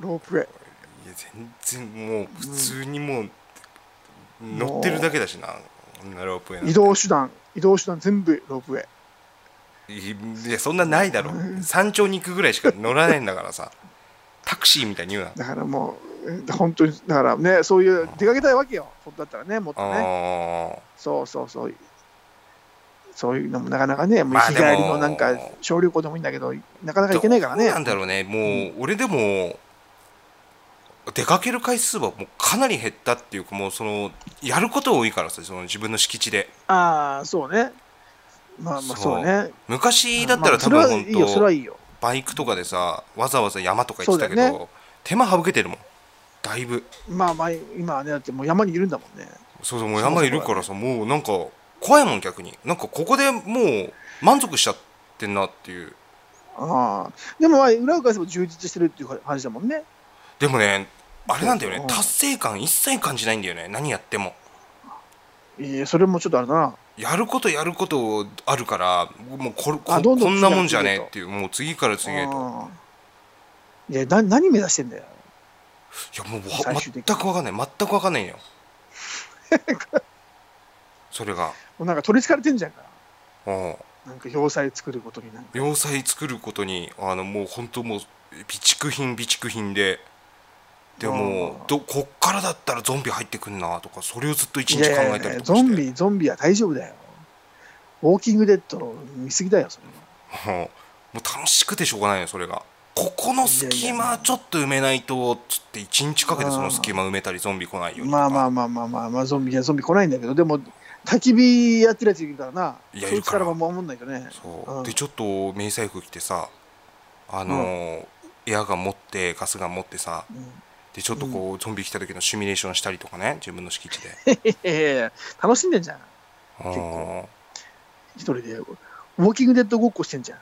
S3: ロープウェイ。
S2: 全然もう普通にもう乗ってるだけだしなこんなロープウェイ
S3: 移
S2: なん
S3: 動手段、移動手段全部ロープウェイ。
S2: ていやそんなないだろ山頂に行くぐらいしか乗らないんだから さタクシーみたいに言うな
S3: だからもう、本当に、だからね、そういう、出かけたいわけよ、本当だったらね、もっとね。
S2: あ
S3: そうそうそう。そういうのもなかなかね、もう
S2: まあ
S3: 日帰り
S2: で
S3: の
S2: も
S3: なんか小旅行でもいいんだけど、なかな
S2: あ
S3: か行けないからね。
S2: なんだろうねもう俺でも出かける回数はもうかなり減ったっていうかもうそのやること多いからさその自分の敷地で
S3: ああ、そうね。まあまあ、
S2: そう
S3: そうね。
S2: 昔だった
S3: ま
S2: ら
S3: あ
S2: 多
S3: それ
S2: 分
S3: はい
S2: 本
S3: いよ、それ
S2: 当
S3: はいいよ。
S2: バイクとかでさわざわざ山とか行ってたけ
S3: そうだ
S2: ど、
S3: よね
S2: 手間省けてるもんだいぶ
S3: まあまあ、今はね、だってもう山にいるんだもんね。
S2: そうそうもう山いるからさもうなんか怖いもん逆になんかここでもう満足しちゃってんなっていう
S3: ああ。でも、まあ、裏を返せば充実してるっていう話だもんね。
S2: でもねあれなんだよね
S3: うん
S2: 達成感一切感じないんだよね何やっても
S3: いや、それもちょっとあれだな。
S2: やることやることあるからもうここ
S3: あどんどん
S2: こんなもんじ
S3: 次
S2: ゃ
S3: から次へ
S2: ねえ
S3: と
S2: っていうもう次から次へと
S3: ああいやな、何目指してんだよ。
S2: いやもう
S3: 最
S2: わ
S3: 終
S2: 全
S3: 的に
S2: く分かんない全く分かんない よそれが
S3: もうなんか取りつかれてんじゃんか。
S2: うん
S3: なんか要塞作ることになんか。
S2: 要塞作ることにあのもう本当もう備蓄品備蓄品ででも
S3: あー
S2: どこっからだったらゾンビ入ってくんなとかそれをずっと一
S3: い
S2: 日考
S3: やいや
S2: えた
S3: い
S2: り
S3: や
S2: とか
S3: ゾ
S2: して
S3: ンビ、ゾンビは大丈夫だよ。ウォーキングデッド見すぎだよ、それは。
S2: うんもう楽しくてしょうがないよそれがここの隙間ちょっと埋めないとつって一日かけてその隙間埋めたりゾンビ来ないようにと
S3: ま
S2: か
S3: あまあまあまあまあ、まあ、ゾンビいやゾンビ来ないんだけどでも焚き火やってるやついるからない
S2: や
S3: そ
S2: い
S3: い
S2: る
S3: つ
S2: か
S3: かららは守んないとね
S2: そう、
S3: うん
S2: でちょっと迷彩服着てさあのーエアガン持ってガスガン持ってさ
S3: うん
S2: でちょっとこう、ゾンビ来た時のシミュレーションしたりとかね自分の敷地 で
S3: いやいやいや楽しんでんじゃん
S2: うん
S3: 構一人でウォーキングデッドごっこしてんじゃん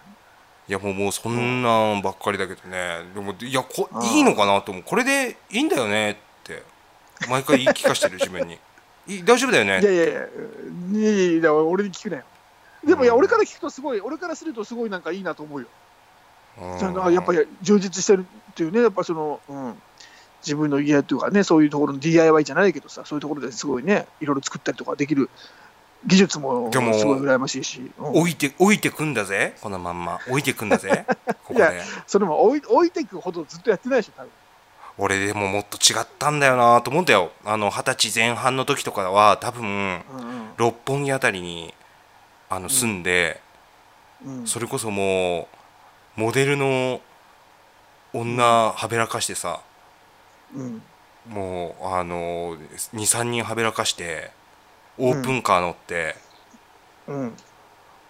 S2: いやもうもうそんなんばっかりだけどねでもいやこ
S3: うん
S2: いいのかなと思うこれでいいんだよねって毎回言い聞かしてる自分にい大丈夫だよね
S3: いやいやいやいやいやいや俺に聞くなよでもいや
S2: うん
S3: 俺から聞くとすごい俺からするとすごいなんかいいなと思うよ、
S2: うん
S3: ちゃんとあやっぱり充実してるっていうねやっぱその、うん、自分の家というかねそういうところの DIY じゃないけどさそういうところですごいねいろいろ作ったりとかできる技術も
S2: ですも
S3: ごい羨ましいし、うん
S2: 置いて置いてくんだぜこのまんま置いてくんだ ぜここ
S3: いや
S2: で
S3: それも置い置いていくほどずっとやってないでしょ、多分
S2: 俺でももっと違ったんだよなと思うんだよあの二十歳前半の時とかは多分
S3: うん
S2: 六本木あたりにあの住んで、
S3: うんうん
S2: それこそもうモデルの女はべらかしてさ、
S3: うん
S2: もうあの23人はべらかしてオープンカー乗って
S3: うん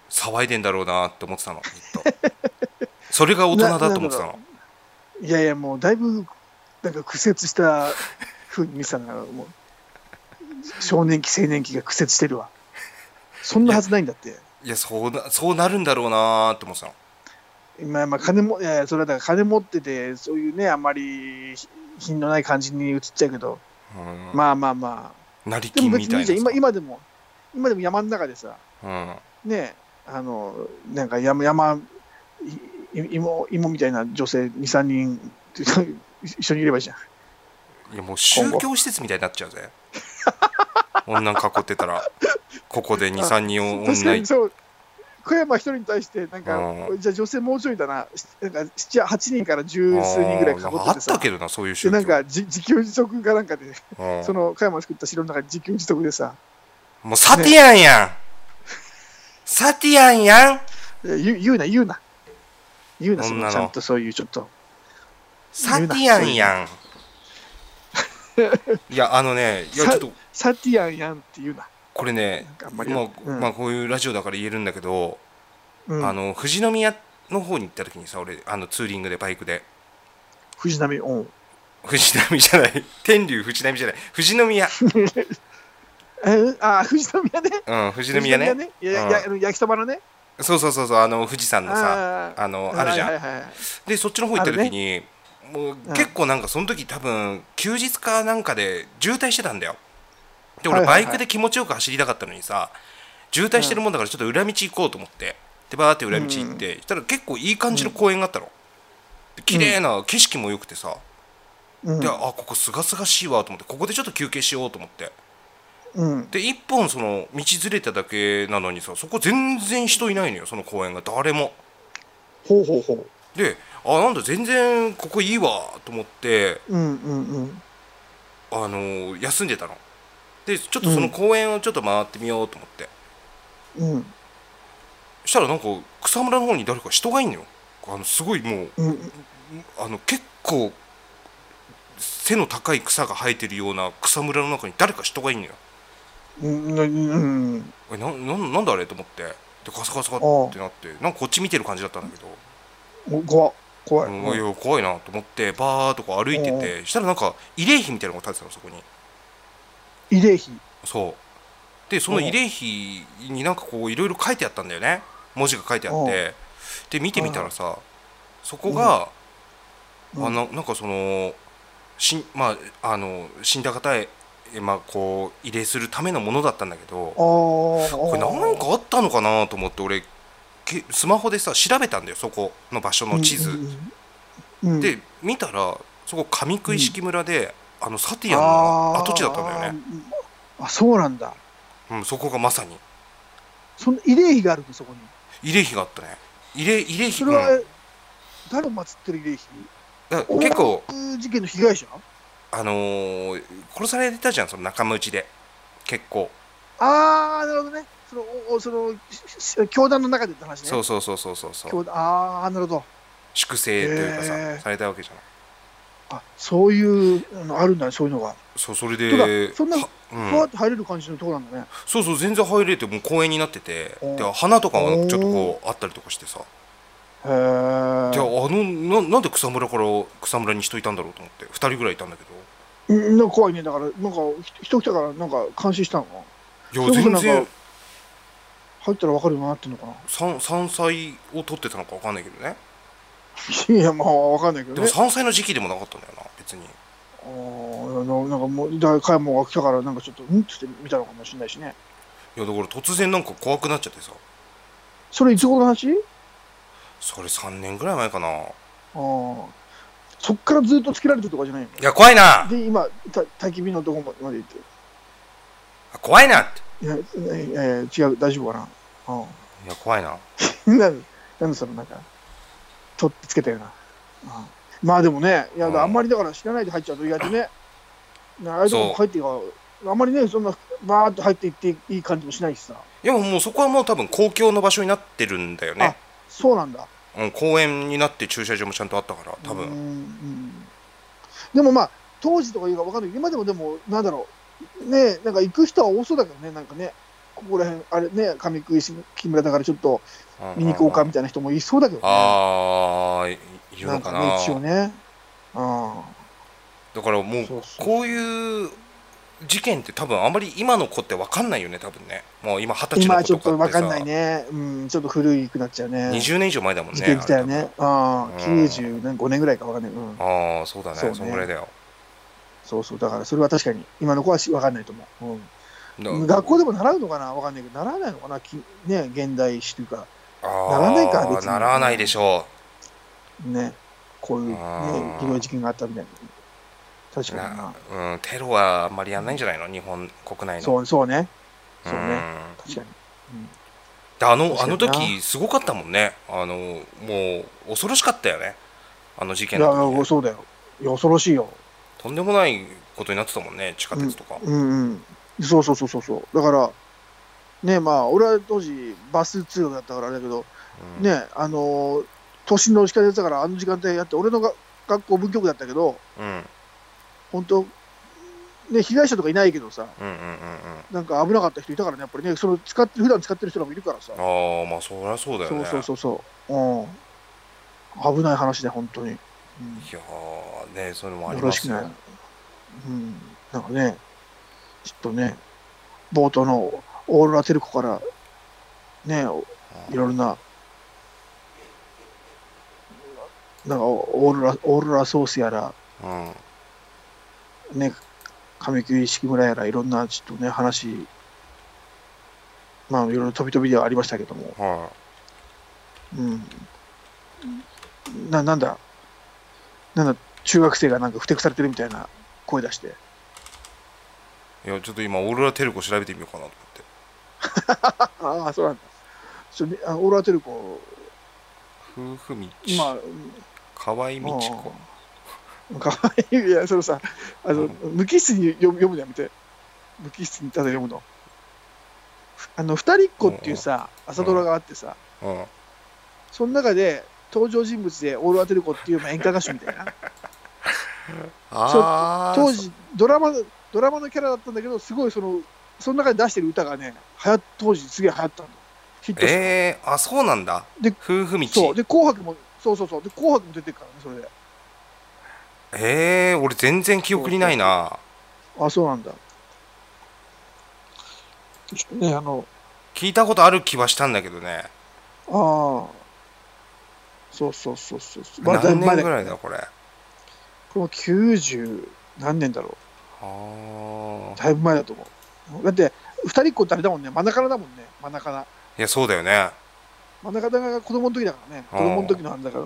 S2: 騒いでんだろうなって思ってたのずっと それが大人だと思ってた
S3: なな
S2: の
S3: いやいや、もうだいぶなんか苦節したふうに見てたんだから、もう少年期、青年期が苦節してるわ。そんなはずないんだって。
S2: いやそうなそうなるんだろうなって思ってたの
S3: まあまあ、金も、いやいやそれはだから金持ってて、そういうね、あんまり品のない感じに映っちゃうけど、
S2: うん
S3: まあまあまあ、
S2: 成
S3: で
S2: 金
S3: も
S2: み
S3: 別に
S2: た
S3: いい
S2: い
S3: じゃ、
S2: なんさ
S3: 今今でも、今でも山の中でさ、
S2: うん
S3: ねあのなんか山山いい芋芋みたいな女性23人 一緒にいればいいじゃん
S2: いやもう宗教施設みたいになっちゃうぜ女囲ってたらここで23人を
S3: 確か
S2: 女い
S3: にそう小山一人に対してなんか、
S2: う
S3: じゃあ女性もうちょいだなしなんか7 8人から十数人ぐらい囲
S2: あーあ
S3: って
S2: って
S3: さ
S2: たけどなそういう宗
S3: で
S2: 教
S3: なんかじ自給自足かなんかで
S2: うん
S3: その小山が作った城の中で自給自足でさ
S2: もうサティアンやんサティアンやん
S3: いや言う言うな言うな言うなそ
S2: 女
S3: の
S2: の
S3: ちゃんとそういうちょっと
S2: サティアンや ん。いや、あのね、いや、ちょっと、
S3: サティアンやんって言うな
S2: これね
S3: なん、かあん
S2: ま
S3: ま
S2: あ
S3: り、うん
S2: まあ、こういうラジオだから言えるんだけど、
S3: うん
S2: あの、富士宮の方に行った時にさ、俺、あの、ツーリングで、バイクで。
S3: 藤波うん
S2: 富士宮じゃない、 天竜富士宮じゃない、富士宮。
S3: えあ富士宮ね
S2: うん、富士宮ね。
S3: いや、
S2: うん
S3: やあの焼きそばのね。
S2: そうそうそうそう、あの、富士山のさ、あの、あるじゃん。
S3: はいはいはいはい
S2: で、そっちの方行った時に、もう、
S3: ん
S2: 結構なんか、その時多分、休日かなんかで渋滞してたんだよ。で、
S3: は
S2: 俺、
S3: いは
S2: バ
S3: いはい
S2: イクで気持ちよく走りたかったのにさ、渋滞してるもんだからちょっと裏道行こうと思ってでバーって裏道行って、したら結構いい感じの公園があったの、で綺麗な景色も良くてさ、
S3: うん
S2: であここすがすがしいわと思ってここでちょっと休憩しようと思って
S3: うん。
S2: で一本その道ずれただけなのにさそこ全然人いないのよその公園が誰も
S3: ほうほうほ
S2: であなんだ全然ここいいわと思って
S3: う。うんうんうん。
S2: あのー休んでたのでちょっとその公園をちょっと回ってみようと思って、
S3: うん
S2: したらなんか草むらの方に誰か人がいんのよあのすごいもう
S3: うん。
S2: あの結構背の高い草が生えてるような草むらの中に誰か人がいんのよ
S3: うん、うん、うん
S2: えなななんだあれと思ってでカサカサカってなってなんかこっち見てる感じだったんだけど、
S3: お怖っ怖い。
S2: うん、いや怖いなと思ってバーッとこう歩いててしたらなんか慰霊碑みたいなのが立ってたのそこに
S3: 慰霊碑。
S2: そうでその慰霊碑になんかこういろいろ書いてあったんだよね文字が書いてあってで見てみたらさそこが、
S3: うん
S2: あななんかそのしんまああの死んだ方へ、まあ、こう慰霊するためのものだったんだけど
S3: ああ。
S2: こ
S3: こ
S2: れなんかあったのかなと思って俺けスマホでさ調べたんだよそこの場所の地図、。
S3: うんうん、
S2: で見たらそこ上杭式村で、あのサティアンの
S3: あ
S2: 跡地だったんだよね、
S3: ね。あ、そうなんだ。
S2: うん、そこがまさに
S3: その慰霊碑があるの、そこに。
S2: 慰霊碑があったね慰霊慰霊碑
S3: それは、
S2: うん
S3: 誰を祀ってる慰霊碑
S2: だから結構
S3: 大津事件の被害者
S2: あのー殺されてたじゃんその仲間内で結構
S3: ああ、なるほどね。その、おおその、しし教団の中でって話ね。
S2: そうそうそうそうそうそう
S3: 教団ああ、なるほど。
S2: 粛清というかさ、
S3: へー
S2: されたわけじゃない
S3: あそういうのあるんだね、そういうのが。
S2: そうそれ
S3: て
S2: で
S3: かそんな
S2: は
S3: こうや
S2: う
S3: って入れる感じのとこなんだね。
S2: そうそう全然入れてもう公園になってて
S3: お
S2: で花とかもちょっとこうあったりとかしてさ
S3: へ
S2: であ
S3: え。
S2: のななんで草むらから草むらに人いたんだろうと思って2人ぐらいいたんだけど
S3: うんなんか怖いね。だから、なんか、ひ人来たから、なんか監視したのかない
S2: や
S3: そういう
S2: 全
S3: ことなん
S2: 然
S3: か入ったらわかるようになってんのかな
S2: 山山菜を取ってたのか分かんないけどね
S3: いや、まあ、わかんないけ
S2: で
S3: ど
S2: も
S3: ね。
S2: 山菜の時期でもなかったんだよな別に
S3: あーななんかもう、だかいもが来たから、なんかちょっと、うんって見たのかもしれないしね。
S2: いやだから突然なんか怖くなっちゃってさ
S3: それ、いつ頃の話
S2: それ3年ぐらい前かない
S3: あーそっからずっとつけられてるとかじゃないの
S2: や怖いな
S3: で、今、た焚き火のとこまで行って。
S2: 怖いなって
S3: いや、いやいや違う、大丈夫かな。あ
S2: いや怖いな
S3: ーなんで、なんでその、なんか、取ってつけたよな。あーまあでもね、いや、
S2: うん
S3: あんまりだから知らないで入っちゃうと意外とね、なああいうとこ入っていいから、あんまりね、そんな、バーっと入っていっていい感じもしないしさ。
S2: いやもうそこはもう多分公共の場所になってるんだよね
S3: そうなんだ。
S2: うん、公園になって駐車場もちゃんとあったから多
S3: うん
S2: 分
S3: うんでもまあ、当時とかいうかわかんないけど、今でもでも、なんだろう。ねなんか行く人は多そうだけどね、なんかね。ここら辺、あれね、上食いし木村だからちょっと見に行こうかみたいな人もいそうだけどね。
S2: ああいいる
S3: な
S2: の
S3: ん
S2: か
S3: か
S2: な
S3: ね、一応ね。あ
S2: だからもう
S3: そうそう
S2: こういう事件って多分あんまり今の子って分かんないよね多分ねもう今二十歳の
S3: 今
S2: 子
S3: はちょ
S2: と
S3: っと
S2: かっ
S3: わ
S2: てさ
S3: かんないね。うん、ちょっと古くなっちゃうね。
S2: 20年以上前だもんね
S3: 時期来たよね。ああ、
S2: うん
S3: 95年ぐらいかわかんない。うん
S2: あ。れあーそうだね
S3: そ
S2: そう
S3: ね
S2: んぐらいだよ
S3: そうそう。だからそれは確かに、今の子はしわかんないと思う。うん
S2: だ
S3: 学校でも習うのかなわかんないけど、習わないのかなきね、現代史というか、
S2: あ
S3: ならないか
S2: ー
S3: 別に
S2: ならないでしょ
S3: ね、こういうね
S2: あー、
S3: ひどい事件があったみたいな。確
S2: う
S3: かにな
S2: な。うんテロはあんまりやんないんじゃないの日本国内の
S3: そう、そうね。
S2: う
S3: そうね。
S2: ん
S3: 確かに。
S2: であの
S3: 確か
S2: あ
S3: に
S2: の
S3: な
S2: 時すごかったもんねあのもう恐ろしかったよねあの事件
S3: いや、
S2: の
S3: いや
S2: 時
S3: そうだよ。いや、恐ろしいよ。
S2: とんでもないことになってたもんね地下鉄とか、
S3: うんうん。そうそうそうそうそう。だから、ね、まあ、俺は当時、バス通学だったからあれだけど、
S2: うん
S3: ね、あのー、都心の地下鉄だから、あの時間帯やって、俺のが学校文京区だったけど、
S2: うん、うん
S3: 本当ね、被害者とかいないけどさ、
S2: うんうんうん
S3: なんか危なかった人いたからね、やっぱりね、その使って普段使ってる人らもいるからさ、
S2: ああまあそりゃそうだよ
S3: そ
S2: ね
S3: うそうそうそう、うん、危ない話で、本当に、
S2: いやーねそういうのも
S3: う
S2: あ
S3: ん、
S2: り
S3: よろ
S2: ま
S3: しく
S2: すよ
S3: ない、うん、なんかね、ちょっとね、冒頭のオーロラテルコから、ね、おいろいろな、なんかオーロラオーロラソースやら、
S2: うんうん
S3: ね、上木式村やら、いろんなちょっとね、話、まあ、いろいろ飛び飛びではありましたけども。
S2: は
S3: うんななんだなんだ中学生がなんかふてくされてるみたいな声出して
S2: いいやちょっと今オーロラテルコ調べてみようかなと
S3: ああそうなんだそれあオーラテルコ
S2: 思って夫婦道
S3: 今
S2: 河合道
S3: う
S2: 子
S3: ん かわいいいやそのさあの、
S2: うん
S3: 無機質に読む読むのやめて無機質にただ読むのあの二人っ子っていうさ朝ドラがあってさ
S2: うん
S3: その中で登場人物でオーラテルコっていう、まあ、演歌歌手みたいな
S2: ああ
S3: 当時ドラマのドラマのキャラだったんだけどすごいそのその中で出してる歌がね流行当時すげえ流行ったのヒットした、
S2: ええあそうなんだ
S3: で
S2: 夫婦道
S3: そうで紅白もそうそうそうで紅白も出てるからねそれで
S2: ええ俺全然記憶にないな
S3: あそうなんだねあの
S2: 聞いたことある気はしたんだけどね
S3: ああそうそうそうそうそうまあだい
S2: 何
S3: ぶ前
S2: 年
S3: だ
S2: ぐ
S3: こ
S2: らいだこれあ
S3: れも90何年だろう
S2: あ
S3: だいぶ前だと思うだって二人っ子ってあれだもんね真ん中だもんね真ん中だ
S2: いやそうだよね
S3: 真ん中だが子供の時だからね
S2: あー
S3: 子供の時のあれだから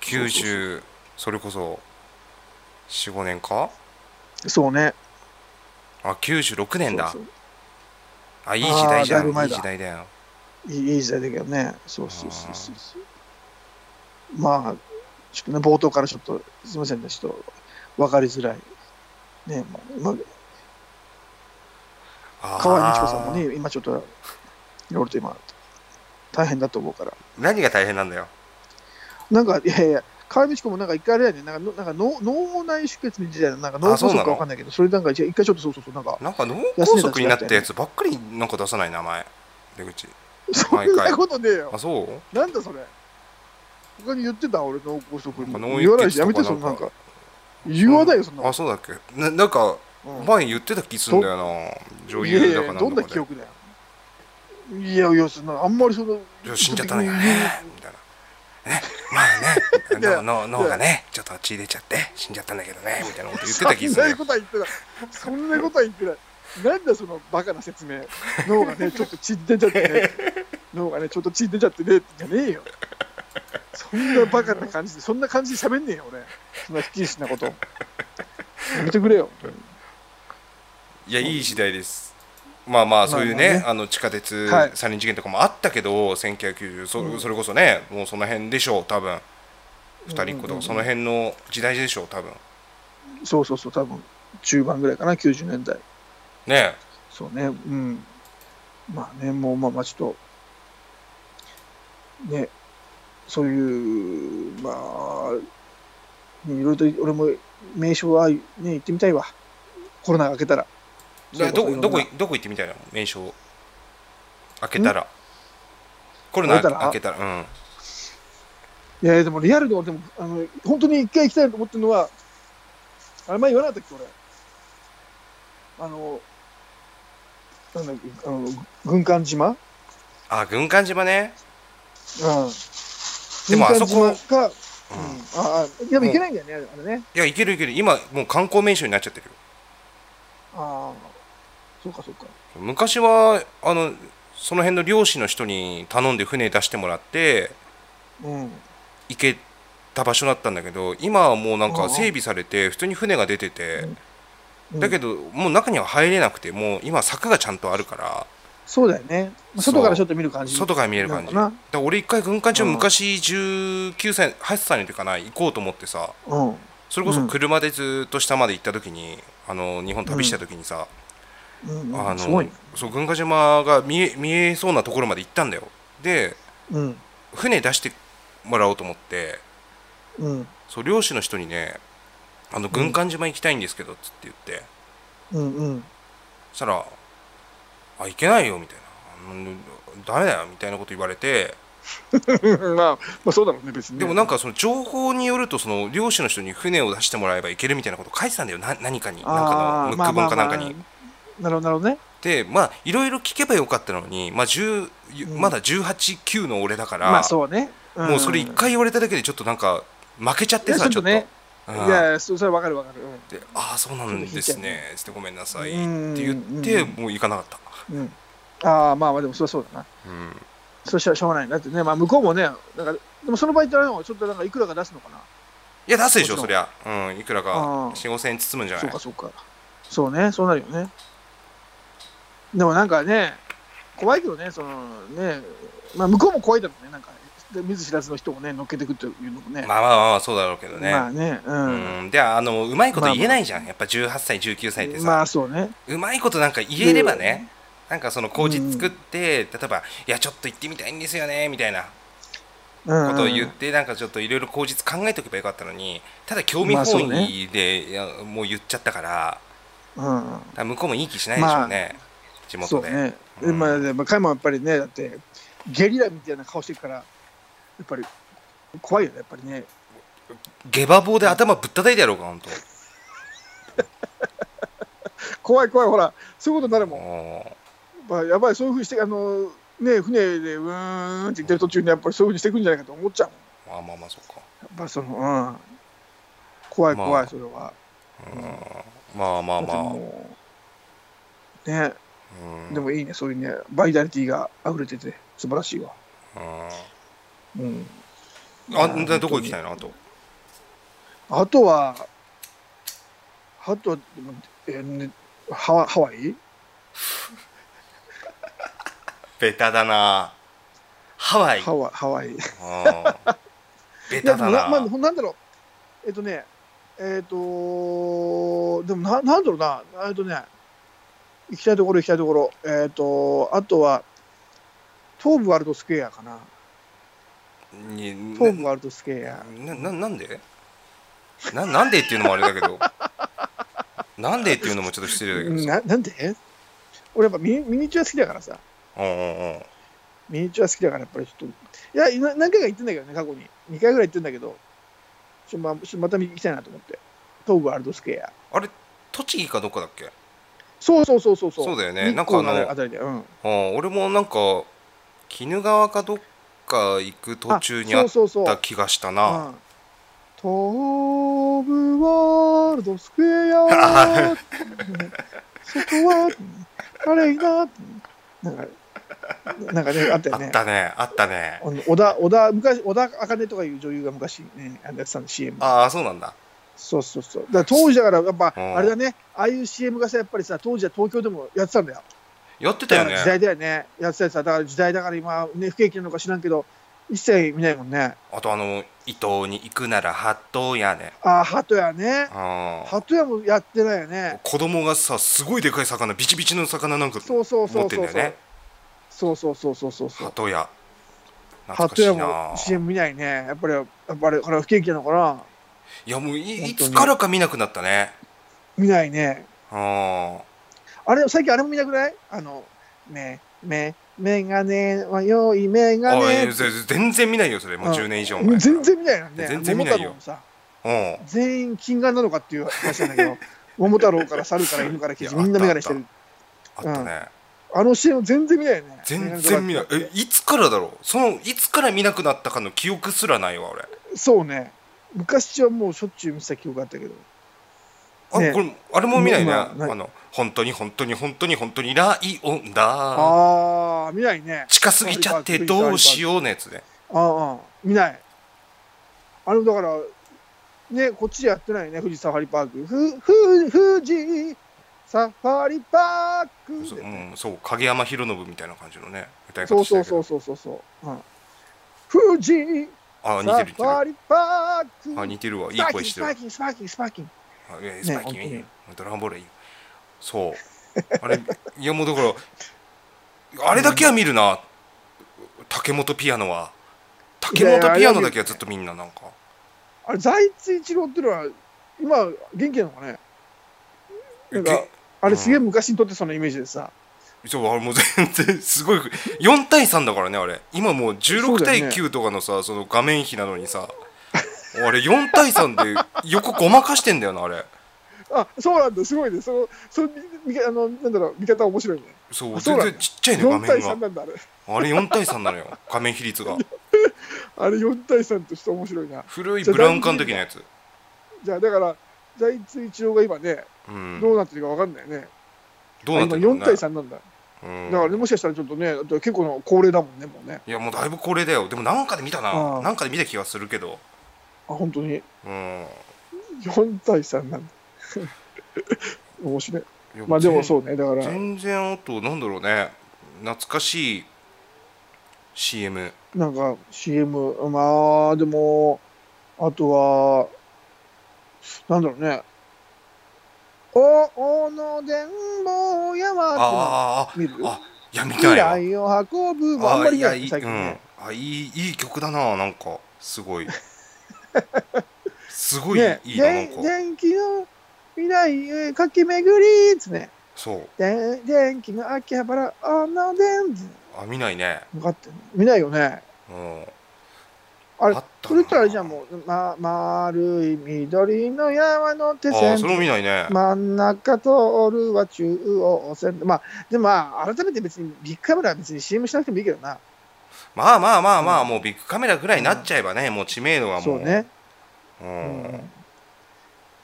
S2: 90それこそ45年か
S3: そうね
S2: あ96年だ
S3: そう
S2: あいい時代じゃん
S3: あーだいぶ
S2: いい
S3: 前だ
S2: 時代だよ
S3: そういいいい時代だけどねそうそうそうそうそうまあちょっとね冒頭からちょっとすいませんねちょっと分かりづらいねもうまあ
S2: あー
S3: 河合美智子さんもね、今ちょっと、いろいろと今、大変だと思うから。
S2: 何が大変なんだよ
S3: なんか、いやいや、河合美智子もなんか一回あれだよね、なんかのなんか脳脳内出血みたいな、なんか脳
S2: あそう
S3: 梗
S2: なの
S3: 塞かわかんないけど、それなんか、いや一回ちょっとそうそうそう、なんか、
S2: なんか脳梗塞になったやつばっかりなんか出さない名前出口
S3: そんなことねえよ
S2: あ。そう
S3: なんだそれ。他に言ってた、俺、脳梗塞に。
S2: なんか脳
S3: 言わない
S2: 液
S3: し、
S2: とか
S3: やめて、そのなんか。言わないよ、そんな
S2: あ
S3: こ
S2: そうだっけななんか
S3: と。うん
S2: 前言ってた気すんだよな女
S3: いやい
S2: 優だかな
S3: や、
S2: んだ
S3: どん
S2: か
S3: な
S2: で
S3: 記憶だよ。いやいや、そんなあんまりその。
S2: いや死んじゃった のよねみたいな。ね、まあね
S3: や
S2: 脳脳脳がねちょっと血出ちゃって死んじゃったんだけどねみたいなこと言ってた気がするんだよ
S3: そんなことは言ってない。そんなことは言ってない。なんだそのバカな説明。脳がね、ちょっと血出ちゃって ね。脳がね、ちょっと血出ちゃってね。じゃねえよ。そんなバカな感じで、そんな感じで喋んねえよ、俺。そんな不謹慎なこと。やめてくれよ。
S2: いやいい時代ですまあまあそういうね,、
S3: まあ
S2: あ
S3: まあね
S2: の地下鉄
S3: はい
S2: サリン事件とかもあったけど、1990そ
S3: うん
S2: それこそねもうその辺でしょう多分二人っ子
S3: うんうん
S2: と
S3: う
S2: か
S3: ん
S2: その辺の時代でしょう多分
S3: そうそうそう、多分中盤ぐらいかな、90年代。
S2: ね
S3: そうね、うん。まあね、もうまあまあちょっと、ね、そういう、まあ、ねいろいろと俺も名所はね、行ってみたいわ。コロナが明けたら。
S2: だからどこ
S3: そう
S2: どこ
S3: いろん
S2: どこ行ってみたいな名称開けたらコロナ
S3: 開けたら
S2: 開けたらうん
S3: ないや、でもリアルで俺でも、あの、本当に一回行きたいと思ってるのは、あれ前言わなかったっけ、俺。あの、なんだっけ、あの、軍艦島うん。
S2: あ軍艦島ねでもあそこ
S3: 軍艦島か、
S2: う
S3: うんん、ああ、でも行けないんだよね、あれね。
S2: いやいけるいける今もう観光名所になっちゃってるよ
S3: ああ、そうかそうか。
S2: 昔はあのその辺の漁師の人に頼んで船出してもらって
S3: うん。
S2: 行けた場所だったんだけど今はもうなん
S3: あ
S2: か
S3: あ
S2: 整備されて普通に船が出ててだけ
S3: ど、
S2: どもう中には入れなくてもう今柵がちゃんとあるから
S3: そうだよね。まあ
S2: そう
S3: 外からちょっと見る感じ。
S2: 外から見える感じだ
S3: なの
S2: か
S3: から
S2: 俺一回軍艦中
S3: うん
S2: 昔19歳8歳の時かな行こうと思ってさ
S3: な。うん。
S2: それこそ車でずっと下まで行った時にあの日本旅した時にさ
S3: うんうん、
S2: あ
S3: すご
S2: の
S3: いね。
S2: そう軍艦島が見え見えそうなところまで行ったんだよで
S3: うん。
S2: 船出してもらおうと思って
S3: うん。
S2: そう漁師の人にね「あの軍艦島行きたいんですけど」っつって言って、
S3: うんうん。
S2: そしたら「あ行けないよ」みたいなうん「ダメだよ」みたいなこと言われて
S3: まあ、まあそうだろうね、別にね。
S2: でもなんかその情報によるとその漁師の人に船を出してもらえば行けるみたいなこと書いてたんだよな何かになんか
S3: あ
S2: の
S3: ー
S2: ムック本かなんかに。。
S3: まあまあまあなるほど、なるほどね。
S2: でまあいろいろ聞けばよかったのに、まあ、10
S3: うん
S2: まだ189の俺だから、
S3: まあそうね。ん
S2: もうそれ一回言われただけでちょっとなんか負けちゃっ
S3: い
S2: て
S3: や
S2: さ
S3: ちょっ
S2: ちょ
S3: と
S2: っと。うん
S3: ね。いやいや、そそれわかるわかる。うん
S2: で「ああそうなんですね」つって「ごめんなさい」っ
S3: うん
S2: て言って
S3: うん
S2: もう行かなかった、
S3: うん。ああ、まあまあ、でもそれはそうだな。
S2: うん
S3: それしょしょうがないなってね。まあ向こうもね、なんか、でもその場合ってあれなのちょっとなんかいくらか出すのかな。
S2: いや出すでしょ
S3: も
S2: そ
S3: ち
S2: りゃ、うん、いくらか
S3: あー
S2: 45000円包むんじゃ
S3: そ
S2: な
S3: う
S2: い
S3: かそうか。そうね、そうなるよね。でもなんかね、怖いけどね、そのね、まあ向こうも怖いだろうね、なんか、で見ず知らずの人をね、乗っけてくっていうのもね。
S2: まあまあまあまあそうだろうけどね、
S3: まあね、う
S2: うん、であのうまいこと言えないじゃん、やっぱ18歳19歳って
S3: ん。
S2: さ、
S3: まあそうね。
S2: うまいことなんか言えればねなんかその工事作って、例えば「いやちょっと行ってみたいんですよね」みたいな
S3: うん
S2: ことを言ってなんかちょっといろいろ口実考えておけばよかったのにただ興味
S3: まあそう
S2: 本
S3: ね
S2: 位で、いやもう言っちゃったから
S3: うんうん
S2: だから向こうもいい気しないでしょうね、地
S3: そ
S2: 元
S3: う
S2: で、
S3: ね、
S2: うん
S3: まあでも加山はやっぱりねだってゲリラみたいな顔してるからやっぱり怖いよねやっぱりね
S2: 下馬棒で頭ぶったたいてやろうか本当
S3: 怖い怖いほらそういうことになるもんや
S2: も
S3: っぱやばいそういうふうにしてあのね船でうーんって言ってる途中にやっぱりそういうふうにしていくんじゃないかと思っちゃうもん
S2: うまあまあまあそうか
S3: やっぱそのうん怖い
S2: まあ
S3: 怖いそれは、
S2: うんまあまあま
S3: だって
S2: あ、
S3: もうね
S2: うん、
S3: でもいいねそういうねバイタリティが溢れてて素晴らしいわ
S2: うん
S3: うん
S2: あんなどこ行きたいのあと
S3: あとは、あとは、えーねハワハワイ
S2: ベタだなハワイ
S3: ハワイ、ハ ワイ。い
S2: うんベ
S3: や、
S2: タ
S3: で
S2: だ
S3: もな、まあ、
S2: な
S3: ほんなんだろう。えっ、とね、えっ、と、でもな、なんだろうな、えっ、とね、行きたいところ行きたいところ、えっ、と、あとは、東部ワールドスクエアかな。
S2: に
S3: 東部ワールドスクエア。
S2: なななんでななんでっていうのもあれだけどなんでっていうのもちょっと失礼だけどさ
S3: ななんで俺やっぱミニミニチュア好きだからさ、
S2: うんうんうん
S3: ミニチュア好きだからやっぱりちょっと、いや、な何回か行ってんだけどね、過去に。2回ぐらい行ってんだけど、ちょまあちょまた行きたいなと思って。東部ワールドスクエア。
S2: あれ栃木かどっかだっけ
S3: そうそうそうそう。
S2: そうだよね
S3: 日光
S2: なんかあの
S3: あたりで。うん。
S2: うん俺もなんか鬼怒川かどっか行く途中にあっ
S3: そうそ うそ
S2: た
S3: う。
S2: 気がした
S3: う
S2: なん
S3: 東部ワールドスク エア。そこは、あれいいな。なんか、なんかね、あった
S2: あ
S3: よ
S2: っ
S3: ね。
S2: たねあったね
S3: あの小田、小田、昔、小田茜とかいう女優が昔ね、やってたの CM。
S2: ああそうなんだ
S3: そうそうそう。だから当時だから、やっぱ、
S2: うん
S3: あれだね、ああいう CM がさ、やっぱりさ、当時は東京でもやってたんだよ。
S2: やってたよ
S3: だから
S2: ね
S3: 時代だよね。やってたやつだから時代だから今、ね、不景気なのか知らんけど、一切見ないもんね。
S2: あとあの伊東に行くなら八頭屋ね
S3: ああ、鳩屋ね。
S2: あー
S3: 鳩屋もやってないよね。
S2: 子供がさすごいでかい魚ビチビチの魚なんか
S3: そうそう
S2: 持
S3: そ
S2: っ
S3: う
S2: てん
S3: そう
S2: だよね
S3: そうそうそうそうそうそう。
S2: 鳩屋懐か
S3: 鳩
S2: し
S3: 屋
S2: い
S3: も
S2: な
S3: CM 見ないね。やっぱり、やっぱり、これは不景気なのかない
S2: やもういい
S3: 本当に
S2: つからか見なくなったね
S3: 見ないね。
S2: あ
S3: あれ、最近あれも見なくないあの、め、め、メガネは良いメ
S2: あ
S3: ガネ。
S2: 全然見ないよそれもう10年以上前
S3: 全然見ないよね。
S2: 全然見ないよ
S3: 桃太郎もさ
S2: うん
S3: 全員金眼なのかっていう話なんだけど、 桃太郎から猿から犬からキジ
S2: いや
S3: みんな眼鏡してる。
S2: あったね
S3: あの CM 全然見ないよね。
S2: 全然見ないえいつからだろうそのいつから見なくなったかの記憶すらないわ俺
S3: そうね。昔はもうしょっちゅう見てた記憶があったけど。
S2: あ
S3: ね
S2: これあれも見ないね
S3: ま
S2: あ
S3: あない
S2: の本当に本当に本当に本当にライオンだ
S3: ああー、見ないね。
S2: 近すぎちゃってどうしようのやつね
S3: ああ、見ない。あれもだから、ね、こっちでやってないね、富士サファリパーク。ふ、ふ、富士サファリパーク
S2: そう,、うん、そう影山博信みたいな感じのね歌い
S3: そ
S2: 方
S3: う
S2: して
S3: そ
S2: る
S3: う
S2: け
S3: そう
S2: ど
S3: そうそうそう。うん富士
S2: あ
S3: サ
S2: 似てる
S3: フ
S2: 似て
S3: ァ
S2: る
S3: リパーク
S2: あ似てるわいい声してる
S3: スパーキン、スパーキン、スパーキン。
S2: あいやスパイキー
S3: ね
S2: いいよドラゴンボールいいよそうあれ いやもうだからあれだけは見るな竹本ピアノは竹本ピアノだけはずっとみんななんか
S3: あれ、財津一郎っていうのは、今、元気なのかねなんか
S2: え、
S3: あれすげえ昔に撮ってそのイメージでさ。
S2: そうあれもう全然すごい4対3だからねあれ今もう
S3: そう
S2: 16
S3: だ
S2: 対
S3: よね
S2: 9とかのさそ,、の画面比なのにさあれ4対3で横ごまかしてんだよなあれ
S3: あ、そうなんだ、すごいね。その、その、みみあの、なんだろう、見方面白いね。
S2: そう
S3: あそ
S2: 全
S3: うなんだ
S2: 然ちっちゃいね画
S3: 4対
S2: 面
S3: 3
S2: が
S3: なんだ、あれ。
S2: あれ4対3なのよ画面比率 が
S3: あれ4対3として面白いな。
S2: 古いブラウン管的なやつ
S3: じゃあ、だから、財津一郎が今ね、
S2: うん
S3: どうなってるか分かんないよね。
S2: どうなって
S3: 今
S2: るの
S3: 4
S2: ね
S3: 対3なんだ。
S2: うん
S3: だからね、もしかしたらちょっとね、だって結構の高齢だもんね、もうね。
S2: いやもうだいぶこれだよでもなんかで見た
S3: あ
S2: な
S3: あ
S2: なんかで見た気がするけど
S3: あ、本当に。
S2: うん
S3: 4対3なんだ。 面白い。
S2: いや
S3: まあでも
S2: 全
S3: そうね、だから、
S2: 全然あとなんだろうね懐かしい CM
S3: なんか CM、まあ、でも、あとは、なんだろうね。お、おの電棒山って
S2: ああ
S3: 見る
S2: あいや見
S3: 未
S2: たいよ
S3: 来を運ぶ。まああんまり
S2: い
S3: い
S2: や
S3: ないい、
S2: い
S3: 最近ね。
S2: うあいいいい曲だななんかすごいすごい
S3: ね
S2: いいな,、
S3: で
S2: なんか
S3: 電気の未来へ駆け巡りっつね。
S2: そう
S3: で電気の秋葉原、あの電気。
S2: あ見ないね
S3: 分かってる見ないよね。
S2: うん
S3: あれ
S2: あったな
S3: それったらあれじゃんもう、ま、丸い緑の山の手
S2: ああ
S3: 線
S2: それも見ないね、
S3: 真ん中通るは中央線まあでもまあ改めて別にビッグカメラは別に CM しなくてもいいけどな
S2: まあまあまあまあ、
S3: うん
S2: もうビッグカメラぐらいになっちゃえばね、もう知名度はも
S3: そううね、
S2: う、
S3: うん
S2: あ
S3: ん、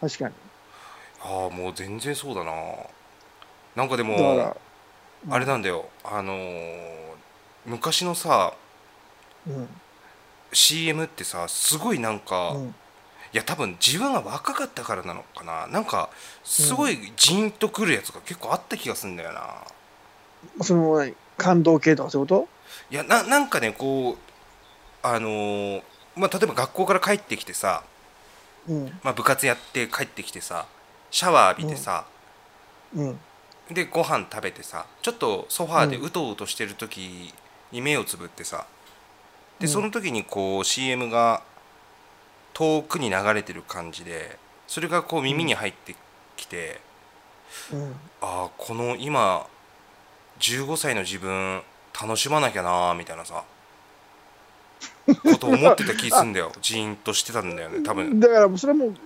S3: 確かに
S2: あもう全然そうだななんかで
S3: だか
S2: も
S3: ら
S2: あれなんだよあのー昔のさ
S3: うん、
S2: CM ってさすごいなんか、い
S3: うん、
S2: や多分自分が若かったからなのかななんかすごいジーンとくるやつが結構あった気がするんだよな、
S3: その何感動系とかそういうこ
S2: いやななんかねこうあのーまあ、例えば学校から帰ってきてさ、
S3: とうん
S2: まあ、部活やって帰ってきてさシャワー浴びてさ、
S3: うん
S2: でご飯食べてさちょっとソファーでうとうとしてる時に目をつぶってさ、で
S3: うん
S2: その時にこう CM が遠くに流れてる感じでそれがこう耳に入ってきて、
S3: うん
S2: ああこの今15歳の自分楽しまなきゃなーみたいなさことを思ってた気すん だよジーンとしてたんだよね多分
S3: だからもうそれはもう己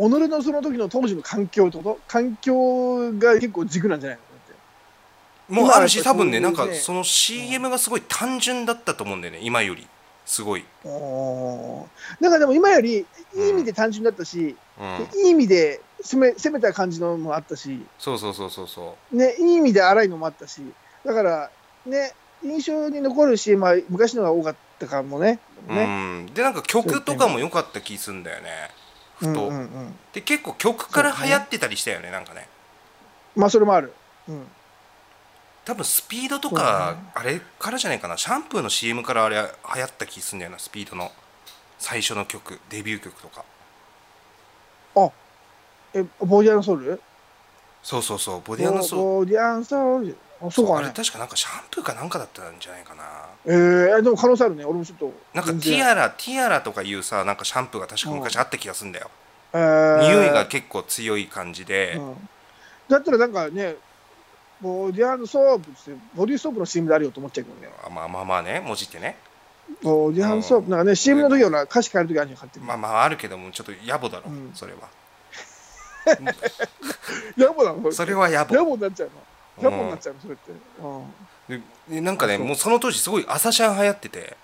S3: のその時の当時の環境ってこと環境が結構軸なんじゃないのだって
S2: もうあるし多分ね
S3: 今
S2: な
S3: は
S2: ん
S3: やっぱ
S2: か
S3: り
S2: その CM がすごい単純だったと思うんだよね今よりすごい、
S3: おーなんかでも今よりいい意味で単純だったし、
S2: うん、
S3: いい意味で攻め攻めた感じのもあったし、
S2: そうそうそうそうそ
S3: ね、いい意味で荒いのもあったしだからね印象に残る CM は昔のが多かったかもね。
S2: う、
S3: ね
S2: うんでなんか曲とかも良かった気すんだよねふと、
S3: うんうんうん、
S2: で結構曲から流行ってたりしたよねなんかね
S3: まあそれもある。うん、
S2: 多分スピードと
S3: そう
S2: か
S3: だね
S2: あれからじゃないかなシャンプーの CM からあれ流行った気すんだよなスピードの最初の曲デビュー曲とか
S3: えボーディアンソウル
S2: そうそうそうボ
S3: ボ
S2: ディアンのそう
S3: ボーディアンソウルあそう
S2: あ
S3: か
S2: れ
S3: ね。
S2: 確かなんかシャンプーかなんかだったんじゃないかな
S3: えー、でも可能性あるね俺もちょっと
S2: なんかテ
S3: 全
S2: ィ
S3: 然
S2: アラティアラとかいうさなんかシャンプーが確か昔あった気がすんだよ
S3: えー
S2: 匂いが結構強い感じで、
S3: うんだったらなんかね、ボディアンソープって、ボディーソープの CM であるよと思っちゃうけどね。
S2: あまあまあまあね文字ってね
S3: ボディアンソー
S2: うん
S3: プ、なんかね、CM の時はな歌詞変える時あるじゃん、勝手に。
S2: まあまああるけどもちょっと野暮だろ、
S3: うん
S2: それは
S3: 野暮なの
S2: それは野暮
S3: 野暮になっちゃうの。野暮になっちゃうの、それって。うん
S2: ででなんかね
S3: あそう
S2: もうその当時すごい朝シャン流行ってて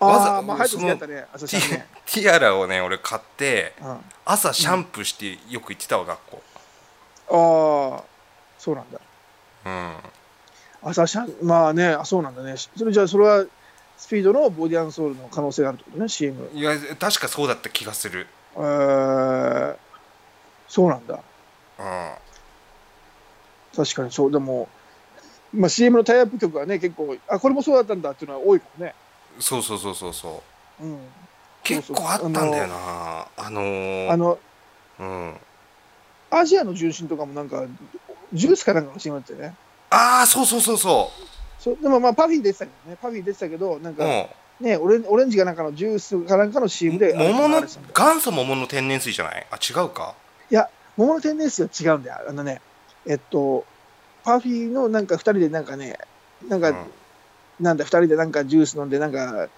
S2: わざ
S3: ああ、まあ、早く付き合ったね、朝
S2: テ
S3: シャン
S2: ィ
S3: ね。
S2: ティアラをね俺買って
S3: うんあ
S2: 朝シャンプーしてよく行ってたわ学校
S3: あ、そうなんだ。
S2: うん
S3: 朝シャン、まあね、あそうなんだね。それじゃあ、それは、スピードのボディアンソールの可能性があるってことね、CM。
S2: いや確かそうだった気がする
S3: えー、そうなんだ。
S2: うん
S3: 確かにそうでも、まあ、CM のタイアップ曲はね結構あこれもそうだったんだっていうのは多いからね、
S2: そうそうそうそうそう
S3: うん、
S2: 結構あったんだよなあのー
S3: あの
S2: うん
S3: アジアの重心とかもなんかジュースかなんかの CM だったよね
S2: ああそうそうそうそ
S3: そうでもまあパフィー出てたけどねパフィー出てたけどなん
S2: う、う
S3: か
S2: ん、
S3: ね、オレンオレンジかなんかのジュースかなんかの CM で
S2: 桃の
S3: あれしたんだよ
S2: 元祖桃の天然水じゃないあ違うか
S3: 桃の天然水は違うんだよあのねえっとパフィーのなんか2人でなんかねなんか、
S2: うん
S3: なんだ2人でなんかジュース飲んでなんか2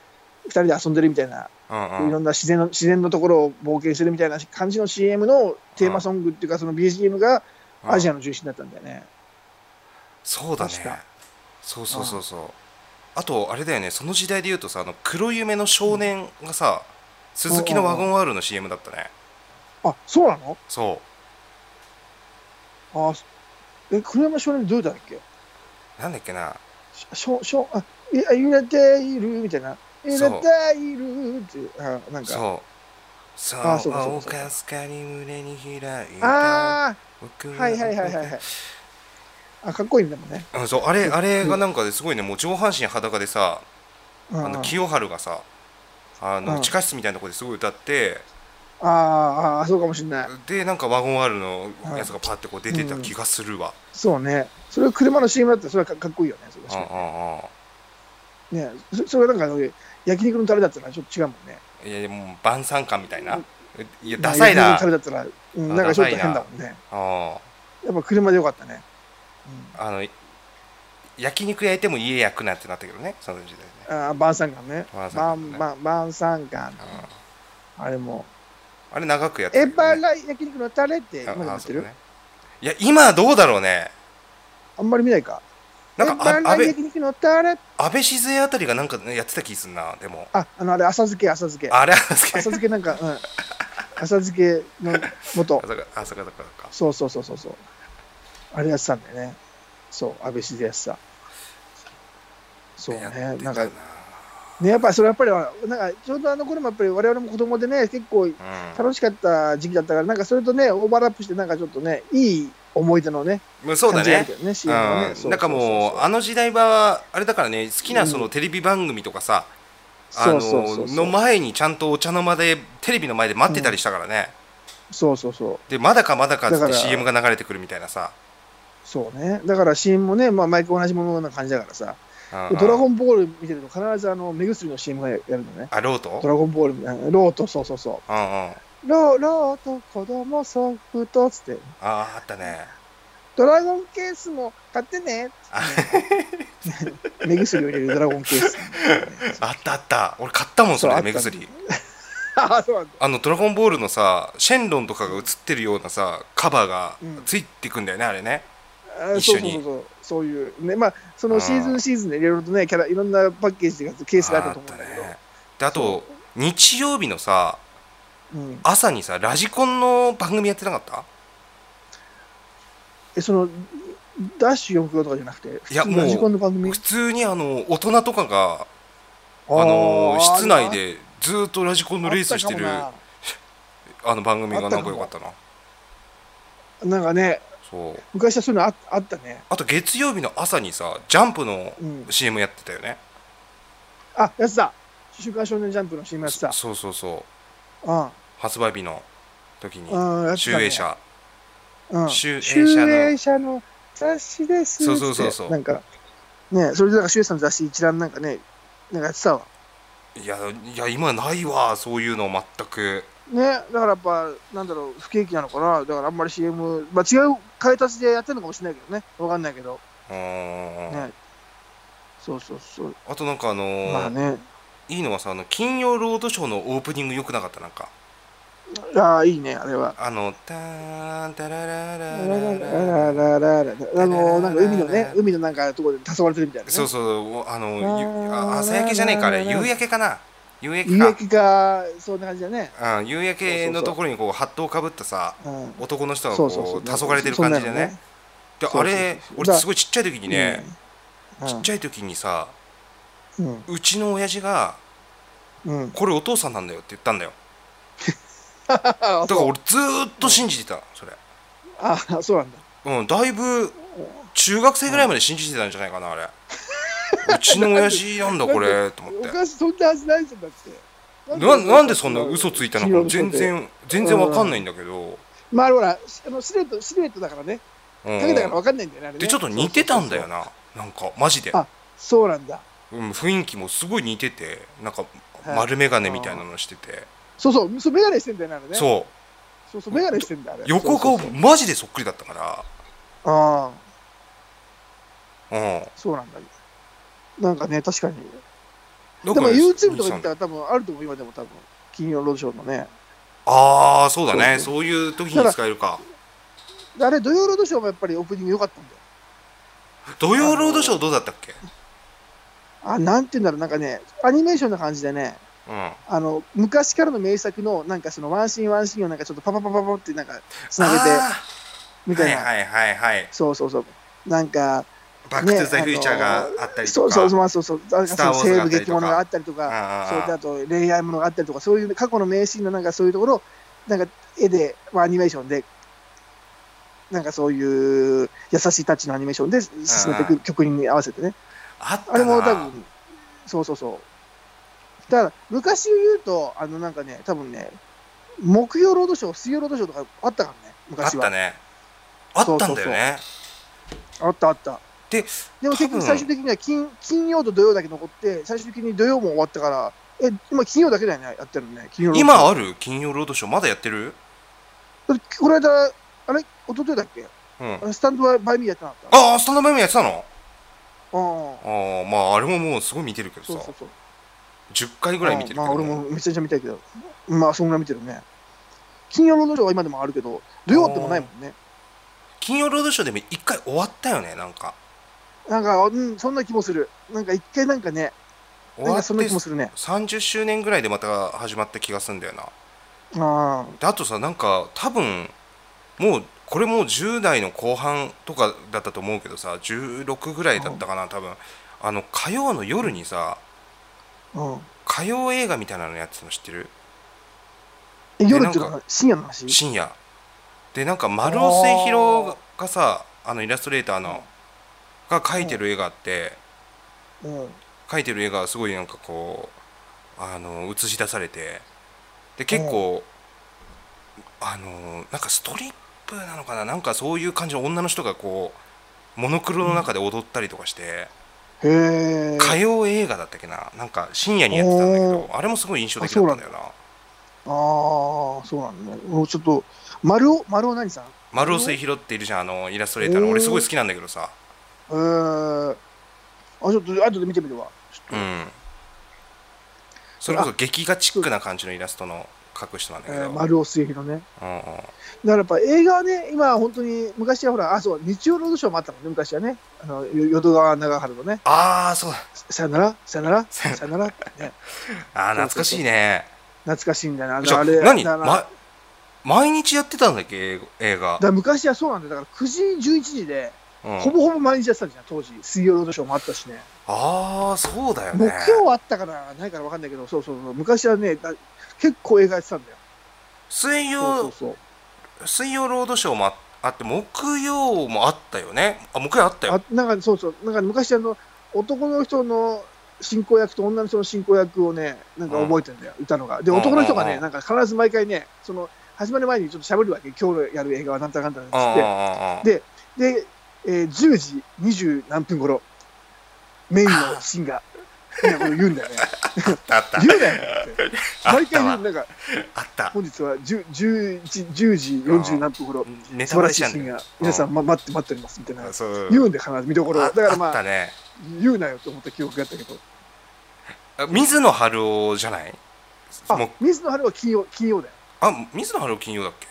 S3: 人で遊んでるみたいな
S2: うん
S3: い
S2: うん
S3: ろんな自然の自然のところを冒険してるみたいな感じの CM のテーマソングっていうか、その BGM がアジアの中心だったんだよね。
S2: そうだね
S3: 確か
S2: そうそうそうそうあとあれだよねその時代で言うとさあの黒夢の少年がさ、鈴木のワゴン R の CM だったね
S3: あそうなの
S2: そ
S3: あそえ、黒山少年どうだっけ
S2: うなんだっけな
S3: ししょしょあいあ揺れているみたいな。揺れているっていう、あなんか。
S2: そうそう
S3: あそうだそう
S2: 青
S3: だそうだ
S2: かすかに胸に開いた
S3: あ
S2: 僕
S3: あ、はいはいはいはいはい。あかっこいいんだもんね。
S2: あそうあれあれがなんかですごいねもう上半身裸でさ
S3: うん
S2: あの清春がさあ
S3: う
S2: の
S3: ん
S2: 地下室みたいなところですごい歌って
S3: あああ、そうかもしれない。
S2: でなんかワゴン R のやつがパッてこう出てた気がするわ、
S3: そうね。それを車の CM だったらそれはかかっこいいよね。それは
S2: うんうんうん
S3: ねそそれがなんか、ね、焼肉のタレだったらちょっと違うもんね。
S2: いやもう晩餐感みたいな、いやダサいな、
S3: 焼肉のタレだったら、うん、なんかちょっ
S2: ダサい
S3: と変
S2: な
S3: だもんね。
S2: あ
S3: やっぱ車でよかったね。
S2: あの焼肉焼いても家焼くなってなったけどねその時代ね
S3: うん、あー晩餐館ね。
S2: 晩餐
S3: 晩
S2: 館ね
S3: 晩晩餐館。あれも。
S2: あれ長くやって
S3: エ
S2: るよ
S3: バ
S2: ね
S3: ラ焼肉のタレって今でも
S2: あ
S3: や
S2: あ
S3: っ
S2: そ
S3: て
S2: う
S3: る
S2: ねいや今どうだろうね
S3: あんまり見ないか。
S2: なんかあ
S3: エバ
S2: 安
S3: ラ
S2: 倍
S3: 焼肉のタレ。
S2: 安倍静江あたりがなんかねやってた気すんなでも
S3: あ、あの、あれ、浅漬け、浅漬け。
S2: あれなんですけ
S3: 浅
S2: ど
S3: 漬けなんか、うん。浅漬けの 元
S2: あ。そっかあそっかそっかそっか
S3: そうそうそうそうそう。あれやってたんだよね。そう、安倍静康さん。そう
S2: やって
S3: ね。
S2: た
S3: なんか、ね、やっぱりそれやっぱり、なんか、ちょうどあの頃もやっぱり我々も子供でね、結構
S2: う
S3: 楽しかった時期だったから、なんかそれとね、オーバーラップして、なんかちょっとね、いい思い出のね、
S2: んもうそうだ
S3: 感じある
S2: ね
S3: けどね、
S2: う
S3: CM のね。そうん
S2: なんかもうあの時代はあれだからね好きなそのテレビ番組とかさあ
S3: そうそうそう
S2: の
S3: そ
S2: の
S3: う
S2: 前にちゃんとお茶の間でテレビの前で待ってたりしたからね
S3: そうそうそう。
S2: でまだかまだかっつっ
S3: だか
S2: て
S3: ら
S2: CM が流れてくるみたいなさ
S3: そうね。だから CM もね、まあ、毎回同じものな感じだからさ、
S2: うん
S3: ドラゴンボール見てると必ずあの目薬の CM がやるのね。
S2: あロート
S3: ドラゴンボールみたいな、ロート、そうそうそう。
S2: うんうん
S3: ロー、ローと子供ソフトっつって、
S2: あーあったね
S3: ドラゴンケースも買ってねっつって。目薬を入れるドラゴンケース。
S2: あったあった俺買ったもんそれ
S3: そうあった
S2: 目薬
S3: ああ、そうなんだ。
S2: あの「ドラゴンボール」のさシェンロンとかが映ってるようなさカバーが
S3: うん
S2: ついてくんだよね、あれね
S3: あ
S2: 一緒
S3: そうそう
S2: に
S3: そうそう。そういう。ね、まあ、そのシーズ
S2: あー
S3: ンシーズンでいろいろとね、キャラ、いろんなパッケージが、ケースがあったと思うんだけど。
S2: あねであと日曜日のさ
S3: うん、
S2: 朝にさラジコンの番組やってなかった
S3: え、その、ダッシュ4キロとかじゃなくて、普
S2: や
S3: 通のラジコンの番組
S2: 普通にあの大人とかがあ
S3: あ
S2: の
S3: ー
S2: 室内でずっとラジコンのレースしてる
S3: あ
S2: あ
S3: っ
S2: の番組がなんか良かったな
S3: たかもななんかね、
S2: そう
S3: 昔はそういうのああったね。
S2: あと月曜日の朝にさジャンプの
S3: うん
S2: CM やってたよね、
S3: あ、やつだ。週刊少年ジャンプの CM やってた。
S2: そうそうそう
S3: うん。
S2: 発売日の時に
S3: うんやってた
S2: 集
S3: ね
S2: 英社
S3: うん
S2: 集英社
S3: 集
S2: の
S3: 英社の雑誌です
S2: そうそうそうそう
S3: ってなんか、ね、それでなんか集英社の雑誌一覧なんかね、なんかやってたわ。
S2: いやいや今ないわそういうの全く
S3: ね、だからやっぱ、なんだろう、不景気なのかな、だからあんまり CM、まあ、違う買い足しでやってるのかもしれないけどね、わかんないけど、
S2: うーん
S3: ね、そうそうそう、
S2: あとなんかあのー
S3: まあね、
S2: いいのはさあの金曜ロードショーのオープニングよくなかったなんか
S3: ああ、いいね、あれは。
S2: あのターンタララ
S3: あ
S2: ララララ
S3: の、なんか海のね、海のなんかところで黄昏れてるみたいな、ね。
S2: そうそうおあのゆあ
S3: あー
S2: 朝焼けじゃねえかあれ夕焼けかな夕焼け
S3: 輸
S2: か
S3: 液が、そんな感じだね。
S2: うん夕焼けのところにこうハットをかぶったさ
S3: うん。
S2: 男の人が
S3: そ
S2: こ
S3: うそうそう
S2: う。黄昏れてる感じで
S3: そんなの
S2: ね。で
S3: そ
S2: あ
S3: うそうそう
S2: れ
S3: だ
S2: 俺すごいちっちゃい時にね
S3: うん
S2: ちっちゃい時にさ
S3: うん。
S2: うちの親父が
S3: うん。
S2: 「これお父さんなんだよ」って言ったんだよ
S3: だか
S2: だから俺ずーっと信じてたそれ
S3: あそうなんだ。
S2: うんだいぶ中学生ぐらいまで信じてたんじゃないかなあれうちの親父なんだこれと思っ
S3: お
S2: て
S3: かしい、そんなはずないじゃんだって。
S2: ななんでそんな嘘ついたのかも全
S3: 黄色の
S2: 然全然わかんないんだけど、
S3: 子で。まあ、ほら、あのシルエット、シルエットだからね。
S2: うん
S3: 影だからわかんないんだよねあれね。
S2: でちょっと似てたんだよななんかマジで、
S3: あそうなんだ。
S2: うん、雰囲気もすごい似ててなんか
S3: はい
S2: 丸眼鏡みたいなのしてて、
S3: そうそう、そうメガネしてんだよね、あれね。う。
S2: そ
S3: そうそう、メガネしてんだよ、あれ。
S2: う 横
S3: そ
S2: 顔
S3: うそうそう
S2: マジでそっくりだったか
S3: ああ、
S2: らうん
S3: そうなんだ。なんかね、確かに。
S2: だ
S3: で
S2: から
S3: も YouTube とか行った
S2: 23
S3: ら多分あると思う、今でも多分。金曜ロードショーのね。
S2: ああそうだね
S3: そう
S2: そういう時に使えるか
S3: であれ、土曜ロードショーもやっぱりオープニング良かったんだよ。
S2: 土曜ロードショーどうだったっけ
S3: あ、なんて言うんだろう、なんかね、アニメーションな感じでね、
S2: うん
S3: あの、昔からの名作の、なんかそのワンシーンワンシーンをなんかちょっとパパパパパってなんか、つなげて、
S2: あ
S3: み
S2: ーは
S3: た
S2: い
S3: いな。
S2: はいはいはい
S3: そうそうそう。なんか、
S2: バック・トゥ・
S3: ね
S2: ザ・フューチャーが
S3: あの
S2: あったり
S3: そ
S2: と
S3: うそう
S2: か
S3: そうそうそう、なん
S2: ス
S3: か
S2: ター
S3: そ
S2: ウォ
S3: の
S2: ーズ
S3: 西
S2: があっ
S3: 部
S2: たりとか
S3: 劇物があったりとか、
S2: ああ
S3: それとあと恋愛物があったりとか、そういう過去の名シーンのなんかそういうところを、なんか絵で、まあ、アニメーションで、なんかそういう優しいタッチのアニメーションで進め
S2: う
S3: てい
S2: ん
S3: く曲に合わせてね、
S2: あったな
S3: あれも多分、そうそうそう。だから昔を言うと、あのなんかね、多分ね、木曜ロードショー、水曜ロードショーとかあったからね、
S2: あっ
S3: 昔は。
S2: たねあったんだよね
S3: あったあった。
S2: で
S3: でも結
S2: 多
S3: 局
S2: 分
S3: 最終的には金金曜と土曜だけ残って、最終的に土曜も終わったから、え、今金曜だけだよね、やってるのね。金曜ロードショー
S2: 今ある金曜ロードショーまだやってる
S3: だってこの間、あれ、一昨日だっけ
S2: うん
S3: あれスタンドバイバイミーやってなかった
S2: ああスタンドバイミーやってたの
S3: あ
S2: ああまああれももうすごい見てるけどさ
S3: そうそうそう。
S2: 10回ぐらい見てるけど
S3: あまあ俺もめちゃめちゃ見たいけど、まあそんぐらい見てるね。金曜ロードショーは今でもあるけど、土曜ってもないもんね。
S2: 金曜ロードショーでも一回終わったよねなんか
S3: なんか、うん、そんな気もする。なんか一回なんかね、
S2: 終
S3: なん
S2: わ
S3: か
S2: っ
S3: そんな気も
S2: て
S3: するね。
S2: 30周年ぐらいでまた始まった気がするんだよな
S3: あ
S2: であとさなんか多分もうこれもう10代の後半とかだったと思うけどさ16ぐらいだったかな多分あの火曜の夜にさ
S3: あ、うん。
S2: 火曜映画みたいなのやってたの知ってる
S3: え夜っていう
S2: なん
S3: か深夜の話
S2: 深夜でなんか丸尾末広がさあのイラストレーターのが描いてる絵があって
S3: うん。
S2: 描いてる絵がすごいなんかこうあの映し出されてで結構あのなんかストリップなのかななんかそういう感じの女の人がこうモノクロの中で踊ったりとかして、
S3: へえ。
S2: 火曜映画だったっけななんか深夜にやってたんだけどあれもすごい印象的だったんだよな
S3: ああ、そうなんだね。もうちょっと、丸尾、丸尾何さん
S2: 丸尾末広っているじゃんあのイラストレーターの
S3: おー
S2: 俺すごい好きなんだけどさ
S3: へーあ、ちょっと後で見てみるわ。
S2: うんそれこそ劇画チックな感じのイラストの描く人なんだ
S3: え
S2: けど、
S3: ー、丸尾末広ね。
S2: うんうん
S3: だからやっぱ映画はね、今は本当に、昔はほら、あ、そう、日曜ロードショーもあったもんね、昔はね。あの、よ淀川長春のね、
S2: ああそうだ
S3: さよなら、さよなら、さよならってね、
S2: あー懐かしいね
S3: 懐かしいんだよな、あ
S2: じ
S3: の
S2: ゃあ
S3: あれ。
S2: 何、
S3: だから
S2: ま、毎日やってたんだっけ映画
S3: だから昔はそうなんだよ。だから9時、11時で、
S2: うん
S3: ほぼほぼ毎日やってたんじゃん、当時。水曜ロードショーもあったしね。
S2: ああそうだよ
S3: 木
S2: ね
S3: 曜はあったから、ないからわかんないけど、そうそうそう。昔はね、だ結構映画やってたんだよ。
S2: 水
S3: そうそ
S2: 曜
S3: うそう。
S2: 水曜ロードショーもああって木曜もあったよねあ木曜あったよ
S3: あなんかそうそう、なんか昔あの、男の人の進行役と女の人の進行役をね、なんか覚えてんだよ、いたのが。で、
S2: うん
S3: 男の人が
S2: う
S3: ね、
S2: ん
S3: なんか必ず毎回ね、その、始まる前にちょっと喋るわけ、今日やる映画はなんたらかんたらっつ
S2: うんうん
S3: っ
S2: うんうん
S3: でて。で、えー10時20何分頃、メインのシーン が、ね、これ言うんだよね。
S2: あった
S3: 言うなよって。毎回言
S2: あったわ
S3: う、なんか、
S2: あった
S3: 本日は10 11 10時40何分頃、
S2: ネタバ
S3: 素晴ら
S2: レ
S3: し
S2: し
S3: い
S2: ちゃう
S3: シーン
S2: んだよ
S3: が、皆さ、
S2: うん
S3: ま、待って待っております、みたいな。
S2: そう
S3: 言うんで、必ず見どころを。
S2: あ
S3: だからま
S2: あっ
S3: あ
S2: た、ね
S3: 言うなよと思った記憶があったけど、
S2: あ水野晴夫じゃないも
S3: あ
S2: う
S3: 水野春は金曜金曜だよ。
S2: あ水野晴夫金曜だっけ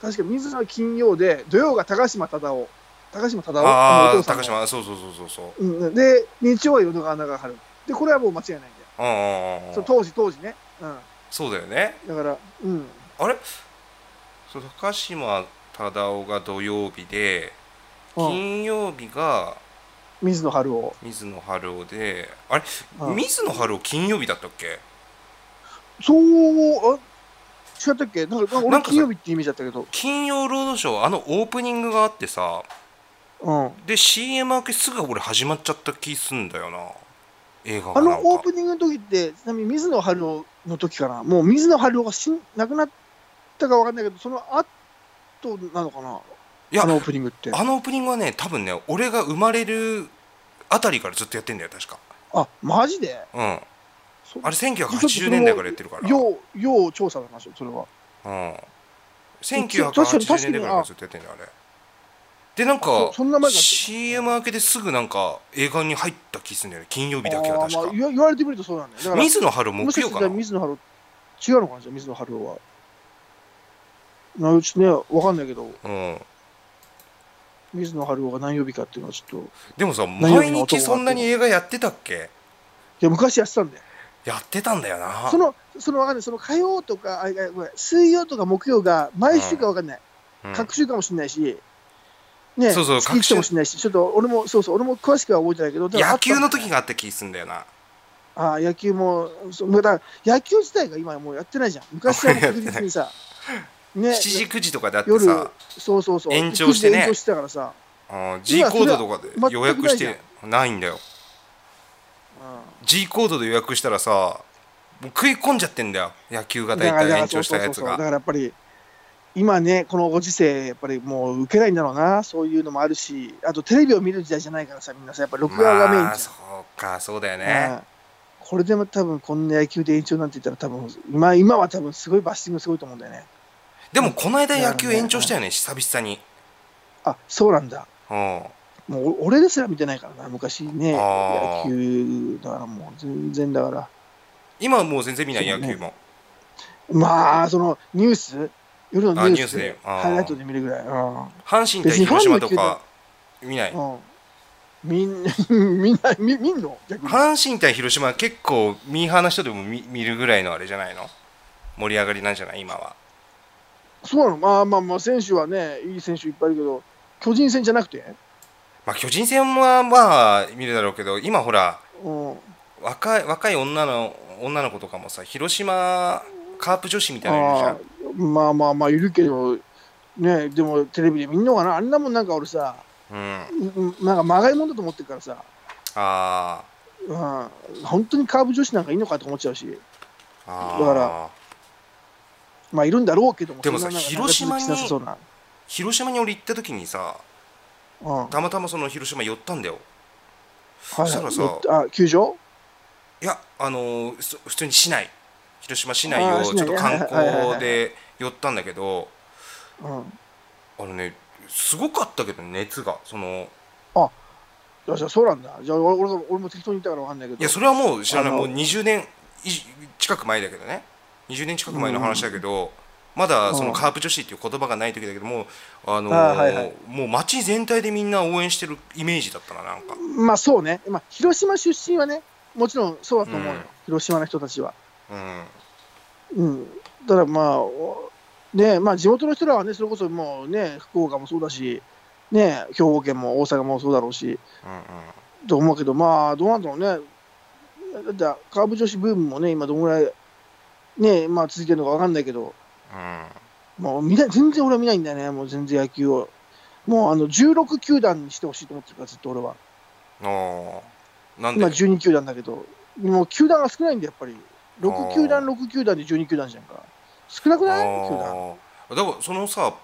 S3: 確か水野春は金曜で、土曜が高島忠夫、高島忠夫、
S2: あ
S3: の
S2: あ
S3: お父さん
S2: 高
S3: の
S2: 島そうそうそうそうそう
S3: うん、で、日曜は淀川長春、で、これはもう間違いないんだよ、
S2: うんうんうんう
S3: そうん当時、当時ね、うん、
S2: そうだよね
S3: だから、うん、
S2: あれそう高島忠夫が土曜日で
S3: うん、
S2: 金曜日が
S3: 水野春夫、
S2: 水野晴夫であれ
S3: うん、
S2: 水野晴夫金曜日だったっけ
S3: そう、あ違ったっけ、なんかなんか
S2: なん
S3: 俺、
S2: かさ
S3: 金曜日ってイメージだったけど、
S2: 金曜ロードショーあのオープニングがあってさ
S3: うん、
S2: で CM 明けすぐ俺始まっちゃった気すんだよな映画がな
S3: あ
S2: ん
S3: の
S2: か
S3: オープニングの時って、ちなみに水野春夫の時かな、もう水野春夫が死ん亡くなったかわかんないけど、その後なのかな、
S2: いや
S3: あのオープニングって。
S2: あのオープニングはね多分ね俺が生まれるあたりからずっとやってんだよ確か
S3: あ、マジで
S2: うんあ
S3: そ
S2: れ1980年代からやってるからうん
S3: 要、要調査だな、それは。
S2: 1980
S3: 確かに
S2: 年代からずっとやってんだよあれでなんか
S3: そそんな前から
S2: CM 明けですぐなんか映画に入った気すんだよね金曜日だけは
S3: あーまあ、
S2: 確
S3: 言わ言われてみるとそうなんだよ。だ
S2: か
S3: から、
S2: 水野春
S3: も
S2: 木
S3: しか
S2: 曜
S3: した
S2: からな
S3: 水野春夫、違うのかな、じゃあ水野春夫は。なうちね、わかんないけど、
S2: うん
S3: 水野春夫が何曜日かっていうのはちょっと、い
S2: でもさ
S3: 何曜
S2: 毎
S3: 日の男が
S2: 日そんなに映画やってたっけ
S3: や、昔やってたんだよ。
S2: やってたんだよな
S3: その、そのわかんない、その火曜とか、あいやごめん水曜とか木曜が、毎週かわかんない。
S2: うん
S3: 各週かもしれないし、ね、
S2: そうそう
S3: 月一かもしれないし、ちょっと俺も、そうそう、俺も詳しくは覚えてないけど、でもあ
S2: 野
S3: ったん
S2: 球
S3: だ
S2: の時があった気すんだよな
S3: ああ野球も、そうだから野球自体が今もうやってないじゃん。昔はもう確実にさ、ね、
S2: 7時9時とかだって
S3: 夜
S2: さ、
S3: そうそうそう、
S2: 延長してね
S3: 9時で延長してたからさ、
S2: うん G コードとか
S3: 今それは
S2: で予約し
S3: 全
S2: てないんだよ
S3: う
S2: G コードで予約したらさもう食い込んじゃってんだよ野球が
S3: ん、
S2: 大体延長したやつ
S3: だから
S2: が
S3: やっぱり、今ね、このご時世、やっぱりもう受けないんだろうな、そういうのもあるし、あとテレビを見る時代じゃないからさ、みんなさ、やっぱり録画がメインじゃん
S2: まあ、そうかそうだよね
S3: うんこれでも多分こんな野球で延長なんて言ったら、多分今今は多分すごいバッシングすごいと思うんだよね。
S2: でもこの間野球延長したよね久々に
S3: あそうなんだ、
S2: うん
S3: もうお俺ですら見てないからな、昔ね、
S2: あ
S3: 野
S2: ー
S3: 球だからもう全然だから、
S2: 今はもう全然見ない野球も
S3: まあ、そのニュース、夜のニュース
S2: あニュースで
S3: で
S2: あー
S3: ハイライトで見るぐらい、う
S2: 阪神対広島とか見ない
S3: ん、うん、みんな、みんな、み見んの逆に。
S2: 阪神対広島は結構ミーハーな人でも見見るぐらいのあれじゃないの盛り上がりなんじゃない今は
S3: そうなの、まあまあまあ、選手はね、いい選手いっぱいいるけど、巨人戦じゃなくて、
S2: まあ巨人戦はまあ見るだろうけど今ほら
S3: うん、
S2: 若い若い女の女の子とかもさ広島カープ女子みたいなのいるじゃ
S3: あ
S2: ん
S3: ーまあまあまあいるけどねでもテレビで見んのかなあんなもんなんか俺さ
S2: うん
S3: ううなんかまがいもんだと思ってるからさ、
S2: あ
S3: うん、本当にカーブ女子なんかいいのかと思っちゃうし
S2: ーあー
S3: だからまあいるんだろうけども
S2: でもさ
S3: そんななんか
S2: 広島に
S3: 長続きしなさそうな、
S2: 広島に俺行った時にさ
S3: うんは
S2: たまたまその広島寄ったんだよ
S3: い
S2: したらさ
S3: あ球場
S2: いやあのーそ普通に市内広島市内
S3: あ
S2: を
S3: ー
S2: ち
S3: 市
S2: ょっ
S3: 内
S2: と観光で寄ったんだけど
S3: うん
S2: あのねすごかったけど熱がその
S3: いやじゃあそうなんだじゃあ俺俺俺も適当に言ったからわかんないけど
S2: いやそれはもう知らない
S3: あの
S2: もう20年以近く前だけどね20年近く前の話だけど、まだその
S3: うん
S2: カープ女子っていう言葉がない時だけどもあのー
S3: あーはいはい
S2: もう街全体でみんな応援してるイメージだったななんか
S3: まあそうね、まあ、広島出身はねもちろんそうだと思うよ、
S2: うん
S3: 広島の人たちは
S2: うん
S3: うん、ただまあ、おねまあ、地元の人らはね、それこそもうね、福岡もそうだし、ね、兵庫県も大阪もそうだろうし、
S2: うんうん
S3: と思うけど、まあ、どうなんだろうね、だって、カーブ女子ブームもね、今どんぐらい、ね、まあ続いてるのかわかんないけど、
S2: うん
S3: もう見ない全然俺は見ないんだよね、もう全然野球を。もうあの16球団にしてほしいと思ってるから、ずっと俺は。
S2: あーなんで
S3: 今12球団だけど、もう球団が少ないんだよ、やっぱり。6球団、
S2: あ
S3: 6球団で12球団じゃんか。少なくない球団。
S2: あーだからそのさ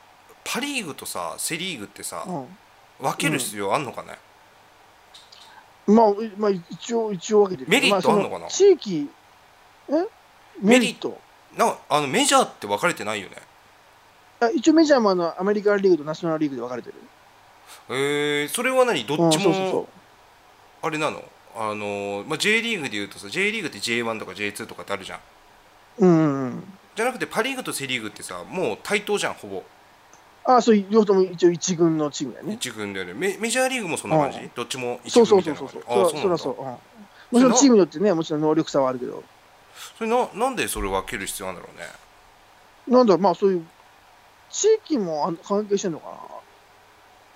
S2: パ・リーグとさセ・リーグってさ、
S3: うん
S2: 分ける必要あんのかね、
S3: まあ、うまあ、一応、一応分けてる
S2: メリットあんのかな
S3: まそ地域、えメリット
S2: なんかあのメジャーって分かれてないよね
S3: あ一応メジャーもあのアメリカンリーグとナショナルリーグで分かれてる。
S2: えー、それは何どっ
S3: うん
S2: ち
S3: そうそうそ
S2: もあれなのあのー、まあ、J リーグでいうとさ J リーグって J1 とか J2 とかってあるじゃん
S3: う。うんうんうん。
S2: じゃなくてパ・リーグとセ・リーグってさもう対等じゃんほぼ
S3: あそう、両方とも一応一軍のチームだよね。
S2: 一軍だよねメメジャーリーグもそんな感じ
S3: うん
S2: どっちも一
S3: そう
S2: 軍み
S3: そう
S2: た
S3: そ
S2: いうな感
S3: そう
S2: じ
S3: そう。
S2: ああ
S3: そ
S2: そううなんだそ
S3: そらそう、うん。もちろんチームによってね、もちろん能力差はあるけど。
S2: れななんでそれ分ける必要あるんだろうね
S3: なんだろう、まあそういう、地域もあん関係してんのかな。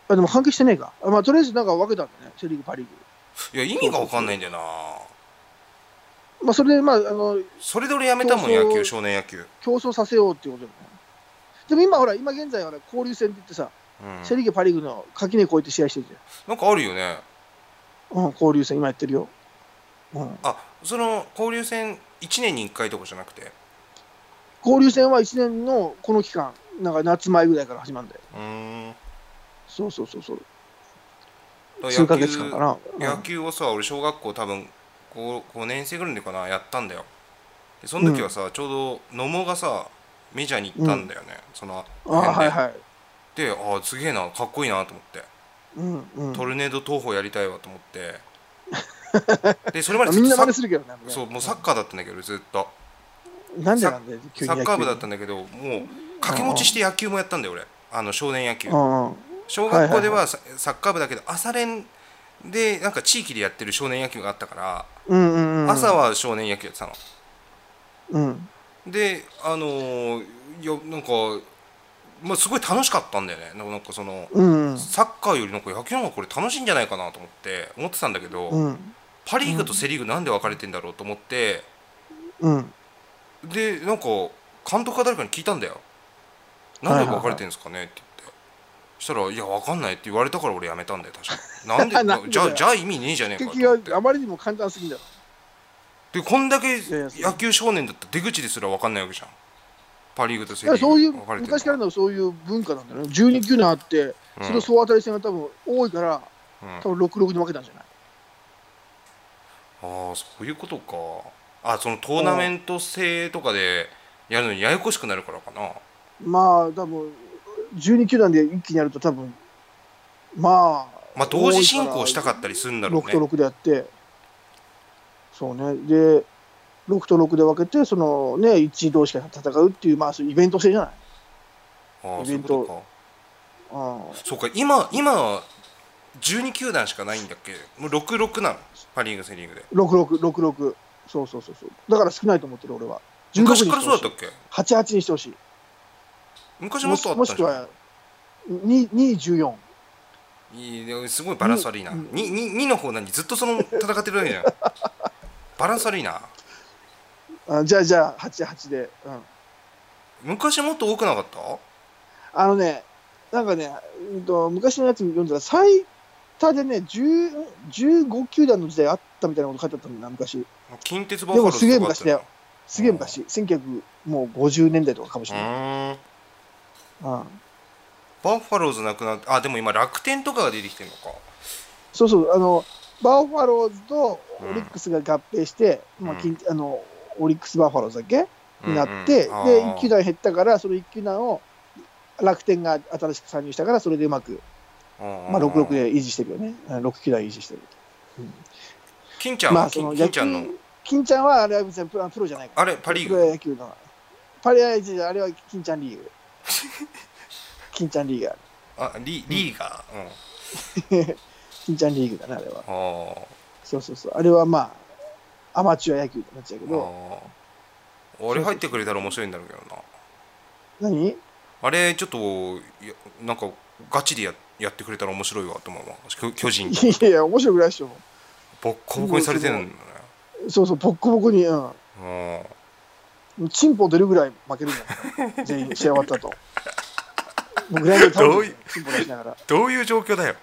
S3: あ、でも関係してねえか。あまあとりあえずなんか分けたんだね。セリーグ、パリー
S2: いや意味が分かんないんだよな
S3: グ。まあそれで、まあ、あの、
S2: それで俺やめたもん
S3: そうそう
S2: 野球少年野球、
S3: 競争させようっていうことだよね。でも今ほら、今現在はね交流戦って言ってさ、
S2: うん、
S3: セ・リーグ、パ・リーグの垣根越えて試合してるじ
S2: なんかあるよね
S3: ゃん。うん、交流戦、今やってるよ。うん、
S2: あその交流戦1年に1回とかじゃなくて
S3: 交流戦は1年のこの期間、なんか夏前ぐらいから始まるんだよ。
S2: うーん
S3: そうそうそうそう。
S2: だ
S3: 数
S2: か
S3: ヶ
S2: ら野
S3: 月間か
S2: 球
S3: な。
S2: 野球をさ俺小学校多分 5, 5年生ぐらいの時かなやったんだよでその時はさ、ちょうど野茂がさメジャーに行ったんだよね、その
S3: うん、あ
S2: 辺
S3: はいはい。
S2: でああすげえなかっこいいなと思って、
S3: うんうん、
S2: トルネード投法やりたいわと思って でそれまで
S3: まあ
S2: ず
S3: みん
S2: っ
S3: な
S2: とサッ
S3: 真似するけどね。
S2: そうもうサッカーだったんだけどずっと
S3: なんでなんで、急に
S2: サ
S3: 野球
S2: ッカー部だったんだけどもう掛け持ちして野球もやったんだよ俺あの少年野球
S3: うんうん。
S2: 小学校ではササッカー部だけど朝練でなんか地域でやってる少年野球があったから、
S3: うんうんうん、
S2: 朝、は少年野球やってたの
S3: うん、
S2: であのー、いやなんか、まあ、すごい楽しかったんだよねなんかなんかその
S3: うんうん、
S2: サッカーよりなんか野球の方がこれ楽しいんじゃないかなと思って思ってたんだけど、
S3: うん、
S2: パ・リーグとセ・リーグなんで分かれてんだろうと思って
S3: うん、
S2: でなんか監督か誰かに聞いたんだよ「なんで分かれてるんですかね?」って言ってそしたら「いや分かんない」って言われたから俺やめたんだよ確か になんで
S3: なんで
S2: じゃ
S3: だ
S2: あ
S3: よ
S2: じゃあ意味ねえじゃねえかと
S3: 敵
S2: 思って
S3: があまりにも簡単すぎんだろ。
S2: でこんだけ
S3: やいやそう
S2: 野球少年だったら出口ですら分かんないわけじゃんパ・リーグとセ・
S3: だか
S2: リー
S3: ら
S2: グ
S3: そ
S2: 分
S3: ういう
S2: かれてる
S3: 昔からのそういう文化なんだよね12球団あって
S2: うん
S3: その総当たり戦が多分多いから
S2: うん
S3: 多分6-6で負けたんじゃない
S2: ああそういうことかあそのトーナメント制とかでやるのにややこしくなるからかな
S3: まあ多分12球団で一気にやると多分まあ
S2: まあ同時進行したかったりするんだろう
S3: 6
S2: ね
S3: と6でやってそうねで6と6で分けてそのね1位同士が戦うっていうまあそういうイベント制じゃない
S2: ああ
S3: イ
S2: そうい
S3: ベ
S2: う
S3: ン
S2: こ
S3: ト
S2: とか
S3: あ
S2: そうか今今は12球団しかないんだっけもう66なのパ・リーグセ・リーグで
S3: 6666そうそうそうそうだから少ないと思ってる俺は
S2: 昔からそうだったっけ
S3: 八八にしてほしい
S2: 昔も
S3: も
S2: っとあっ
S3: し
S2: た
S3: も
S2: んじ
S3: し
S2: ゃ
S3: く
S2: ない
S3: は2 14
S2: いいねすごいバランス悪いな
S3: うん
S2: 2, 2, の方何ずっとその戦ってるわけじ ゃんバランス悪いな
S3: あじゃあじゃあ88で、うん、
S2: 昔もっと多くなかった
S3: あのねなんかね、うん、と昔のやつ読んだら最多でね10 15球団の時代あったみたいなこと書いてあったんだよな昔
S2: 近鉄バファローズとかあった
S3: でもすげえ昔だ
S2: よ
S3: よすげえ昔1950年代とかかもし
S2: う
S3: れない、
S2: ーん
S3: うん、
S2: バファローズなくなってあでも今楽天とかが出てきてるのか
S3: そうそうあのバファローズとオ
S2: うん
S3: リックスが合併して、まあ、
S2: うん
S3: 近あのオリックス・バファローズだっけになって、
S2: うんうん
S3: で
S2: あー
S3: 1球団減ったからその1球団を楽天が新しく参入したからそれでうまく、
S2: うん
S3: まあ、66で維持してるよね6球団維持してる
S2: 金ちゃん
S3: ま
S2: は
S3: あそ
S2: 金
S3: の
S2: 金
S3: 野
S2: ち
S3: 球
S2: ゃんの
S3: 金ちゃんはあれは別にプロプロじゃないから
S2: あれパ・リー
S3: プロ
S2: グ
S3: 野球のパリアイジあれは金ちゃんリー グ金ちゃんリーグある
S2: あリリーガー、うん
S3: 金ちゃんリーグだねあれは
S2: あー
S3: そうそうそうあれはまあアマチュア野球ってなっちゃうけ
S2: あ
S3: ど
S2: ーあれ入ってくれたら面白いんだろうけどな
S3: 何
S2: あれちょっといやなんかガチでややってくれたら面白いわと思うわ巨巨人と
S3: いやいや面白くないっしょ
S2: ボッコボコにされてるんだ
S3: そうそうボッコボコにうん
S2: ね
S3: チンポ出るぐらい負ける んだから、全員試合終わったと。もうグラウンドで
S2: ど
S3: 倒
S2: うい
S3: れてチンポ出しながら。
S2: うんどういう状況だよ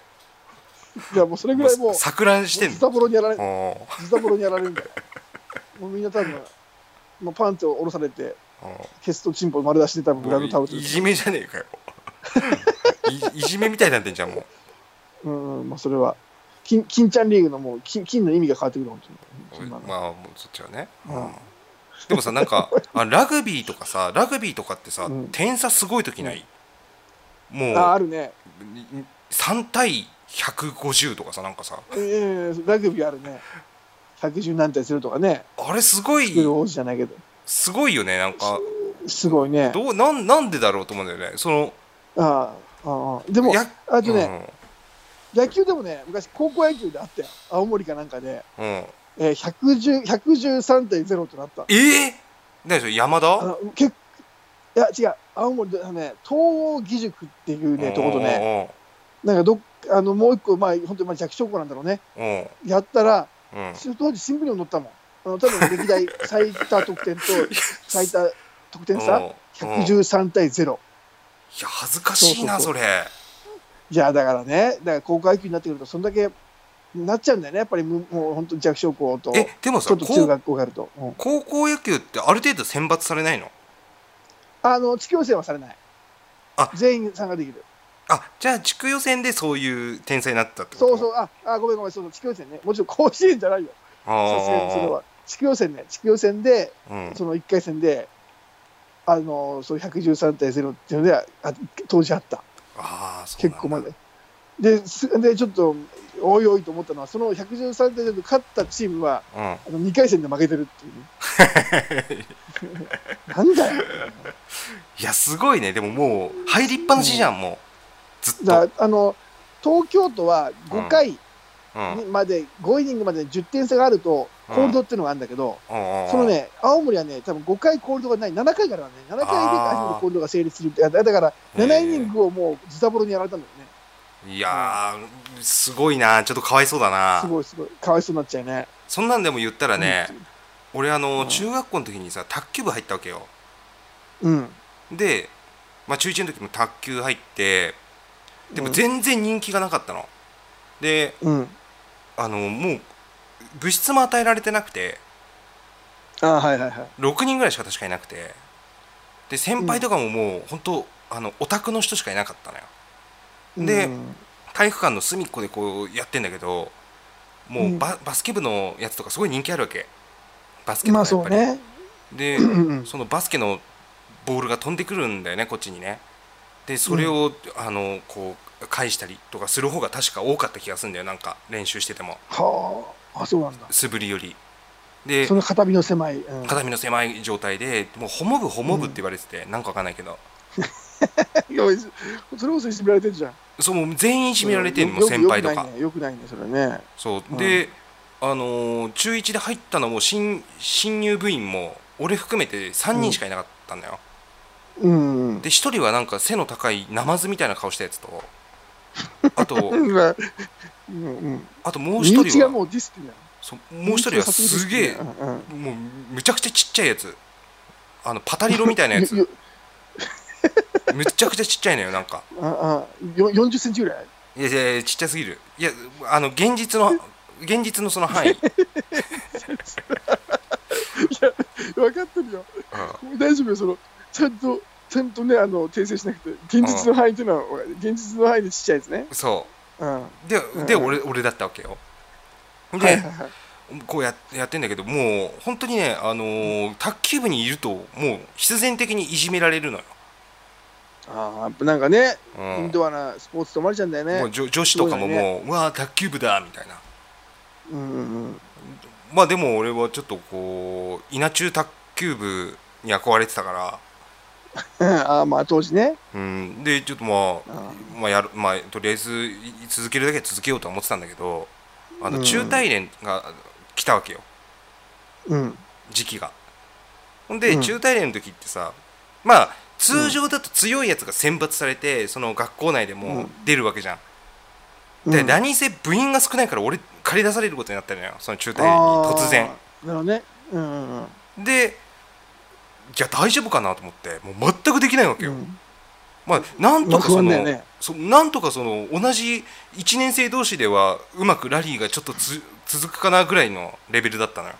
S3: いや、もうそれぐらいもう、
S2: 錯乱してん
S3: ズタボロにやられ、
S2: のうん
S3: ズタボロにやられるんだよ。もうみんな多分、もうパンツを下ろされて、
S2: う
S3: ケツとチンポ丸出しで多分グラウン
S2: ん
S3: ド倒れ
S2: い
S3: て
S2: じ
S3: る。
S2: めじゃねえ かよいいじめみたいになってんじゃんもう
S3: うん、うん、まあそれは。金金ちゃんリーグのもう金金の意味が変わってくる本当に。
S2: ま
S3: 今
S2: あ
S3: の
S2: もうそっちはね、
S3: うん
S2: うんでもさなん かあラグビーとかさラグビーとかってさ、
S3: うん
S2: 点差すごい時ない、もう
S3: ああるね。
S2: 3対150とかさなんかさ
S3: ええラグビーあるね。110何対するとかね。
S2: あれすごい
S3: 作る王子じゃないけど。
S2: すごいよねなんか
S3: すごいね。
S2: どうなんなんでだろうと思うんだよねその
S3: ああああ。でも、
S2: や
S3: あとね、
S2: ね
S3: 野球でもね、昔、高校野球であったよ、青森かなんかで、
S2: うん、うん
S3: えー、110 113.0ってなった。
S2: えー、何でしょ山田
S3: あの結いや、違う、青森であのね、東欧義塾っていうね、とことね、なんかどっあのもう一個、まあ、本当にまあ弱小校なんだろうね、
S2: うんうんうん
S3: やったら、
S2: うん
S3: その当時、新聞にも載ったもん。あの多分歴 代最多得点と最多得点差、
S2: うん
S3: 113対0。
S2: いや恥ずかしいなそ
S3: そ
S2: れ
S3: いや、だからね、だから高校野球になってくると、そんだけなっちゃうんだよね、やっぱりむもう本当に弱小校と、
S2: え
S3: ち
S2: でもさ
S3: ょっと中
S2: 高
S3: 学校があると。うん
S2: 高校野球ってある程度選抜されないの
S3: あの地区予選はされない
S2: あ。
S3: 全員参加できる。
S2: あじゃあ地区予選でそういう天才になったってこと
S3: そうそうう、あ、あごめんごめん、そうそう地区予選ね。もちろん甲子園じゃないよ。さすがにそれ
S2: あ
S3: は。地区予選ね、地区予選で、
S2: あ、うん、
S3: その1回戦で、あの、そう113対0っていうので、あ当時あった。
S2: あーそうなんだ
S3: 結構まで。ですで、ちょっと、おいおいと思ったのは、その113対0で勝ったチームは、
S2: うん
S3: あの2回戦で負けてるってい うね。なんだよ。
S2: いやすごいねでももう入りっぱなしじゃん、もうずっと、
S3: だあの、東京都は5回、
S2: うんうん
S3: にまで5イニングまで10点差があると
S2: うん
S3: コールドっていうのがあるんだけど、
S2: うん
S3: そのね青森はね多分5回コールドがない7回からね7回で
S2: あー
S3: 初めてコールドが成立するってだだから
S2: へー
S3: 7イニングをもうズタボロにやられたんだよね
S2: いやーすごいなちょっとかわいそうだ
S3: す
S2: な
S3: ごいすごいかわいそうになっちゃうね
S2: そんなんでも言ったらね、俺あの、
S3: うん
S2: 中学校の時にさ卓球部入ったわけよ
S3: うん
S2: で、まあ、中1の時も卓球入ってでも
S3: うん
S2: 全然人気がなかったので
S3: うん
S2: あのもう部室も与えられてなくて
S3: あーはいはいはい
S2: 6人ぐらいしか確かいなくてで先輩とかももう本当あのオタクの人しかいなかったのよ
S3: うん
S2: で
S3: うん
S2: 体育館の隅っこでこうやってんだけどもうバ,、バスケ部のやつとかすごい人気あるわけバスケ部
S3: ま
S2: がや
S3: あ
S2: っぱり、
S3: そうね。
S2: で
S3: うんうん
S2: そのバスケのボールが飛んでくるんだよねこっちにねでそれを、あのこう返したりとかする方が確か多かった気がするんだよなんか練習してても
S3: はあ、あそうなんだ。
S2: 素振りよりで
S3: その片身の狭い。うん
S2: 肩身の狭い状態でもうほもぶほもぶって言われてて、なんかわかんないけど
S3: いやそれこそいじめられてるじゃん。
S2: そうもう全員締められてるの
S3: よ
S2: 先輩とか、
S3: よくないね、よくないね、それね。
S2: そうで、あのー中1で入ったのも新新入部員も俺含めて3人しかいなかったんだよ、
S3: うんうん。
S2: で1人はなんか背の高いナマズみたいな顔したやつ とあと
S3: うん まあうんうん。
S2: あともう
S3: 身
S2: 1
S3: 内
S2: 人
S3: が
S2: は
S3: もうディスってんだよ
S2: そうもう一人はすげえ
S3: うんうん
S2: もうむちゃくちゃちっちゃいやつあのパタリロみたいなやつ
S3: よよ
S2: むちゃくちゃちっちゃいのよなんか
S3: ああよ40センチぐらい
S2: いやいやいやちっちゃすぎるいやあの現実の現実のその 範囲、
S3: 分かってるよ大丈夫よそのちゃんとちゃんとねあの訂正しなくて現実の範囲っていうのは現実の範囲でちっちゃいですね
S2: そ
S3: うんは
S2: うでで
S3: うん
S2: 俺俺だったわけよで、
S3: いはいはい
S2: こうややってんだけどもう本当にね、あのー卓球部にいるともう必然的にいじめられるのよ、
S3: ああやっぱなんかね
S2: う
S3: イン
S2: ん
S3: ドアなスポーツと思われちゃうんだよ
S2: もう
S3: ね
S2: 女女子とかも
S3: そうだ
S2: もう「うわあ卓球部だ」みたいな
S3: うんうん うん
S2: まあでも俺はちょっとこう稲中卓球部に憧れてたから、
S3: ああまあ当時ね
S2: うん、でちょっとまあ
S3: あ
S2: まあやるまあ、とりあえずい続けるだけ続けようとは思ってたんだけどあ
S3: う
S2: の
S3: ん
S2: 中大連が来たわけよ
S3: うん
S2: 時期がほんで、
S3: うん
S2: 中大連の時ってさまあ通常だと強いやつが選抜されてその学校内で
S3: う
S2: も
S3: ん
S2: 出るわけじゃん、
S3: う
S2: で
S3: ん
S2: 何せ部員が少ないから俺借り出されることになったのよその中大連に突然
S3: あーなるほどねうんうんうん
S2: でじゃあ大丈夫かなと思ってもう全くできないわけよ、
S3: うん
S2: まあなんとかその、
S3: まあ不安だよね
S2: そなんとかその同じ1年生同士ではうまくラリーがちょっとつ続くかなぐらいのレベルだったのよ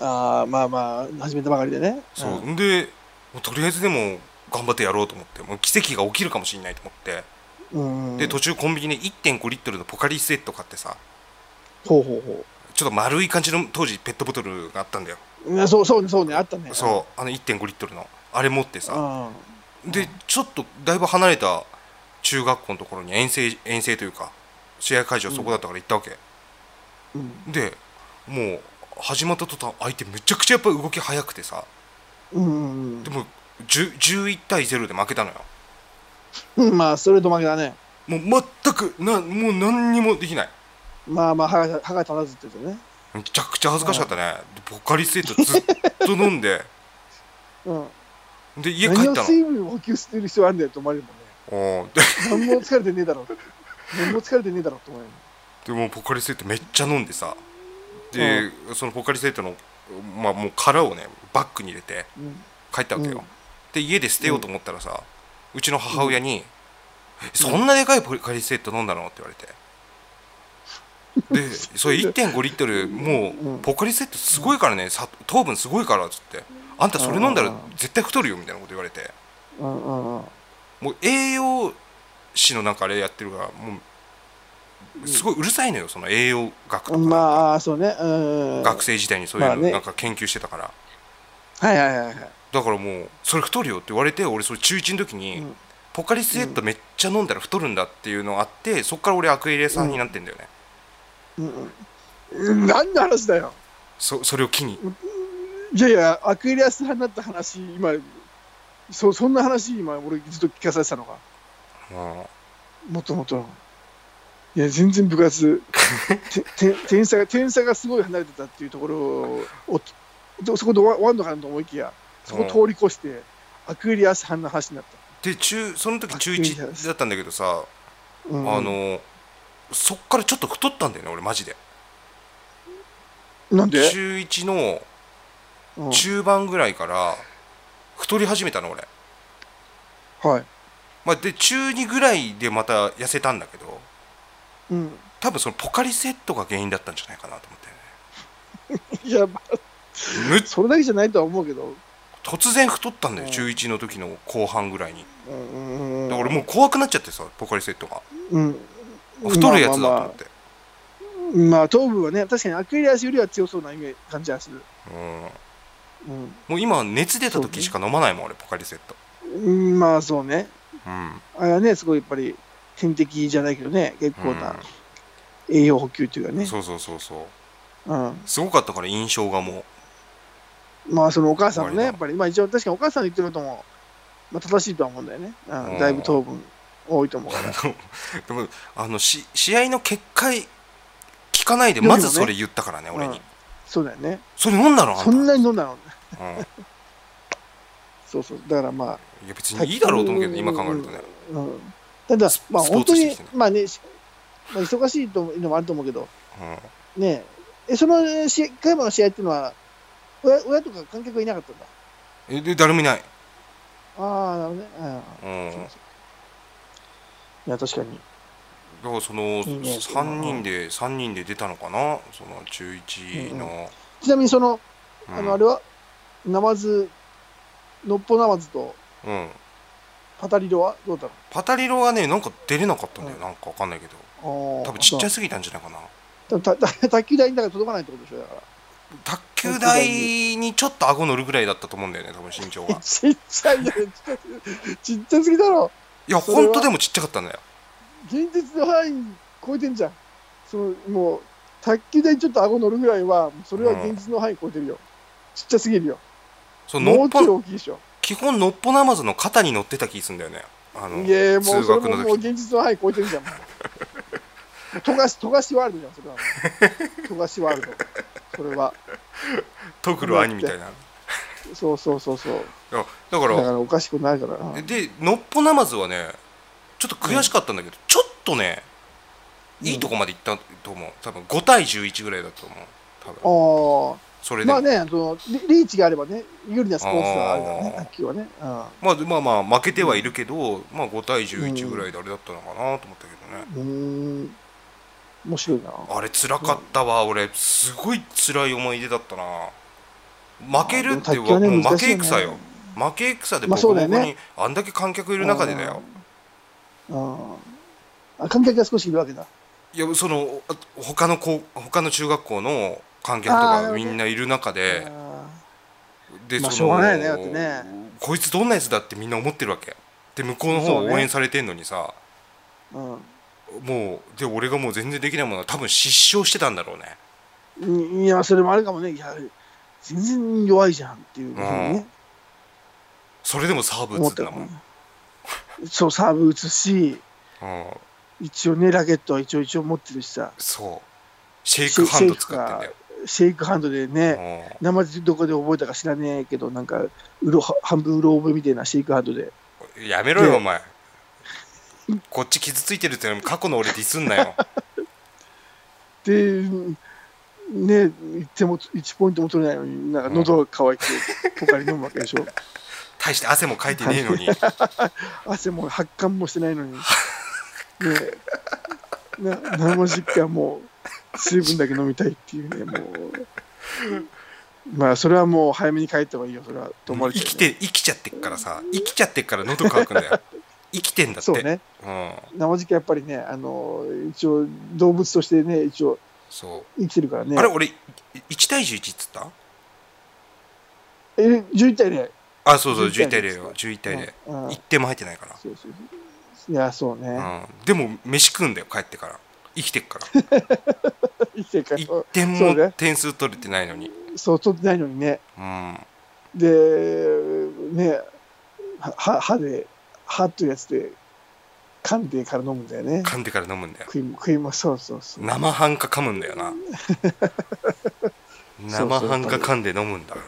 S3: ああまあまあ始めたばかりでね
S2: そう、
S3: ん
S2: でもうとりあえずでも頑張ってやろうと思ってもう奇跡が起きるかもしれないと思って、
S3: うんうん
S2: で途中コンビニで1.5リットルのポカリスエット買ってさ
S3: ほうほうほ
S2: ちょっと丸い感じの当時ペットボトルがあったんだよ、
S3: ういやそうそうねそうねあったね
S2: そうあの1.5リットルのあれ持ってさ
S3: あ
S2: でちょっとだいぶ離れた中学校のところに遠征遠征というか試合会場そこだったから行ったわけ、
S3: ーうん
S2: でもう始まった途端相手めちゃくちゃやっぱり動き速くてさ
S3: うんうん
S2: でも10 11対0で負けたのよ
S3: うんまあストレート負けだね
S2: もう全くなもう何にもできない
S3: まあまあ歯が歯が立たずって言ってね
S2: めちゃくちゃ恥ずかしかったねでポカリスエットずっと飲ん で
S3: うん
S2: で家帰
S3: 何
S2: っ
S3: を
S2: たの
S3: 水分を補給してる必要あるんだよと思われるもんね
S2: おーで
S3: 何も疲れてねえだろ何も疲れてねえだろと思われる
S2: でもうポカリスエットめっちゃ飲んでさで、そのポカリスエットの、まあ、もう殻をねバッグに入れて
S3: うん
S2: 帰ったわけよ、
S3: うん
S2: で家で捨てようと思ったらさ、うちの母親に、そんなでかいポカリスエット飲んだの?」って言われてで それ1.5リットルも
S3: う
S2: うんポカリスエットすごいからねさ糖分すごいからっつって「あんたそれ飲んだら絶対太るよ」みたいなこと言われて
S3: うんうんうん
S2: もう栄養士のなんかあれやってるからもうすごいうるさいのよその栄養学とか、
S3: まあそうねうん
S2: 学生時代にそういう
S3: まあ
S2: の
S3: ね
S2: なんか研究してたから。
S3: はいはいはいはい
S2: だからもうそれ太るよって言われて俺それ中1の時に、
S3: うん
S2: ポカリスエットめっちゃ飲んだら太るんだっていうのあってそっから俺アクエリアさんになってんだよね、
S3: うんうん何の話だよ
S2: そそれを機に
S3: いやいやアクエリアス派になった話今そそんな話今俺ずっと聞かされてたのか
S2: も
S3: もっともっといや全然 部活てて点差が点差がすごい離れてたっていうところをおとそこで終わ終わんのかなと思いきやそこ通り越してアクエリアス派の話になっ
S2: うで中その時中
S3: アクエリア
S2: 1
S3: ス
S2: だったんだけどさ、
S3: た、うん
S2: あのそっからちょっと太ったんだよね俺マジで
S3: なんで、
S2: 中1の
S3: うん
S2: 中盤ぐらいから太り始めたの俺、
S3: はい、
S2: まあ、で中2ぐらいでまた痩せたんだけど
S3: うん、
S2: 多分そのポカリスエットが原因だったんじゃないかなと思って、ね、
S3: いやまあ
S2: むっ
S3: それだけじゃないとは思うけど
S2: 突然太ったんだよ、
S3: うん
S2: 中1の時の後半ぐらいに
S3: うんうんうん
S2: だからもう怖くなっちゃってさポカリセットが
S3: うん
S2: あ太るやつだと思って、
S3: まあ頭部はね確かにアクエリアスよりは強そうなイメージ感じはする、
S2: うん、
S3: うん
S2: もう今熱出た時しか飲まないもん俺ポカリセット
S3: うん、まあそうね
S2: うん
S3: あれはねすごいやっぱり天敵じゃないけどね結構
S2: う
S3: なん栄養補給というかね、
S2: そうそうそうそう
S3: うん、
S2: すごかったから印象がも
S3: まあそのお母さんの
S2: 終わ
S3: ねやっぱりまあ一応確かにお母さんの言ってることも、まあ、正しいとは思うんだよね、う
S2: うん
S3: ん、だいぶ糖分多いと思うから
S2: うでもあのし試合の結果聞かないで
S3: でも
S2: ま
S3: ね
S2: ずそれ言ったからね 俺に、
S3: うんそうだよね
S2: それ飲んだのあんた
S3: そんなに飲んだの
S2: うん、い
S3: そうそうだからまあ
S2: や別にいいだろうと思うけど今考えるとね
S3: うん、ただ
S2: ス、
S3: まあ、
S2: スポー
S3: 本
S2: ツ
S3: 当
S2: してき
S3: に
S2: てね、
S3: まあね、しまあ、忙しいというのもあると思うけど、
S2: うん
S3: ねえ、えそのえー試合、加山の試合っていうのは、親親とか観客がいなかったんだ。
S2: えで誰もいない、
S3: ああ、なるほどね。うん
S2: うん、
S3: そう
S2: だ
S3: そういや、確かに。
S2: からその
S3: いね
S2: 3人で三人で出たのかなその中1の、
S3: ちなみに、その、
S2: うん
S3: あの、あれは、ナマズ、ノッポナマズと
S2: うん、
S3: パタリロはどうだろ
S2: パタリロがねなんか出れなかったんだよ、
S3: うん
S2: なんかわかんないけど
S3: う。
S2: 多分ちっちゃ
S3: す
S2: すぎたんじゃないかな
S3: ぎた卓球台にだから届かないってことでしょ、だから。
S2: 卓球台にちょっと顎乗るぐらいだったと思うんだよね多分身長が
S3: ちっちゃいよ、ちっちゃちっちゃすぎだろ。
S2: いや
S3: それは
S2: 本当でもちっちゃかったんだよ
S3: 現実の範囲超えてんじゃん。そのもう、卓球台にちょっと顎乗るぐらいは、それは現実の範囲超えてるよ。ちっちゃすぎるよ。
S2: その
S3: も
S2: の
S3: う
S2: っ
S3: ちょい
S2: ぽ
S3: 大きいでしょ。
S2: 基本のっぽなまずの肩に乗ってた気すんだよねあの
S3: いやもう
S2: 通
S3: それ
S2: 学の
S3: ももう
S2: 時
S3: 現実の範囲超えて るじゃん。もう富樫富樫ワールドじゃん、それはもう。富樫ワールド。それは。
S2: トグル兄みたいな
S3: そうそうそうそう。
S2: いやだか
S3: だかららおかしくないから。うん
S2: でのっぽなまずはねちょっと悔しかったんだけど、ちょっとねいいとこまで行ったと思う多分5対11ぐらいだと思う多分
S3: あ
S2: そ
S3: あ、
S2: れで
S3: ま
S2: も
S3: あねそのリ、リーチがあればね、有利なスポーツがあるからね
S2: あ、ー
S3: 卓球はね。うん
S2: まあ、まあまあ負けてはいるけど、まあ5対11ぐらいであれだったのかなと思ったけどね、
S3: うーん、面白いな。
S2: あれ辛かったわ、俺すごい辛い思い出だったな負けるって
S3: でも卓球はね
S2: もう負
S3: 難しい
S2: け
S3: よね
S2: 戦よ負け戦でボ
S3: まあそ
S2: コ
S3: う
S2: ボ
S3: だ
S2: コ
S3: よね
S2: にあんだけ観客いる中でだよ、
S3: ああ観客が少しいるわけだ。
S2: いやそのあ他の高他の中学校の観客と
S3: あーなる
S2: か
S3: ほど
S2: みんないる中で
S3: あ
S2: で
S3: ま
S2: その
S3: あしょうがないよねだってね
S2: こいつどんなやつだってみんな思ってるわけで向こうの方
S3: そう
S2: 応
S3: ね
S2: 援されてんのにさ、
S3: あ
S2: もうで俺がもう全然できないものは多分失笑してたんだろうね
S3: うん、いや、それもあるかもね。いや、全然弱いじゃんっていうふうにね、
S2: それでもサーブ
S3: 思
S2: 打
S3: っ
S2: つん
S3: た
S2: だ
S3: か
S2: もん、
S3: も。そう、サーブ打つし、
S2: うん、
S3: 一応ね、ラケットは一応一応持ってるしさ、
S2: そうシェイクハンド使ってんだよ、
S3: シェイクハンドでね、
S2: う
S3: 生地どこで覚えたか知らねえけど、なんか、うろ半分うろ覚えみたいなシェイクハンドで。
S2: んやめろよ
S3: で
S2: お前こっち傷ついてるってのに過去の俺ディスんな よ
S3: で、ね、一点も、1ポイントも取れないのに、なんか喉が渇いて、ポカリ飲むわけでしょ。
S2: 大して汗もかいてねえのに
S3: 汗も発汗もしてないのにねえな生実家はもう水分だけ飲みたいっていうねもうまあそれはもう早めに帰った方がいいよそれはと思わ
S2: 生
S3: れちゃうね、
S2: きて生きちゃってっからさ生きちゃってっから喉乾くんだよ生きてんだって
S3: そうね
S2: うん、
S3: 生実家やっぱりねあの一応動物としてね一応
S2: そう
S3: 生きてるからね
S2: あれ俺い1対11っつった
S3: え11対0
S2: あそうそう11
S3: 11
S2: 対
S3: 対
S2: 0
S3: 0
S2: よ11対0、
S3: うんうん
S2: 1点も入ってないから
S3: そうそうそういやそうね、
S2: うんでも飯食うんだよ帰ってから生きてっから
S3: 生きてるから
S2: 1点
S3: そう
S2: も
S3: ね
S2: 点数取れてないのに
S3: そう取ってないのにね
S2: うん
S3: でねはは歯で歯というやつで噛んでから飲むんだよね
S2: 噛んでから飲むんだよ
S3: 食い食いもそうそうそう
S2: 生半可噛むんだよ な生半可噛んで飲むんだから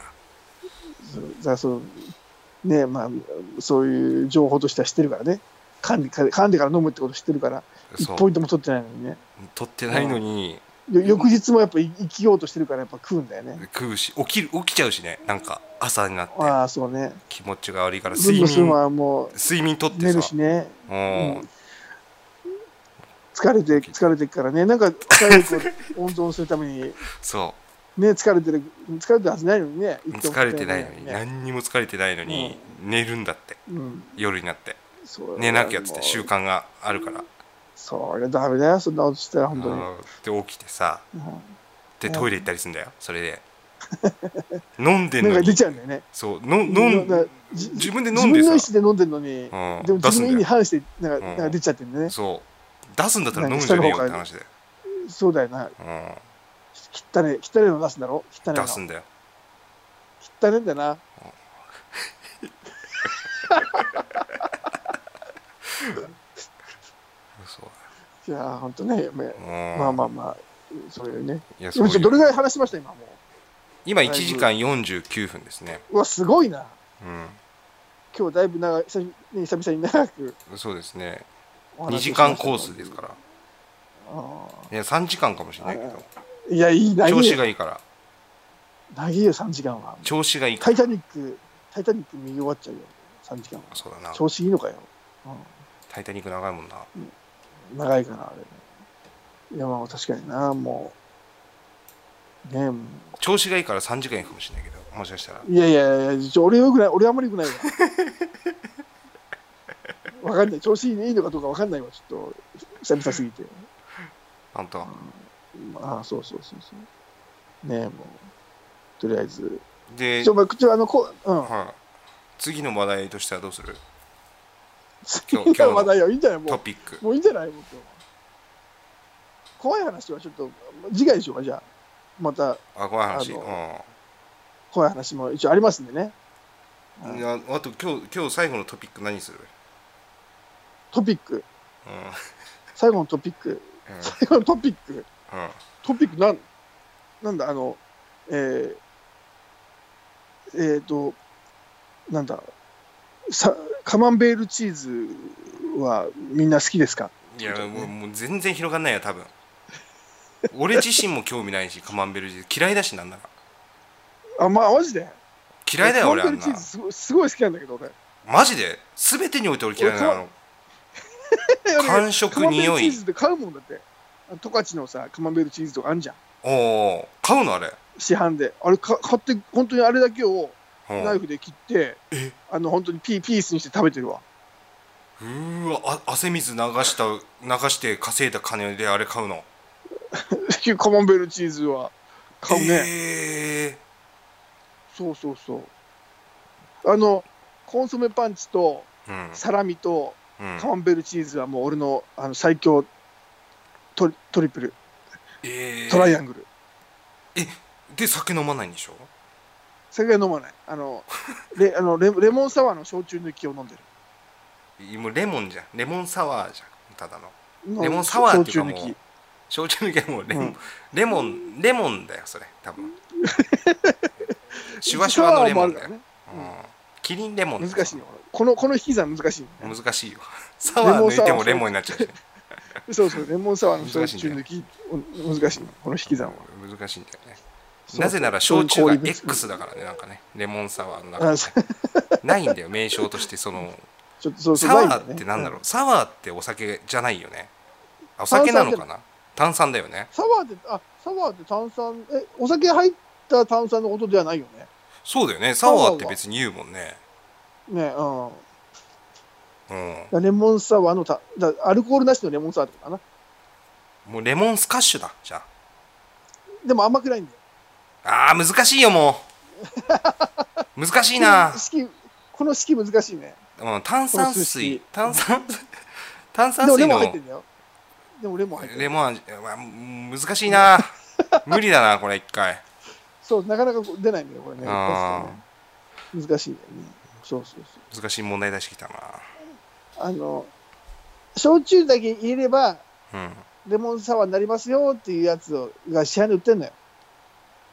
S3: そうだからそのねまあそういう情報としては知ってるからね噛んでから噛んでから飲むってこと知ってるから
S2: そ
S3: 1
S2: う
S3: ポイントも取ってないのにね
S2: 取ってないのに
S3: よ翌日もやっぱ生生きようとしてるからやっぱ食うんだよね
S2: 食うし起きる起きちゃうしねなんか朝になって
S3: ああそうね
S2: 気持ちが悪いから
S3: ブン
S2: 睡
S3: ブンするの
S2: 眠
S3: はも
S2: 睡眠取っ
S3: う
S2: て
S3: 寝
S2: さ
S3: るしね
S2: う
S3: うん
S2: ん
S3: 疲れて疲れてっからねなんか疲れを温存するために
S2: そ
S3: ね、疲れてる、疲れてるはずないのにね。行っても
S2: 疲れてないのに、
S3: ね
S2: 何にも疲れてないのに寝るんだって
S3: うん、
S2: 夜になって
S3: そう
S2: 寝なきゃっつって習
S3: もう
S2: 慣があるから
S3: それダメだよ、そんなことしたら、
S2: あ
S3: 本当に。
S2: ーで起きてさ
S3: う
S2: で
S3: うん
S2: トイレ行ったりするんだよそれで飲んでん
S3: んなん
S2: の
S3: か出
S2: に
S3: ちゃうんだよね。
S2: そうの飲ん
S3: なじ
S2: 自分で
S3: 自
S2: 飲んで
S3: 分の意
S2: さ
S3: 思で飲んでるのに、
S2: うん
S3: でも
S2: 出
S3: 自
S2: すんだ
S3: 分の意
S2: よ
S3: に反してなんか,、
S2: うん
S3: なんか出ちゃってるんだね
S2: そう出すんだったら飲むんじゃねえよって話だよ
S3: そうだよな汚ね汚ねの出すんだろ
S2: う
S3: 汚
S2: ん
S3: ねの
S2: 出すんだよ
S3: 汚ねんだな
S2: そう
S3: いやーほんとねめ
S2: うん
S3: まあまあまあそういうね
S2: いやそう
S3: 今
S2: いう
S3: ちょどれぐらい話しました今も
S2: 今1時間49分ですね
S3: ううわすごいな
S2: う
S3: 今日だいぶ長い久々に久々に長く
S2: んそうですね
S3: お話
S2: 2
S3: を
S2: 時
S3: しました
S2: 間コースですから
S3: あ
S2: いや3時間かもしれないけど
S3: ーいやいいな
S2: 調
S3: い
S2: 子
S3: よ
S2: がいいから
S3: 長いよ3時間は
S2: 調子がいいか
S3: タイタニックタイタニック見終わっちゃうよ3時間は
S2: らそうだな
S3: 調子いいのかよ、うん
S2: 「タイタニック」長いもんな
S3: 長いかなあれいやまあ確かになもうねえも
S2: 調子がいいから3時間いいかもしれないけどもしかしたら
S3: ういやいやいやちょ俺よくない俺あんまりよ くないわわかんない調子いいねいいのかどうかわかんないわちょっと久々すぎて
S2: 本当
S3: ああそうそうそうそうねえもうとりあえず
S2: で
S3: ちょお前口はあのこううん
S2: はい次の話題としてはどうする今
S3: 次
S2: 日今日 の
S3: の話題よいいんじゃないも
S2: ト
S3: う
S2: ピック
S3: もういいんじゃないもう今日怖い話はちょっと次回にしようかじゃあまた
S2: あ怖い話
S3: あ
S2: うん
S3: 怖い話も一応ありますんでねうん
S2: いやあと今日今日最後のトピック何する
S3: トピック
S2: うんうん
S3: 最後のトピック、 最後のトピック、
S2: うん
S3: トピックなん、なんだ、あの、えー、えーと、なんだ、さカマンベールチーズはみんな好きですか
S2: いやもうもう全然広がんないよ多分俺自身も興味ないしカ マンベールチーズ嫌いだしなんなら
S3: あ、まあ、マジで
S2: 嫌いだよ俺
S3: カ
S2: あ
S3: マン
S2: ん
S3: ベ
S2: な
S3: ールチーズすごすごい好きなんだけど、俺。
S2: マジで全てにおいて俺嫌いなの感触
S3: カマンベー
S2: 匂
S3: ルチー
S2: い
S3: ズって買うもんだって。あの十勝のさ、カマンベールチーズとかあんじゃん。
S2: おお買うのあれ
S3: 市販で。あれか、買って、本当にあれだけを
S2: うん
S3: ナイフで切って、あの、本当にピーピースにして食べてるわ。
S2: うーわあ汗水流した流して稼いだ金であれ買うの
S3: カマンベールチーズは買うね。
S2: え
S3: そうそうそう。あの、コンソメパンチと
S2: ー
S3: サラミと
S2: うんうん
S3: カマンベールチーズはもう俺のあの最強トリトリプル、
S2: えー
S3: トライアングル。
S2: で酒飲まないんでしょ
S3: 酒は飲まない。あ の、レあのレレモンサワーの焼酎抜きを飲んでる。
S2: もうレモンじゃんレモンサワーじゃんただの
S3: の
S2: レモンサワーっていうかも
S3: 焼酎
S2: う
S3: 抜
S2: 焼酎
S3: き。
S2: 抜きはもうレモン、
S3: うん
S2: レモンレモンだよそれ多 分シュワシュワのレモンだよ、
S3: サワーもある
S2: うん、キリンレモ
S3: か
S2: ン
S3: ら
S2: だよ
S3: ね難しいよ。このこの引き算難しい、ね。
S2: 難しいよサワー抜いてもレ
S3: レ
S2: モ
S3: モ
S2: ンになっちゃうしね
S3: そうそう、レモンサワーの
S2: 難しい
S3: 焼
S2: んだ
S3: 酎
S2: よ
S3: 抜き、お難しいの。この引き算は。
S2: 難しいんだよね
S3: そう
S2: なぜなら焼酎が
S3: そういう氷です
S2: X だからねなんかねレモンサワーの中
S3: あ
S2: に
S3: そう
S2: ないんだよ名称としてその
S3: ちょっとそうそう
S2: サワ
S3: ない
S2: ー
S3: んだ
S2: っ
S3: よ
S2: て
S3: ね
S2: なんだろうサワーってお酒じゃないよねあお酒なのかな炭酸だよね
S3: サワーって、あ、サワーって炭酸、え、お酒入った炭酸のことではないよね。
S2: そうだよねサワーって別に言うもんね
S3: ね、うん。
S2: う
S3: レモンサワーのた、だアルコールなしのレモンサワーってことかな。
S2: んもうレモンスカッシュだじゃ
S3: でも甘くないんだよ。
S2: ああー難しいよも う難しいな
S3: 式この式難しいね。
S2: うん炭酸
S3: この寿
S2: 水
S3: 司
S2: 炭酸炭
S3: で
S2: 酸
S3: も
S2: 水
S3: レモン
S2: の
S3: 入ってんだよ。でもレモン入って
S2: レ
S3: る。
S2: モン味うわ難しいな無理だなこれ一回
S3: そう、なかなか出ないんだよ、これね。
S2: あ
S3: 難しいんだよね。そうそうそう。
S2: 難しい問題出してきたな
S3: あの、焼酎だけ入れれば、
S2: うん
S3: レモンサワーになりますよっていうやつをが市販で売ってんのよ。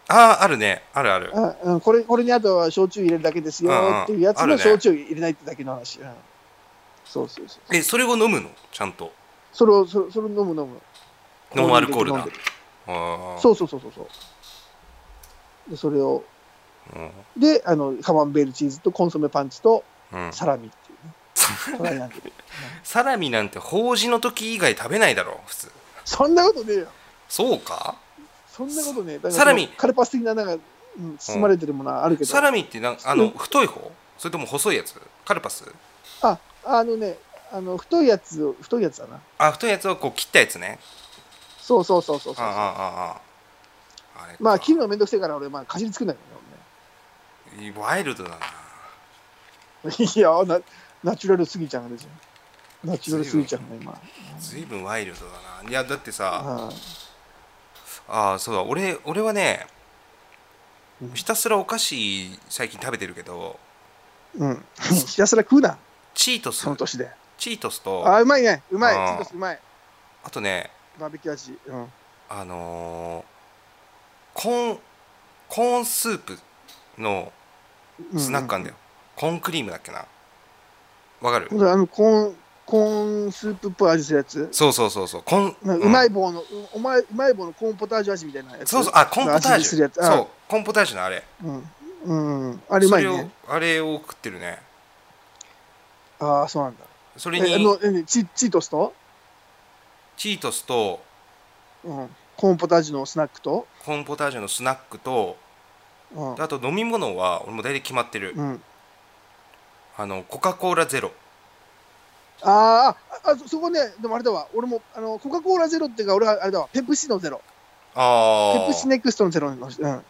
S2: あああるねあるある
S3: うんうん、これこれにあとは焼酎入れるだけですよっていうやつ
S2: うんうんある
S3: の
S2: ね
S3: 焼酎入れないってだけの話。うん、そうそうそう。
S2: えそれを飲むのちゃんと
S3: それを、それそれを飲む飲む。
S2: ノンアルコール
S3: 飲ん
S2: だ
S3: でる
S2: あ
S3: そうそうそうそうそう。で、それを、
S2: う、うん
S3: で、あの、カマンベールチーズとコンソメパンチと
S2: うん、
S3: サラミっていうね。トライアングル
S2: サラミなんて法事の時以外食べないだろう普通
S3: そんなことねえよ。
S2: そうか
S3: そんなことね、だから
S2: サラミ
S3: カルパス的な、なんか、うん、包まれてるものはあるけど、
S2: サラミってなんあの太い方それとも細いやつカルパス
S3: あ、あのね、あの、太いやつを、太いやつだな。
S2: あ太いやつをこう切ったやつね
S3: そうそうそうそう
S2: あ
S3: そ
S2: あ
S3: う。
S2: あああああれか
S3: まあ、切るのめんどくせえから、俺、まあ、かじりつくんだけ
S2: ワイルドだな
S3: どね。 いやな、ナチュラルすぎちゃんがですよ。ナチュラルすぎちゃんが今。
S2: ずいぶんワイルドだないやだってさ
S3: あ
S2: ああそうだ俺俺はね
S3: うん
S2: ひたすらお菓子最近食べてるけど
S3: うん。 ひたすら食うな、
S2: チートス
S3: その年で。
S2: チートスとあ
S3: あ、うまいね。うまい。
S2: あー
S3: チートスうまい。
S2: とね
S3: バーベキュー味。うん。
S2: あのーコーンコーンスープの
S3: うん
S2: スナックあんだよ、コーンクリームだっけなわかる、
S3: ほらあの、コーン、コーンスープっぽい味するやつ。
S2: そうそうそうそうコーン、
S3: なんかうま
S2: い
S3: い棒の、うお前、うまい棒のコーンポタージュ味みたいなやつ。
S2: そうそうあコーンポター
S3: 味
S2: ジ
S3: する
S2: ュ
S3: やつ。あ
S2: そうコーンポタージュのあれ
S3: うん。うん。あれうまい
S2: それ
S3: ね。
S2: をあれを食ってるね
S3: ああ、そうなんだ。
S2: それ
S3: えあの
S2: に
S3: えチチートスと、
S2: チートスと
S3: うん、コーンポタージュのスナックと、
S2: コーンポタージュのスナックと
S3: うん
S2: あと飲み物は俺も大体決まってる、
S3: うん、
S2: あのコカ・コーラゼロ
S3: あーああそそこねでもあれだわ俺もあのコカ・コーラゼロっていうか俺はあれだわペプシのゼロ
S2: あ
S3: ペプシ
S2: あ
S3: ネクストのゼロの、うん、あ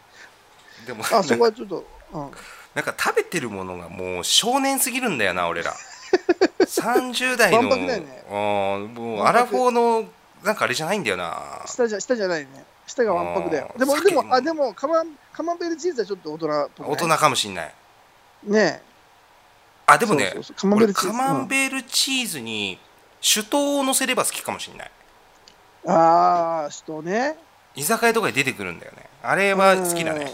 S2: でも
S3: そこはちょっと、うん、
S2: なんか食べてるものがもう少年すぎるんだよな俺 ら30代の
S3: 万博だよね
S2: あーもう
S3: 万博
S2: アラフォーのなんかあれじゃないんだよな
S3: 下じゃ下じゃないね下がわんぱくだよ
S2: あー
S3: でも
S2: 酒
S3: でもあでもカマンカマンベールチーズはちょっと大人っぽくな
S2: 大
S3: い
S2: 人かもしんない
S3: ね
S2: あ
S3: え
S2: でもね
S3: そうそうそうカマンベー
S2: 俺
S3: ルチー
S2: カ
S3: ズ
S2: マンベールチーズに酒盗を乗せれば好きかもしんない
S3: うん、ああ人ね
S2: 居酒屋とかに出てくるんだよねあれは好きだね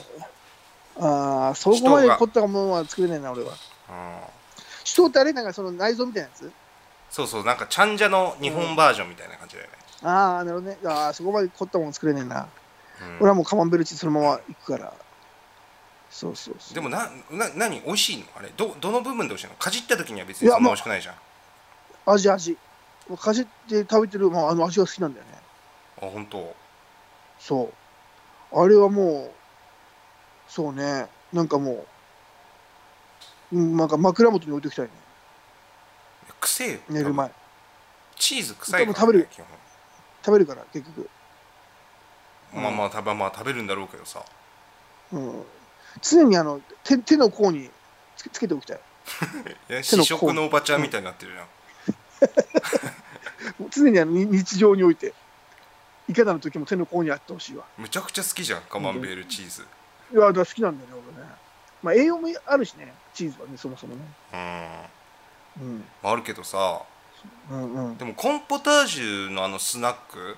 S3: うんああそこまで凝ったものは作れないな俺は
S2: うん
S3: 人ってあれなんかその内臓みたいなやつ
S2: そうそうなんかちゃんじゃの日本バージョンみたいな感じだよね、
S3: ああ、なるほどね。ああ、そこまで凝ったもの作れねえな。
S2: うん
S3: 俺はもうカマンベールチーズそのまま行くから。そうそうそう。
S2: でもなな何美味しいのあれどどの部分で美味しいのかじった時には別
S3: い
S2: に
S3: や
S2: そんな美
S3: もう
S2: 味しくないじゃんあ
S3: 味味。もうかじって食べてる、まあ、あの味が好きなんだよね。
S2: 本当。
S3: そう。あれはもう、そうね。なんかもう、うん、なんか枕元に置いておきたいね。
S2: 臭いよ
S3: 寝る前。
S2: チーズ臭いから、ね、
S3: 多分食べる
S2: 基本
S3: 食べるから、結局。
S2: まあまあ食べ,、まあ、食べるんだろうけどさ
S3: うん。常にあの、手手の甲につけつけておきたい。
S2: いや
S3: 手の
S2: 試
S3: 甲
S2: 食のおばちゃんみたいになってるじゃん、
S3: もう常にあのに日常において、いかなる時も手の甲にあってほしいわ。
S2: むちゃくちゃ好きじゃんカマンベールチーズ
S3: いや、だから好きなんだよね、俺ね。まあ、栄養もあるしね、チーズはね、そもそもね。
S2: うん、
S3: うん。
S2: まあ、あるけどさ
S3: うんうん。
S2: でもコーンポタージュのあのスナック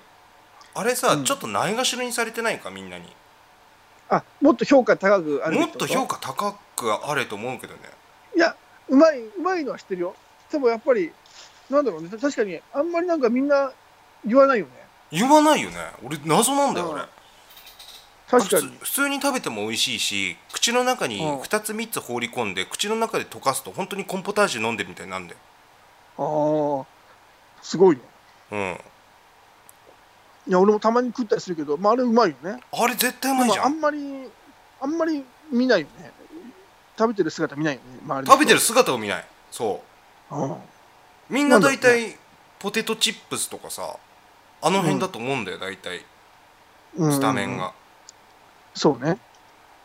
S2: あれさ、
S3: うん
S2: ちょっとないがしろにされてないかみんなに
S3: あ、もっと評価高くある
S2: もっと評
S3: 価
S2: 価高くあれと思うけどね
S3: いや、うまい、うまいのは知ってるよ。でもやっぱり、なんだろうね、確かに、あんまりなんかみんな言わないよね。
S2: 言わないよね俺謎なんだよ、
S3: うん
S2: 俺
S3: 確か
S2: あ
S3: に
S2: 普。通普通に食べても美味しいし口の中に
S3: うん
S2: 2つ3つ放り込んで口の中で溶かすと本当にコーンポタージュ飲んでるみたいになるんだよ
S3: ああ、すごいね。
S2: うん
S3: いや、俺もたまに食ったりするけど、まあ、あれうまいよね。
S2: あれ絶対う
S3: で
S2: まい
S3: も
S2: じゃ
S3: あ
S2: ん
S3: んまり、あんまり見ないよね。食べてる姿見ないよね、周りの人
S2: 食べてる姿を見ないそ
S3: うん
S2: うみんな大
S3: なんだろう
S2: 体ポテトチップスとかさあの辺だと思うんだよ大体
S3: うん。
S2: スタメンが、。
S3: そうね。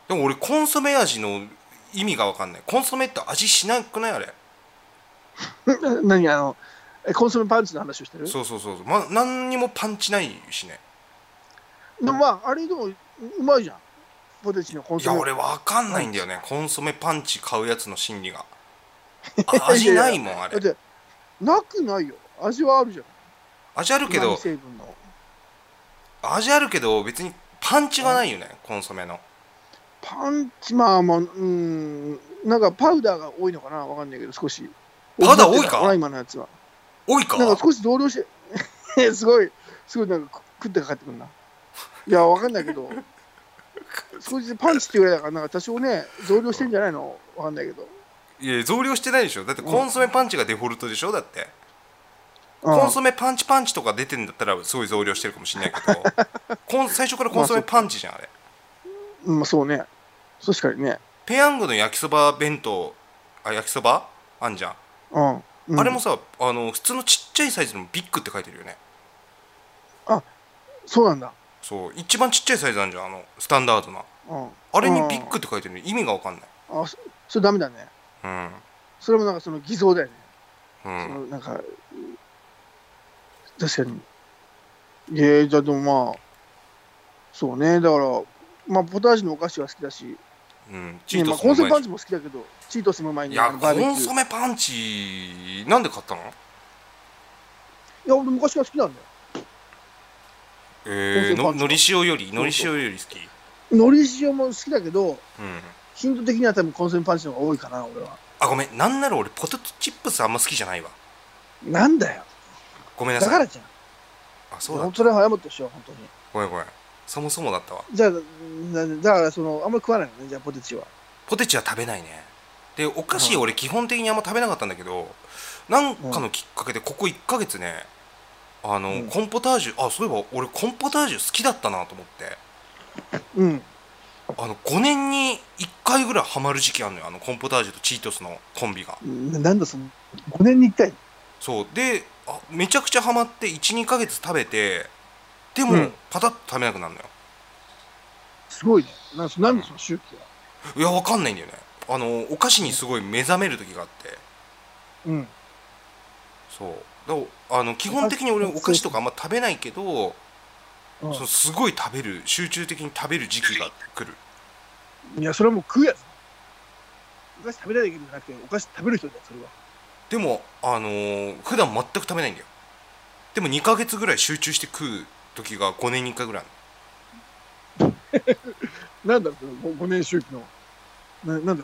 S2: でも俺コンソメ味の意味が分かんないコンソメって味しなくないあれ
S3: ん何あのえコンソメパンチの話をしてる
S2: そうそうそうそう、ま、何にもパンチないしね
S3: でもまああれでもううまいじゃんポテチのコン
S2: い
S3: ソ
S2: や
S3: メ
S2: 俺分かんないんだよねコンソメパンチ買うやつの心 理があ味ないもんあ
S3: だっ
S2: れ
S3: てなくないよ味はあるじゃん
S2: 味あるけ
S3: うま
S2: ど
S3: み成分の
S2: 味あるけど別にパンチはないよねコンソメの
S3: パンチまあまあうんなんかパウダーが多いのかなわかんないけど少し
S2: パウダー多いか
S3: 俺今のやつは
S2: 多いか
S3: なんか少し増量して すごいすごいなんか食ってかかってくるないやわかんない けど少しパンチって言われたからなんか多少ね増量してんじゃないのわかんないけど
S2: いや増量してないでしょだってコンソメパンチがデフォルトでしょだって
S3: うん
S2: コンソメパンチパンチとか出てんだったらすごい増量してるかもしれないけど コン最初からコンソメパンチじゃんあれ
S3: うん、そうね。確かにね。
S2: ペヤングの焼きそば弁当あ焼きそばあんじゃん、
S3: うん。うん
S2: あれもさあの普通のちっちゃいサイズのビッグって書いてるよね
S3: そうなんだ。
S2: そう一番ちっちゃいサイズあんじゃんあのスタンダードな
S3: うん。
S2: あれにビッグって書いてるの意味が分かんない
S3: あ、そそれダメだね。それもなんかその偽造だよね。
S2: うん
S3: そ
S2: うん
S3: のなんか、確かに。えー、じゃあでもまあ、そうね。だから、まあ、ポタージュのお菓子は好きだし、
S2: うんチ
S3: ね
S2: ート
S3: まあ、
S2: スも
S3: コンソメ
S2: うま
S3: パ
S2: い
S3: ン
S2: し
S3: チも好きだけど、チートスもうまい
S2: い
S3: ね。あ
S2: や
S3: の
S2: コ
S3: バーベキュ
S2: ン
S3: ー。
S2: ソメパンチなんで買ったの
S3: いや、俺昔から好きなんだよ。
S2: えー、
S3: コンソメパ
S2: の
S3: ンチ
S2: のり塩よりのり塩より好き
S3: 海苔塩も好きだけど、
S2: うん
S3: 頻度的には多分コンソメパンチの方が多いかな、俺は。
S2: あごめんなんなら俺ポテトチップスあんま好きじゃないわ
S3: なんだよ。
S2: ごめん
S3: だ
S2: なさい
S3: からじゃん。
S2: あそうだ
S3: 本当に謝ってほしいよ、本当に。
S2: ごめんごめんそもそもだったわ
S3: じゃあ、なだからその、あんまり食わないのね、じゃあポテチは。
S2: ポテチは食べないねでお菓子俺基本的にあんま食べなかったんだけどなんかのきっかけでここ1ヶ月ねあの、
S3: うん
S2: コーンポタージュあそういえば俺コーンポタージュ好きだったなと思って
S3: うん。
S2: あの5年に1回ぐらいハマる時期あるのよあのコーンポタージュとチートスのコンビが
S3: ななんだその、5年に1回。
S2: そうであめちゃくちゃハマって12ヶ月食べてでも、
S3: うん
S2: パタッと食べなくなるのよ
S3: すごいね。なんそなんでその周期
S2: い
S3: が。
S2: やわかんないんだよねあのお菓子にすごい目覚める時があって
S3: うん。
S2: そうだからあの基本的に俺お菓子とかあんま食べないけど
S3: うん
S2: そうすごい食べる集中的に食べる時期が来る
S3: いや、それはもう食うやつ。お菓子食べないだけじゃなくて、お菓子食べる人だよ、それは。
S2: でもあのー普段全く食べないんだよでも2ヶ月ぐらい集中して食う時が5年に1回ぐらいある
S3: なんだろう、その 5, 年周期の。ななんだろう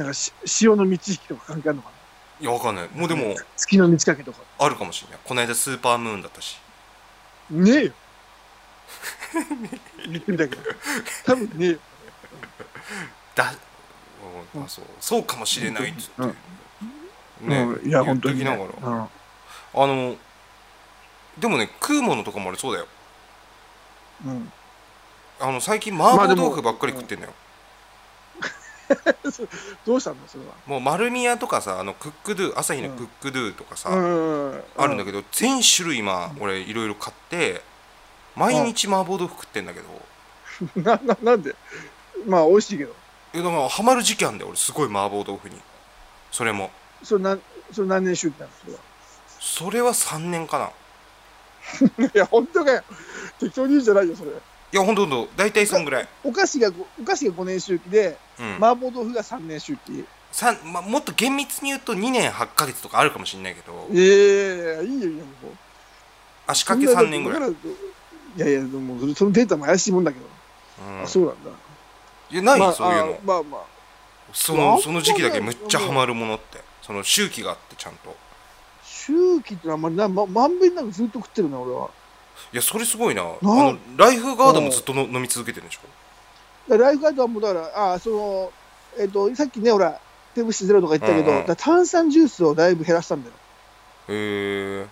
S3: な。なんかし、潮の満ち引きとか関係あるのか
S2: いやわかんないもう
S3: な。
S2: でも、
S3: 月の満ち欠けとか。
S2: あるかもしれないこの間スーパームーンだったし
S3: ねえよ。言ってみたけど。多分ねえよ。
S2: だ、うんあそうそうかもしれないっつって、ね、
S3: うん、いや、本当に、ね。
S2: 言っときながら
S3: うん
S2: あのでもね食うものとかもあれそうだよ
S3: うん、
S2: あの最近麻
S3: まあ
S2: 婆
S3: でも
S2: 豆腐ばっかり食ってんのよ、
S3: どうしたんだそれは
S2: もう丸見屋とかさあのクックドゥ朝日のクックドゥとかさ、
S3: うん
S2: あるんだ
S3: け
S2: けど全種類今俺いろいろ買って毎日麻婆豆腐食ってんだけど
S3: どな ななんでまあ美味しいけど
S2: えだからハマる時期あんだよ俺すごい麻婆豆腐にそれも
S3: それなんそれ何年周期なんですか
S2: それは3年かない
S3: や本当かよ適当に言うんじゃないよそれ
S2: いやほんとほんと大体そんぐらい、
S3: お菓子がごお菓子が5年周期で
S2: うん
S3: 麻婆豆腐が3年周期
S2: さんま、もっと厳密に言うと2年8ヶ月とかあるかもしれないけど
S3: ええいいよいいよもう
S2: 足掛け3年ぐらい、
S3: いいやいやでもそれそのデータも怪しいもんだけど、
S2: うん
S3: あそうなんだ
S2: いやない、
S3: まあ
S2: そういうの
S3: あまあまあ
S2: そ
S3: ま
S2: の
S3: あ
S2: その時期だけむっちゃハマるものってその周期があってちゃんと
S3: 周期ってあんまりな、ま、まんべんなくずっと食ってるな俺はい
S2: やそれすごいなあ
S3: な
S2: のライフガードもずっとの飲み続けてるんでしょ
S3: だからライフガードはもうだから、ああ、その、えっ、と、さっきね、ほら、手ブシゼロとか言ったけど、
S2: うんうん
S3: だから炭酸ジュースをだいぶ減らしたんだよ。
S2: へえ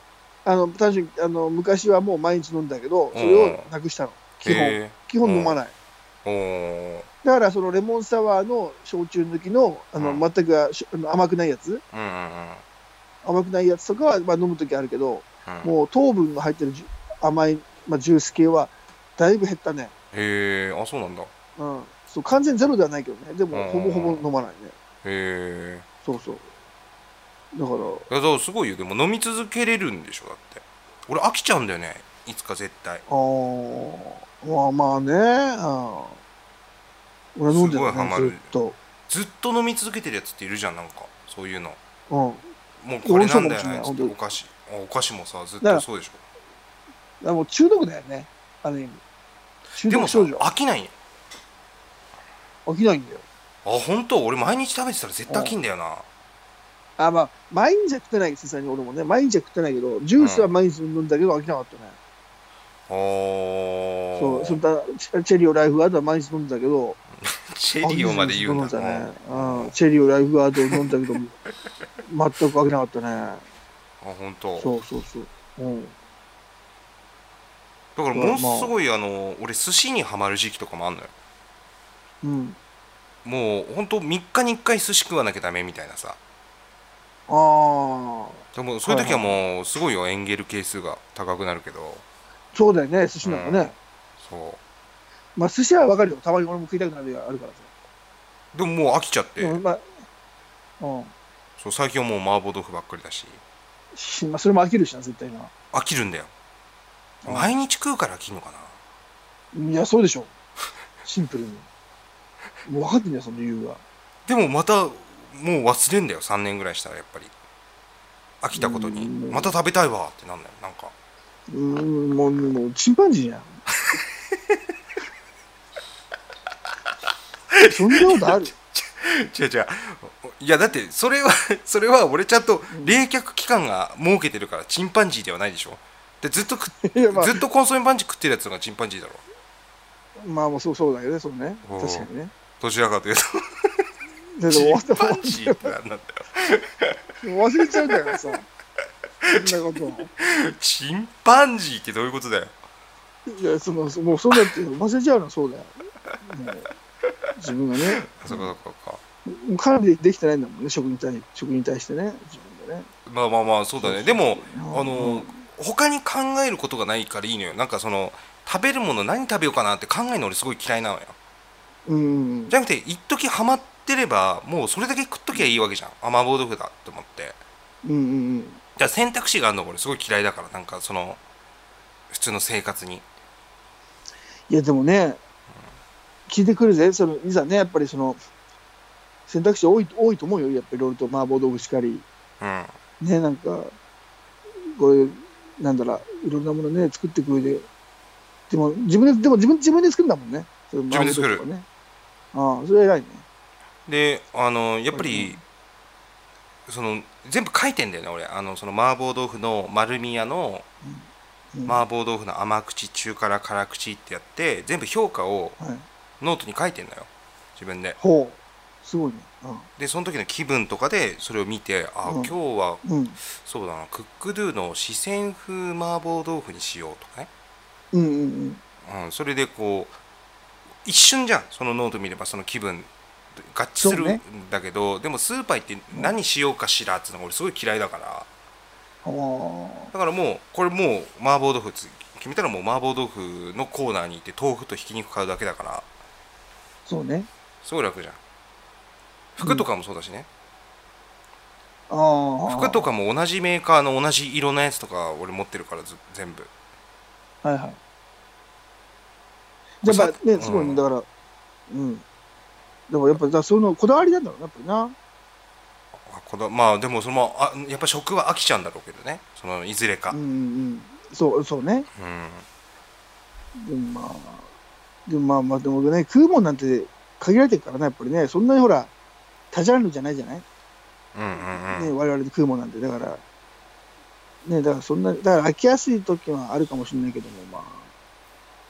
S3: あの、単純に、あの、昔はもう毎日飲んだけど、それをなくしたの。基本、
S2: へ
S3: 基本飲まない。
S2: えおー
S3: だから、そのレモンサワーの焼酎抜きの、あの、
S2: うん
S3: 全くあしあの甘くないやつ、
S2: うんうん
S3: 甘くないやつとかは、まあ、飲むときあるけど、
S2: うんうん
S3: もう糖分が入ってるジュ甘い、まあ、ジュース系は、だいぶ減ったね。
S2: へえあそうなんだへ
S3: うん。そう、完全ゼロではないけどね。でも、ほぼほぼ飲まないね。
S2: え
S3: そうそう。だから、
S2: だからすごいよでも飲み続けれるんでしょだって俺飽きちゃうんだよねいつか絶対
S3: あーまあまあね。あー俺飲んで
S2: すごいハマ
S3: た
S2: る
S3: ね、ずっと。
S2: ずっと飲み続けてるやつっているじゃんなんかそういうの
S3: うん。
S2: もうこれなんだよ
S3: 俺
S2: ね
S3: も
S2: つ
S3: そ
S2: っ
S3: う
S2: て
S3: かもしれない
S2: お菓子あお菓子もさずっ
S3: だか
S2: と
S3: ら
S2: そうでしょ
S3: あもう中毒だよね。ある意味。中
S2: でも
S3: 毒
S2: さ
S3: 症状。
S2: 飽きないよ
S3: 飽きないんだよ。
S2: あ本当俺毎日食べてたら絶対飽きんだよな
S3: あまあ、毎日は食ってないけど、さすがに俺もね。毎日は食ってないけど、ジュースは毎日飲んだけど飽きなかったね。
S2: お
S3: そう、それだチェチェリオライフガードは毎日飲んだけど、
S2: チェリオまで言うんだ
S3: 飽き ない飲んだね。うん。チェリオライフガードを飲んだけど、全く飽きなかったね。
S2: あ本当
S3: そうそうそう。うん。
S2: だからものすごいあの俺寿司にはまる時期とかもあんのよ
S3: うん。
S2: もう本当3日に1回寿司食わなきゃダメみたいなさ
S3: ああ。
S2: でもそういう時はもうすごいよエンゲル係数が高くなるけど
S3: そうだよね、寿司なんかね。
S2: そ
S3: まあ、寿司はわかるよ。たまに俺も食いたくなる時があるからさ。
S2: うでももう飽きちゃって、
S3: うん、まあ、うん
S2: そう最近はもう麻婆豆腐ばっかりだし
S3: し。まあ、それも飽きるしな、絶対な。
S2: 飽きるんだよ
S3: うん
S2: 毎日食うから飽きんのかない
S3: や、そうでし ょ。シンプルに。もう分かってんだよ、その理由が。
S2: でもまたもう忘れんだよ3年ぐらいしたらやっぱり飽きたことに
S3: うん
S2: また食べたいわってなんだよなんか
S3: うーん、もう、もう、チンパンジーやん。そんなことある
S2: 違う違ういやだってそれは それは俺ちゃんと冷却期間が設けてるからチンパンジーではないでしょでずっと食っ
S3: いや、まあ、
S2: ずっとコンソメパンチ食ってるやつがチンパンジーだろ
S3: まあ、もうそうそうだけどね、そうね。
S2: うん
S3: 確かにね。
S2: どちらかと いうと
S3: だって
S2: チ
S3: 終わっ
S2: ン
S3: た
S2: パンジーってなんだよ
S3: 忘れちゃうんだからさ。そんなこ
S2: チンパンジーってどういうことだよ
S3: と。いや、その、そもうそうだって、忘れちゃうのはそうだよ。もう自分がね、
S2: あそこそこか
S3: もう管理できてないんだもんね、職に対職に対してね、自分でね。
S2: まあまあまあそうだねでも
S3: うん
S2: あの他に考えることがないからいいのよなんかその食べるもの何食べようかなって考えるの俺すごい嫌いなのよ
S3: うん。
S2: じゃなくて一時ハマってればもうそれだけ食っときゃいいわけじゃんあ麻婆豆腐だって思って
S3: うんうんうん。
S2: じゃあ選択肢があるのが俺すごい嫌いだからなんかその普通の生活に
S3: いやでもね、聞いてくるぜ、そのいざね、やっぱりその選択肢多い多いと思うよ、やっぱりいろいろと麻婆豆腐しかり、
S2: うん
S3: ね、なんか、こういう、なんだろう、いろんなものね、作っていく上で、でも自分ででも自分自分で作るんだもんね、それ
S2: 自分で作る
S3: 麻婆豆腐はね。ああ、それは偉いね。
S2: であのやっぱ
S3: う
S2: りその全部書いてんだよね俺あのその麻婆豆腐の丸み屋の
S3: うん
S2: 麻婆豆腐の甘口中辛辛口ってやって全部評価を
S3: はい、
S2: ノートに書いてんのよ自分で
S3: ほう、すごいね。
S2: でその時の気分とかでそれを見てあ、
S3: うん
S2: 今日は
S3: うん、うん、
S2: そうだなクックドゥの四川風麻婆豆腐にしようとかね、
S3: うん、うん
S2: うん、それでこう一瞬じゃんそのノート見ればその気分合致する
S3: そうね
S2: んだけど、でもスーパー行って何しようかしらっていうのが俺すごい嫌いだから
S3: うん。ああ。
S2: だからもうこれもう麻婆豆腐つ決めたらもう麻婆豆腐のコーナーに行って豆腐とひき肉買うだけだから
S3: そうね。
S2: すごい楽じゃん服とかもそうだしね、
S3: ああ。
S2: 服とかも同じメーカーの同じ色のやつとか俺持ってるからず全部
S3: はいはい。やっぱ
S2: う
S3: ね、
S2: ん
S3: すごいね、だから、うん。でもやっぱ、だからそのこだわりなんだろうな、やっぱりな。
S2: あこだまあでもそのあやっぱ食は飽きちゃうんだろうけどねそのいずれか、
S3: う
S2: うんん
S3: うんうん。そう、そうね。でもまあ、でもまあまあ、でもね、食うもんなんて限られてるからね、やっぱりね、そんなにほら、多ジャンルじゃないじゃない、ね、
S2: うんうんうん、
S3: 我々で食うもんなんて、だから、ね、だからそんな、だから飽きやすい時はあるかもしれないけども、まあ、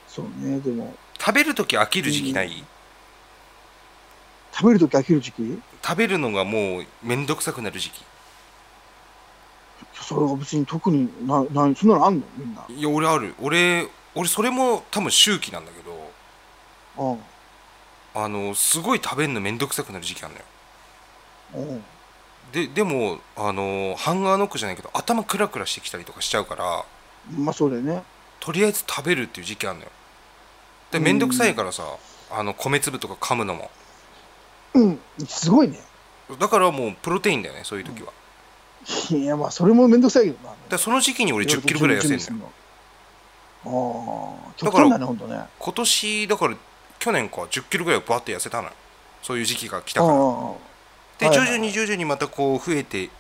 S3: そうね、でも、
S2: 食べる時飽きる時期ない、
S3: 食べる時飽きる時期
S2: 食べるのがもう面倒くさくなる時期
S3: それは別に特にな、なそんなのあんのみんな。
S2: いや俺ある俺俺それも多分周期なんだけど
S3: うん。
S2: あのすごい食べるの面倒くさくなる時期あるのよ
S3: うん
S2: ででもあのハンガーノックじゃないけど頭クラクラしてきたりとかしちゃうから
S3: まあそうだよね。
S2: とりあえず食べるっていう時期あるのよで面倒くさいからさあの米粒とか噛むのも
S3: うん、すごいね。
S2: だからもうプロテインだよねそういう時は、
S3: いや、まあそれもめんどくさいけどな。
S2: でその時期に俺1 0キロぐらい痩せるんだよ
S3: よ。ああ、
S2: だ
S3: 極
S2: から
S3: 端だね、ほんとね。あ
S2: 今年だから去年か1 0キロぐらいバッて痩せたのよそういう時期が来たから
S3: あ、
S2: で
S3: はい
S2: 徐
S3: はい
S2: 々に徐々にまたこう増えていっ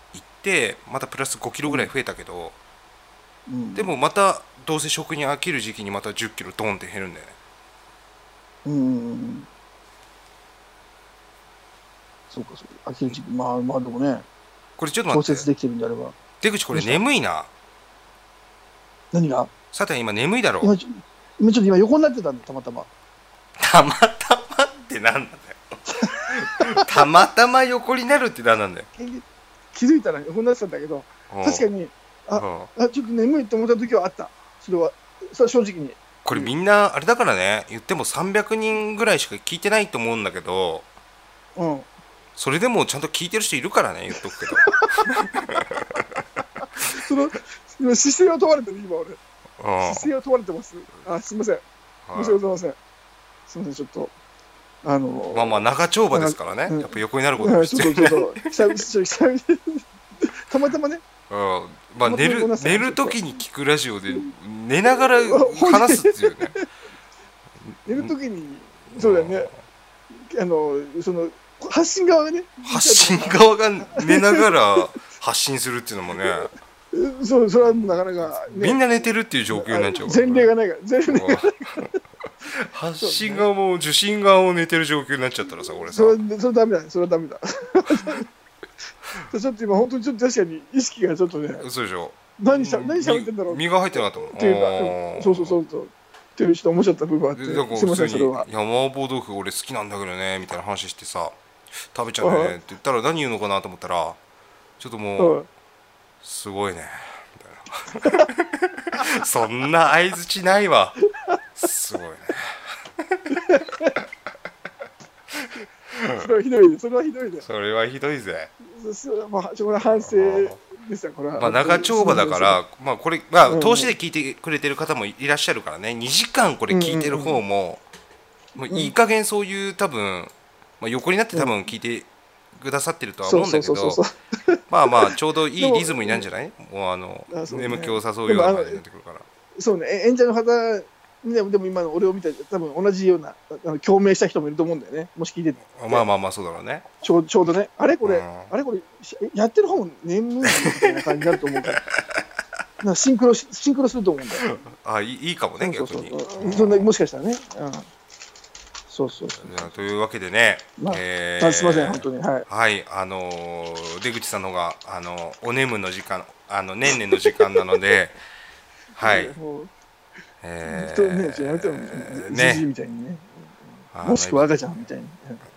S2: てまたプラス5キロぐらい増えたけど、
S3: うん。
S2: で、もまたどうせ食に飽きる時期にまた1 0キロドンって減るんだよね
S3: うんうんうん。そうか、そうか。飽きる時期、まあまあでもね、
S2: これちょっと
S3: 調
S2: 待っ
S3: 節
S2: て
S3: できてるんであれば。
S2: 出口これ眠いな
S3: 何が
S2: さて今眠いだろ
S3: 今ちょ、今ちょっと今横になってたんだ、たまたま。
S2: たまたまってなんなんだよたまたま横になるってなんなんだよ
S3: 気気づいたら横になってたんだけど、
S2: うん
S3: 確かにあ
S2: うん
S3: あちょっと眠いと思った時はあったそれはそれは正直に
S2: これみんなあれだからね言っても300人ぐらいしか聞いてないと思うんだけど
S3: うん
S2: それでもちゃんと聞いてる人いるからね言っとくけ
S3: その今姿勢を問われてる今俺
S2: ど、うん
S3: 姿勢を問われて ますあすいません申し
S2: はい
S3: 訳ございませんすみませんちょっとあの
S2: まあまあ長丁場ですから
S3: う
S2: ね
S3: ん
S2: やっぱ横になること
S3: は
S2: も
S3: い ち
S2: 必
S3: ょ
S2: 要
S3: っとちょっと久々久々 たまたまね
S2: うんまあ寝
S3: ごめんな
S2: る
S3: さい
S2: 寝る時に聞くラジオで寝ながら話す っていうね
S3: 寝る時にそうだよねあのその発信側がね
S2: 発信側が寝ながら発信するっていうのもね
S3: そうそれはもうなかなか、ね、
S2: みんな寝てるっていう状況になっちゃうからね
S3: 前例がないから前例が
S2: 発信側も受信側も寝てる状況になっちゃったらさ俺さ
S3: それそれダメだそれはダメだ ちょっと今本当にちょっと確かに意識がちょっとね
S2: そうでしょ
S3: 何しゃ何しゃべってんだろうっ
S2: 身が入ってなかった
S3: ていうかうんそうそうそううそうっていう人思っちゃった部分あっ
S2: でだ
S3: て
S2: から
S3: すいませ
S2: 普
S3: ん
S2: 通
S3: そ
S2: に
S3: れは
S2: 山ぼう豆腐俺好きなんだけどねみたいな話してさ食べちゃうねって言ったら何言うのかなと思ったらちょっともう、
S3: うん
S2: すごいねみたいな そんな相づちないわすごいね
S3: それはひどいでそれはひどいで
S2: それはひどいぜ
S3: そそまあ、そこら反省でした、これは。
S2: まあ長丁場だからまあこれまあ投資で聞いてくれてる方もいらっしゃるからね2時間これ聞いてる方ももういい加減そういう多分まあ横になって多分聞いてくださってるとは
S3: そ
S2: 思
S3: う
S2: うん
S3: そ
S2: だ
S3: う
S2: け
S3: そうそ
S2: ど
S3: う。
S2: まあまあちょうどい
S3: で
S2: い
S3: も
S2: リズムになるんじゃないもうあの
S3: あそうね
S2: 眠気を誘うような感じになってくるから
S3: そうね、え演者の方にでもでも今の俺を見て、多分同じような、あの共鳴した人もいると思うんだよね、もし聞いてて
S2: まあまあまあそうだろうね
S3: ちょうちょうどね、あれこれ、
S2: うん
S3: あれこれ、しやってる方も眠いみたいな感じになると思 うから、なんかシンクロしシンクロすると思うんだよ。
S2: あいいいいかもね
S3: そ
S2: 逆
S3: うそう
S2: に
S3: そう
S2: う
S3: うんんそんな、もしかしたらね。うん、そうそうそう。
S2: じゃあというわけでね、
S3: まあ
S2: え
S3: あすみません、本当に。はい。
S2: はい、あのー出口さんの方が、あのーおねむの時間、あの、ねんねんの時間なの で、はい、
S3: もう、
S2: え
S3: 本当にね、ちょっとやめても
S2: ー、
S3: じじい
S2: ね、
S3: みたいにね。
S2: あの
S3: もしくは赤ちゃんみたいに。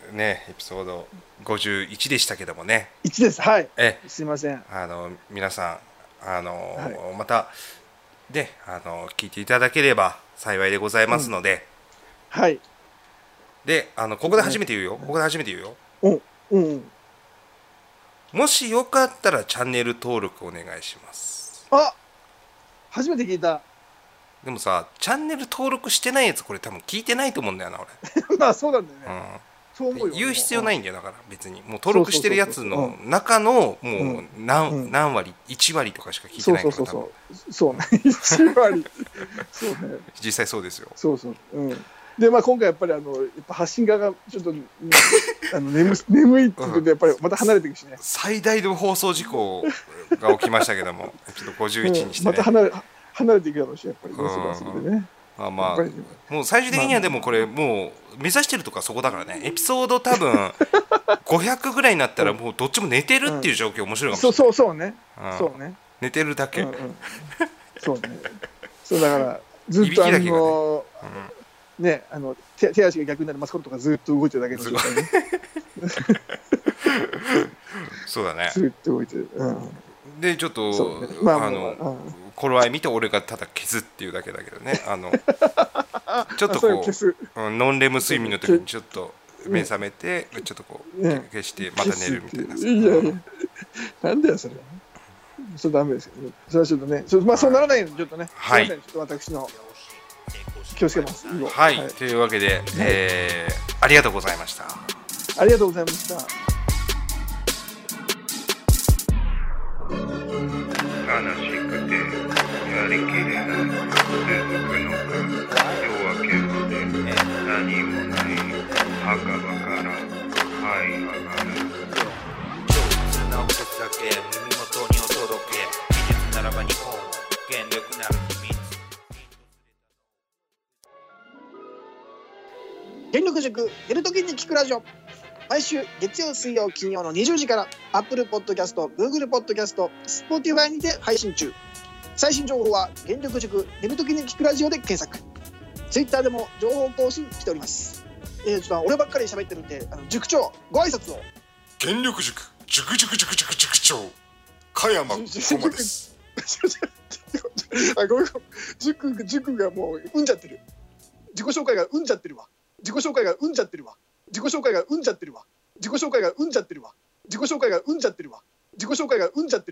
S3: うん
S2: ね、エピソード51でしたけどもね、
S3: 1です、はい。
S2: え、
S3: すいません。
S2: あの、皆さん、あのーまた、ね、あのー聞いていただければ幸いでございますので、
S3: はい。
S2: で、あの、ここで初めて言うよ、ここで初めて言うよ、
S3: うん、うん。
S2: もしよかったらチャンネル登録お願いします。
S3: あ初めて聞いた。
S2: でもさチャンネル登録してないやつこれ多分聞いてないと思うんだよな
S3: まあ、そうなんだよね。
S2: 俺、
S3: そう思
S2: う、
S3: うんよ。
S2: 言う必要
S3: い。
S2: ないんだよだから別にもう登録してるやつの中のもう何,、
S3: うん
S2: 何割1割とかしか聞いて
S3: そう
S2: ない
S3: そ
S2: か
S3: う
S2: ら
S3: そ
S2: 多
S3: う
S2: 分
S3: そう。そうね。一割。そうね。
S2: 実際そうですよ
S3: そうそう。うん。で、まあ、今回やっぱり、あの、やっぱ発信側がち ょっと、うんあの眠眠いっていうことで、やっぱりまた離れていくしね。
S2: 最大の放送事故が起きましたけど もちょっと51にし
S3: う
S2: て
S3: んま
S2: ね
S3: た、離れ離れていくだろうし、やっぱりね、
S2: うん
S3: それはそれでね。
S2: まあ
S3: やっ
S2: ま
S3: ぱりね
S2: あもう最終的にはでもこれもう目指してるとかそこだからねエピソード多分500ぐらいになったらもうどっちも寝てるっていう状況面白いか
S3: そ
S2: も
S3: う
S2: しれ
S3: そうそうね。
S2: ない、うん
S3: そうね。
S2: 寝てるだけ、
S3: うんうん、そうね。そうだから、ずっとあ
S2: いびきだけが
S3: の、ね、あの手手足が逆になるマスコットがずっと動いてるだけの状態ね。
S2: そうだね
S3: ずっと動いてる。うん。
S2: でちょっと、
S3: そうね。まあ
S2: あ、
S3: まあ
S2: の、
S3: まあ
S2: 頃合い見て俺がただ消すっていうだけだけど ねあのちょっ
S3: あ、
S2: と
S3: それを
S2: こ
S3: 消す。
S2: う、うんノンレム睡眠の時にちょっと目覚めて、ちょっとこう
S3: ね
S2: 消してまた寝るみたいな
S3: 消すっていういやいや、なんだよ、それ。それダメですけど、それはちょっとね、そ,、まあ、そうならないように、ちょっとね、
S2: はい
S3: すませんちょっと私の気をつけます。以後
S2: はい、というわけで、えーありがとうございました。
S3: ありがとうございました。
S4: 悲しくてやりきれない続くのか夜明けまで何もない墓場から這い上がる
S5: 上質な音だけ耳元にお届け技術ならば日本原力なる秘密
S3: 原力塾やるときに聞くラジオ毎週月曜水曜金曜の20時から Apple Podcast、Google Podcast、Spotify にて配信中最新情報は原力塾やるときに聞くラジオで検索 Twitter でも情報更新しておりますえー、ちょっと俺ばっかり喋ってるんであの塾長ご挨拶を
S2: 原力塾塾塾塾塾塾長加山
S3: 駒です あごめんごめん塾塾がもううんじゃってる自己紹介がうんじゃってるわ自己紹介がうんじゃってるわ自己紹介がうんじゃってるわ自己紹介がうんじゃってるわ自己紹介がうんじゃってるわ自己紹介がうんじゃってるわ